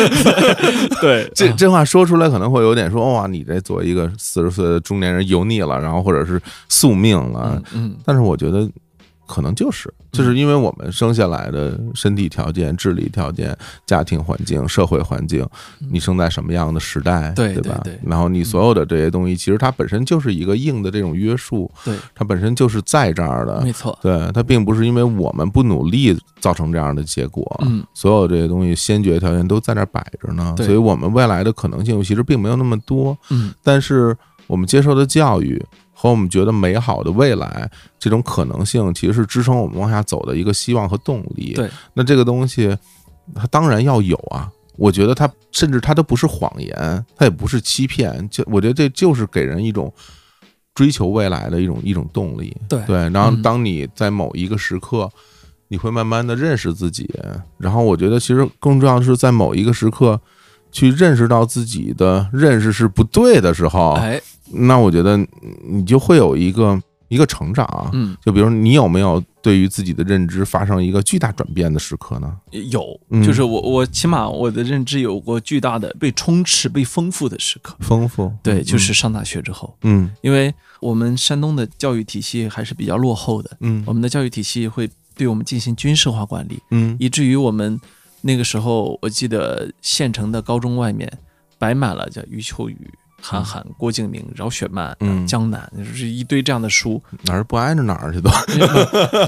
Speaker 2: 对，
Speaker 1: 这这话说出来可能会有点说哇，你这作为一个四十岁的中年人油腻了，然后或者是宿命了
Speaker 2: 嗯。嗯
Speaker 1: 但是我觉得可能就是，就是因为我们生下来的身体条件、智力条件、家庭环境、社会环境，你生在什么样的时代，
Speaker 2: 嗯对
Speaker 1: 吧
Speaker 2: 对对？
Speaker 1: 然后你所有的这些东西，其实它本身就是一个硬的这种约束，
Speaker 2: 对，
Speaker 1: 它本身就是在这儿的。
Speaker 2: 没错，
Speaker 1: 对，它并不是因为我们不努力造成这样的结果，
Speaker 2: 嗯，
Speaker 1: 所有这些东西先决条件都在那儿摆着呢，
Speaker 2: 对
Speaker 1: 所以我们未来的可能性其实并没有那么多，
Speaker 2: 嗯，
Speaker 1: 但是我们接受的教育和我们觉得美好的未来这种可能性，其实是支撑我们往下走的一个希望和动力。
Speaker 2: 对，
Speaker 1: 那这个东西它当然要有啊。我觉得它甚至它都不是谎言，它也不是欺骗，就我觉得这就是给人一种追求未来的一种一种动力。
Speaker 2: 对
Speaker 1: 对，然后
Speaker 2: 嗯
Speaker 1: 当你在某一个时刻，你会慢慢的认识自己，然后我觉得其实更重要的是在某一个时刻。去认识到自己的认识是不对的时候，
Speaker 2: 哎，
Speaker 1: 那我觉得你就会有一个一个成长啊。
Speaker 2: 嗯，
Speaker 1: 就比如你有没有对于自己的认知发生一个巨大转变的时刻呢？
Speaker 2: 有
Speaker 1: 嗯，
Speaker 2: 就是我我起码我的认知有过巨大的被充斥、被丰富的时刻。
Speaker 1: 丰富，
Speaker 2: 对，就是上大学之后，
Speaker 1: 嗯
Speaker 2: 因为我们山东的教育体系还是比较落后的，
Speaker 1: 嗯
Speaker 2: 我们的教育体系会对我们进行军事化管理，
Speaker 1: 嗯
Speaker 2: 以至于我们那个时候，我记得县城的高中外面摆满了叫余秋雨、韩寒、郭敬明、饶雪漫、啊
Speaker 1: 嗯
Speaker 2: 江南，就是一堆这样 的书，
Speaker 1: 哪儿不挨着哪儿去都，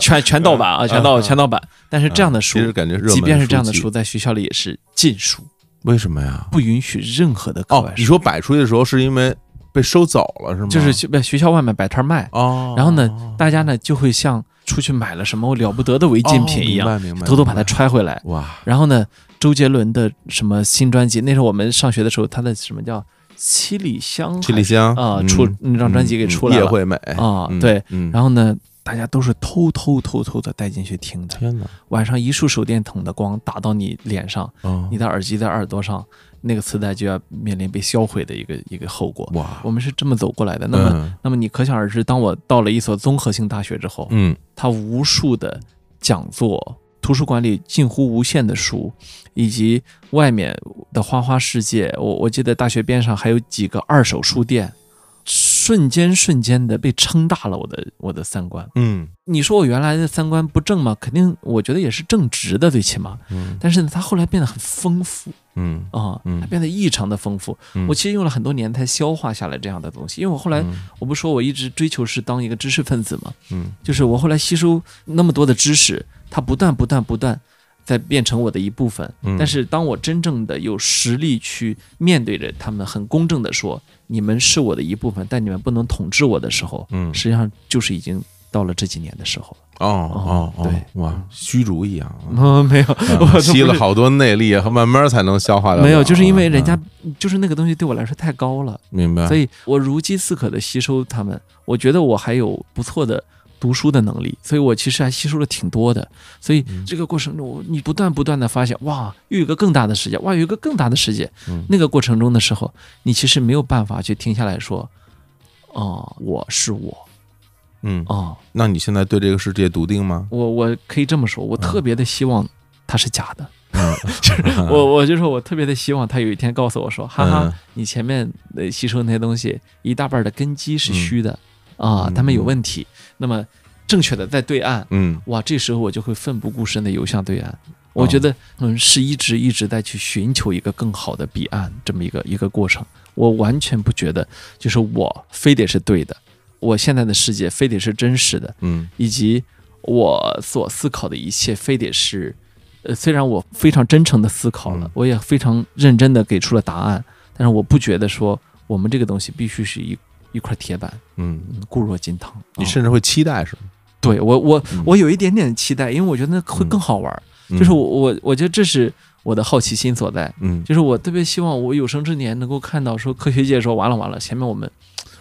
Speaker 2: 全全盗版啊，全盗全盗版。但是这样的书
Speaker 1: 嗯其，实感觉热门
Speaker 2: 即便是这样的
Speaker 1: 书
Speaker 2: 书，
Speaker 1: 籍，
Speaker 2: 在学校里也是禁书，
Speaker 1: 为什么呀？
Speaker 2: 不允许任何的课
Speaker 1: 哦
Speaker 2: 外，
Speaker 1: 你
Speaker 2: 书，
Speaker 1: 说摆出去的时候是因为被收走了是吗？
Speaker 2: 就是去在学校外面摆摊卖，
Speaker 1: 哦，
Speaker 2: 然后呢，大家呢就会像出去买了什么了不得的违禁品一样，
Speaker 1: 哦，明白明白
Speaker 2: 偷偷把它
Speaker 1: 明白
Speaker 2: 揣回来。
Speaker 1: 哇，
Speaker 2: 然后呢，周杰伦的什么新专辑，那时候我们上学的时候，他的什么叫《七里香》
Speaker 1: 七里香
Speaker 2: 啊、
Speaker 1: 嗯
Speaker 2: 出那张专辑给出来
Speaker 1: 叶
Speaker 2: 了
Speaker 1: 惠美
Speaker 2: 啊、
Speaker 1: 嗯
Speaker 2: 对。
Speaker 1: 嗯，
Speaker 2: 然后呢，大家都是偷偷偷偷的带进去听的，
Speaker 1: 天哪，
Speaker 2: 晚上一束手电筒的光打到你脸上，
Speaker 1: 哦
Speaker 2: 你的耳机在耳朵上，那个磁带就要面临被销毁的一个一个后果。
Speaker 1: 哇，
Speaker 2: 我们是这么走过来的。那么，
Speaker 1: 嗯
Speaker 2: 那么你可想而知，当我到了一所综合性大学之后，
Speaker 1: 嗯
Speaker 2: 它无数的讲座、图书馆里近乎无限的书，以及外面的花花世界。我我记得大学边上还有几个二手书店，瞬间瞬间的被撑大了我的我的三观。
Speaker 1: 嗯
Speaker 2: 你说我原来的三观不正吗？肯定，我觉得也是正直的，最起码。
Speaker 1: 嗯
Speaker 2: 但是呢，它后来变得很丰富
Speaker 1: 嗯，
Speaker 2: 啊、
Speaker 1: 嗯
Speaker 2: 它变得异常的丰富。
Speaker 1: 嗯
Speaker 2: 我其实用了很多年才消化下来这样的东西，因为我后来、
Speaker 1: 嗯
Speaker 2: 我不说我一直追求是当一个知识分子嘛，
Speaker 1: 嗯
Speaker 2: 就是我后来吸收那么多的知识，它不断不断不断在变成我的一部分。
Speaker 1: 嗯
Speaker 2: 但是当我真正的有实力去面对着他们，很公正的说，你们是我的一部分，但你们不能统治我的时候，
Speaker 1: 嗯
Speaker 2: 实际上就是已经到了这几年的时候了。
Speaker 1: 哦哦
Speaker 2: 对
Speaker 1: 哦，哇，虚竹一样 啊，
Speaker 2: 嗯，没有，我
Speaker 1: 嗯吸了好多内 力，和慢慢才能消化掉。
Speaker 2: 没有，就是因为人家
Speaker 1: 嗯
Speaker 2: 就是那个东西对我来说太高了，
Speaker 1: 明白，
Speaker 2: 所
Speaker 1: 以
Speaker 2: 以我如饥似渴的吸收他们。我觉得我还有不错的读书的能力，所以我其实还吸收了挺多的。所以
Speaker 1: 嗯
Speaker 2: 这个过程中，我你不断不断的发现，哇，又有一个更大的世界，哇，有一个更大的世界。
Speaker 1: 嗯
Speaker 2: 那个过程中的时候，你其实没有办法去停下来说，哦、我是我，
Speaker 1: 嗯，
Speaker 2: 哦、
Speaker 1: 那你现在对这个世界笃定吗？
Speaker 2: 我我可以这么说，我特别的希望它是假的。
Speaker 1: 嗯
Speaker 2: 就是我，我就说我特别的希望他有一天告诉我说，哈哈，
Speaker 1: 嗯
Speaker 2: 你前面呃吸收那些东西，一大半的根基是虚的、啊
Speaker 1: 嗯，
Speaker 2: 他们有问题。那么正确的在对岸，
Speaker 1: 嗯
Speaker 2: 哇，这时候我就会奋不顾身的游向对岸。
Speaker 1: 哦
Speaker 2: 我觉得，嗯，是一直一直在去寻求一个更好的彼岸这么一个一个过程。我完全不觉得，就是我非得是对的，我现在的世界非得是真实的，
Speaker 1: 嗯
Speaker 2: 以及我所思考的一切，非得是，呃，虽然我非常真诚的思考了
Speaker 1: 嗯，
Speaker 2: 我也非常认真的给出了答案，但是我不觉得说我们这个东西必须是一一块铁板，
Speaker 1: 嗯，
Speaker 2: 嗯，固若金汤。啊
Speaker 1: 你甚至会期待是吗？
Speaker 2: 对我我
Speaker 1: 嗯
Speaker 2: 我有一点点期待，因为我觉得那会更好玩儿。就是我我我觉得这是我的好奇心所在，
Speaker 1: 嗯，
Speaker 2: 就是我特别希望我有生之年能够看到说科学界说完了完了，前面我们。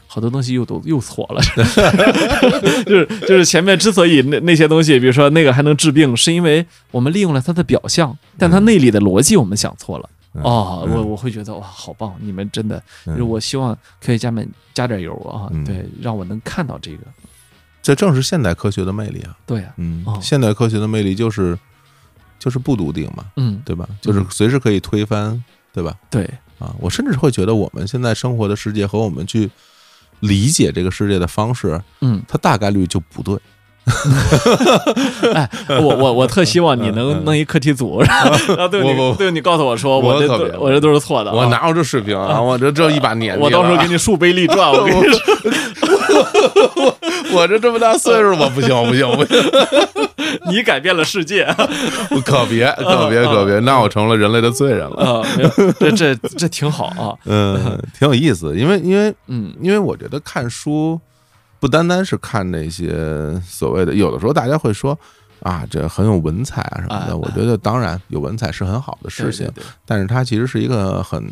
Speaker 2: 好多东西又都又错了， 就是就是前面之所以那那些东西，比如说那个还能治病，是因为我们利用了它的表象，但它内里的逻辑我们想错了。
Speaker 1: 嗯
Speaker 2: 哦，
Speaker 1: 嗯
Speaker 2: 我我会觉得哇，好棒！你们真的，
Speaker 1: 嗯
Speaker 2: 就是我希望科学家们加点油啊
Speaker 1: 嗯，
Speaker 2: 对，让我能看到这个。
Speaker 1: 这正是现代科学的魅力啊。
Speaker 2: 对呀、
Speaker 1: 嗯
Speaker 2: 哦，
Speaker 1: 现代科学的魅力就是就是不笃定嘛，
Speaker 2: 嗯，
Speaker 1: 对吧？就是随时可以推翻，对吧？
Speaker 2: 对，
Speaker 1: 啊，我甚至会觉得我们现在生活的世界和我们去理解这个世界的方式，
Speaker 2: 嗯，
Speaker 1: 它大概率就不对。
Speaker 2: 哎，我我我特希望你
Speaker 1: 嗯
Speaker 2: 能
Speaker 1: 嗯
Speaker 2: 弄一课题组， 然后然后对
Speaker 1: 我
Speaker 2: 你
Speaker 1: 我
Speaker 2: 对你告诉我说，我
Speaker 1: 我
Speaker 2: 这
Speaker 1: 可
Speaker 2: 都
Speaker 1: 别
Speaker 2: 我这都是错的啊，
Speaker 1: 我哪有这水平啊？我这这一把年纪了，
Speaker 2: 我到时候给你树碑立 传，我跟你说，
Speaker 1: 我这这么大岁数，我不行，我不行，我不 行，
Speaker 2: 你改变了世界 啊！
Speaker 1: 我可别，可别，可别，那我成了人类的罪人了。
Speaker 2: 没有这这这挺好啊，
Speaker 1: 嗯，挺有意思，因为因为
Speaker 2: 嗯
Speaker 1: 因为我觉得看书不单单是看那些所谓的，有的时候大家会说啊，这很有文采啊什么
Speaker 2: 哎
Speaker 1: 的。我觉得当然有文采是很好的事
Speaker 2: 对对
Speaker 1: 情，
Speaker 2: 对，
Speaker 1: 但是它其实是一个很，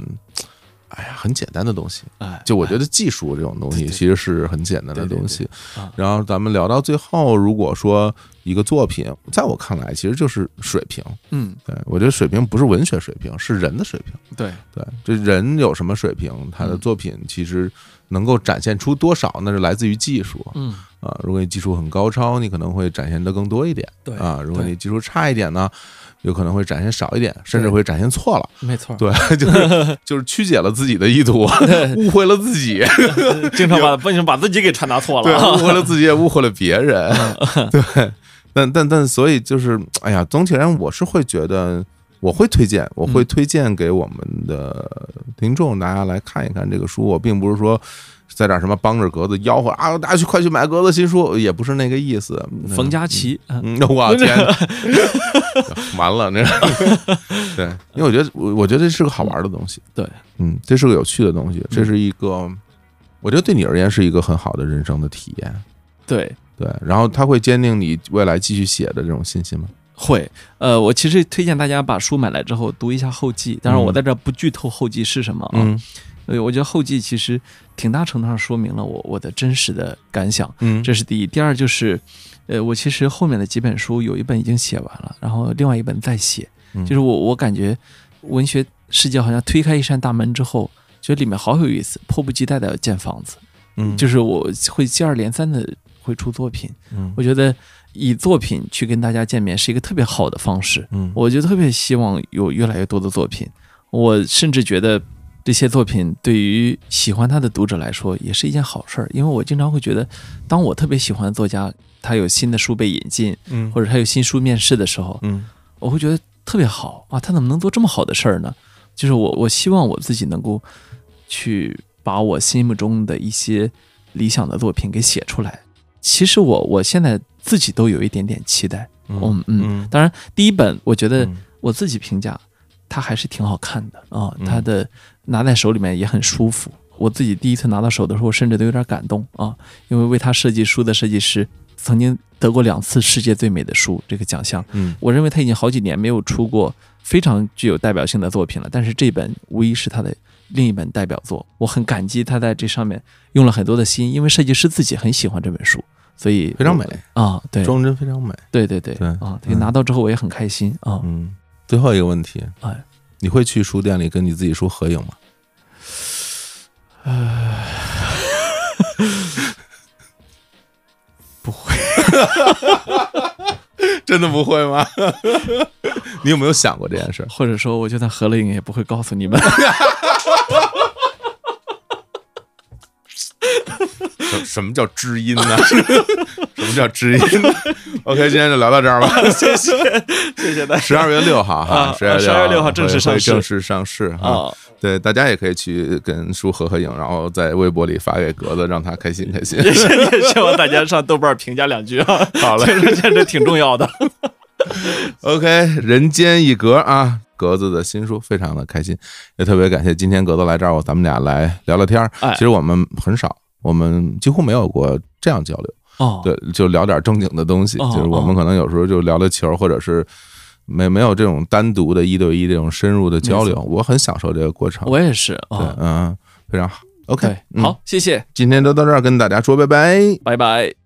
Speaker 1: 哎呀，很简单的东西。
Speaker 2: 哎，
Speaker 1: 就我觉得技术这种东西
Speaker 2: 对对
Speaker 1: 其实是很简单的
Speaker 2: 对对
Speaker 1: 东西
Speaker 2: 对啊。
Speaker 1: 然后咱们聊到最后，如果说一个作品，在我看来其实就是水平。
Speaker 2: 嗯，
Speaker 1: 对我觉得水平不是文学水平，是人的水平。
Speaker 2: 对，
Speaker 1: 对，这人有什么水平，他的
Speaker 2: 嗯
Speaker 1: 作品其实能够展现出多少，那是来自于技术
Speaker 2: 嗯，
Speaker 1: 啊。如果你技术很高超，你可能会展现的更多一点
Speaker 2: 对
Speaker 1: 啊；如果
Speaker 2: 对
Speaker 1: 你技术差一点呢，有可能会展现少一点，甚至
Speaker 2: 对
Speaker 1: 会展现错了。
Speaker 2: 没 错，
Speaker 1: 对，就是就是曲解了自己的意图，误会了自己，
Speaker 2: 经常把不行把自己给传达错
Speaker 1: 对，
Speaker 2: 了啊，
Speaker 1: 误会了自己，也误会了别人。对，但但但，所以就是，哎呀，总体而言，我是会觉得，我会推荐，我会推荐给我们的听众，大家来看一看这个书。我并不是说在这儿什么帮着格子吆喝啊，大家去快去买格子新书，也不是那个意思。嗯
Speaker 2: 冯佳琪，嗯
Speaker 1: 嗯， 我天，完了，那个对，因为我觉得，我我觉得这是个好玩的东 西，
Speaker 2: 对，
Speaker 1: 嗯，这是个有趣的东西，这是一个，我觉得对你而言是一个很好的人生的体验，
Speaker 2: 对，
Speaker 1: 对，然后它会坚定你未来继续写的这种信心吗？
Speaker 2: 会，呃，我其实推荐大家把书买来之后读一下后记，当然我
Speaker 1: 嗯
Speaker 2: 在这儿不剧透后记是什么啊，
Speaker 1: 嗯
Speaker 2: 对，我觉得后记其实挺大程度上说明了我我的真实的感想，
Speaker 1: 嗯，
Speaker 2: 这是第一。第二就是，呃，我其实后面的几本书有一本已经写完了，然后另外一本在写，
Speaker 1: 嗯
Speaker 2: 就是我我感觉文学世界好像推开一扇大门之后，觉得里面好有意思，迫不及待的要建房子，
Speaker 1: 嗯
Speaker 2: 就是我会接二连三的会出作品，
Speaker 1: 嗯
Speaker 2: 我觉得以作品去跟大家见面是一个特别好的方式。
Speaker 1: 嗯
Speaker 2: 我就特别希望有越来越多的作品。我甚至觉得这些作品对于喜欢他的读者来说也是一件好事儿，因为我经常会觉得，当我特别喜欢的作家他有新的书被引进，
Speaker 1: 嗯
Speaker 2: 或者他有新书面试的时候，
Speaker 1: 嗯
Speaker 2: 我会觉得特别好啊，他怎么能做这么好的事儿呢？就是我我希望我自己能够去把我心目中的一些理想的作品给写出来。其实我我现在自己都有一点点期待，嗯嗯，当然第一本我觉得
Speaker 1: 嗯
Speaker 2: 我自己评价，它还是挺好看的啊、
Speaker 1: 嗯
Speaker 2: 它的拿在手里面也很舒服。我自己第一次拿到手的时候，甚至都有点感动啊，因为为他设计书的设计师曾经得过两次世界最美的书这个奖项。
Speaker 1: 嗯
Speaker 2: 我认为他已经好几年没有出过非常具有代表性的作品了，但是这本无疑是他的另一本代表作。我很感激他在这上面用了很多的心，因为设计师自己很喜欢这本书，所以
Speaker 1: 非常美，
Speaker 2: 啊，对
Speaker 1: 装帧非常美，
Speaker 2: 对对对
Speaker 1: 对
Speaker 2: 啊，所以
Speaker 1: 嗯
Speaker 2: 拿到之后我也很开心啊。
Speaker 1: 嗯。最后一个问题，
Speaker 2: 哎，
Speaker 1: 你会去书店里跟你自己书合影吗？
Speaker 2: 不会，
Speaker 1: 真的不会吗？ 你有没有想过这件事儿？
Speaker 2: 或者说我就算合了影也不会告诉你们。
Speaker 1: 什什么叫知音 呢？什么叫知音呢？OK，今天就聊到这 儿吧。
Speaker 2: 谢谢， 谢谢大家
Speaker 1: 十二月六号哈
Speaker 2: 啊，
Speaker 1: 十二
Speaker 2: 12月6号
Speaker 1: 号
Speaker 2: 正式
Speaker 1: 会
Speaker 2: 上
Speaker 1: 会
Speaker 2: 市
Speaker 1: 正式上市啊。
Speaker 2: 啊！
Speaker 1: 对，大家也可以去跟叔合合影，然后在微博里发给格子，让他开心开 心。
Speaker 2: 也希也希望大家上豆瓣评价两 句啊，
Speaker 1: 好嘞
Speaker 2: 这个这这挺重要 的。
Speaker 1: ，OK，人间一格啊，格子的新书非常的开心，也特别感谢今天格子来这儿，我咱们俩来聊聊天儿。
Speaker 2: 哎
Speaker 1: 其实我们很少，我们几乎没有过这样交流。
Speaker 2: 哦，
Speaker 1: 对，就聊点正经的东西，
Speaker 2: 哦
Speaker 1: 就是我们
Speaker 2: 哦
Speaker 1: 可能有时候就聊聊球，或者是没没有这种单独的一对一这种深入的交流，我很享受这个过程。
Speaker 2: 我也是
Speaker 1: 对嗯
Speaker 2: 啊，。
Speaker 1: 嗯，非常好。OK，
Speaker 2: 对，好，，谢谢，
Speaker 1: 今天就到这儿，跟大家说拜拜。
Speaker 2: 拜拜。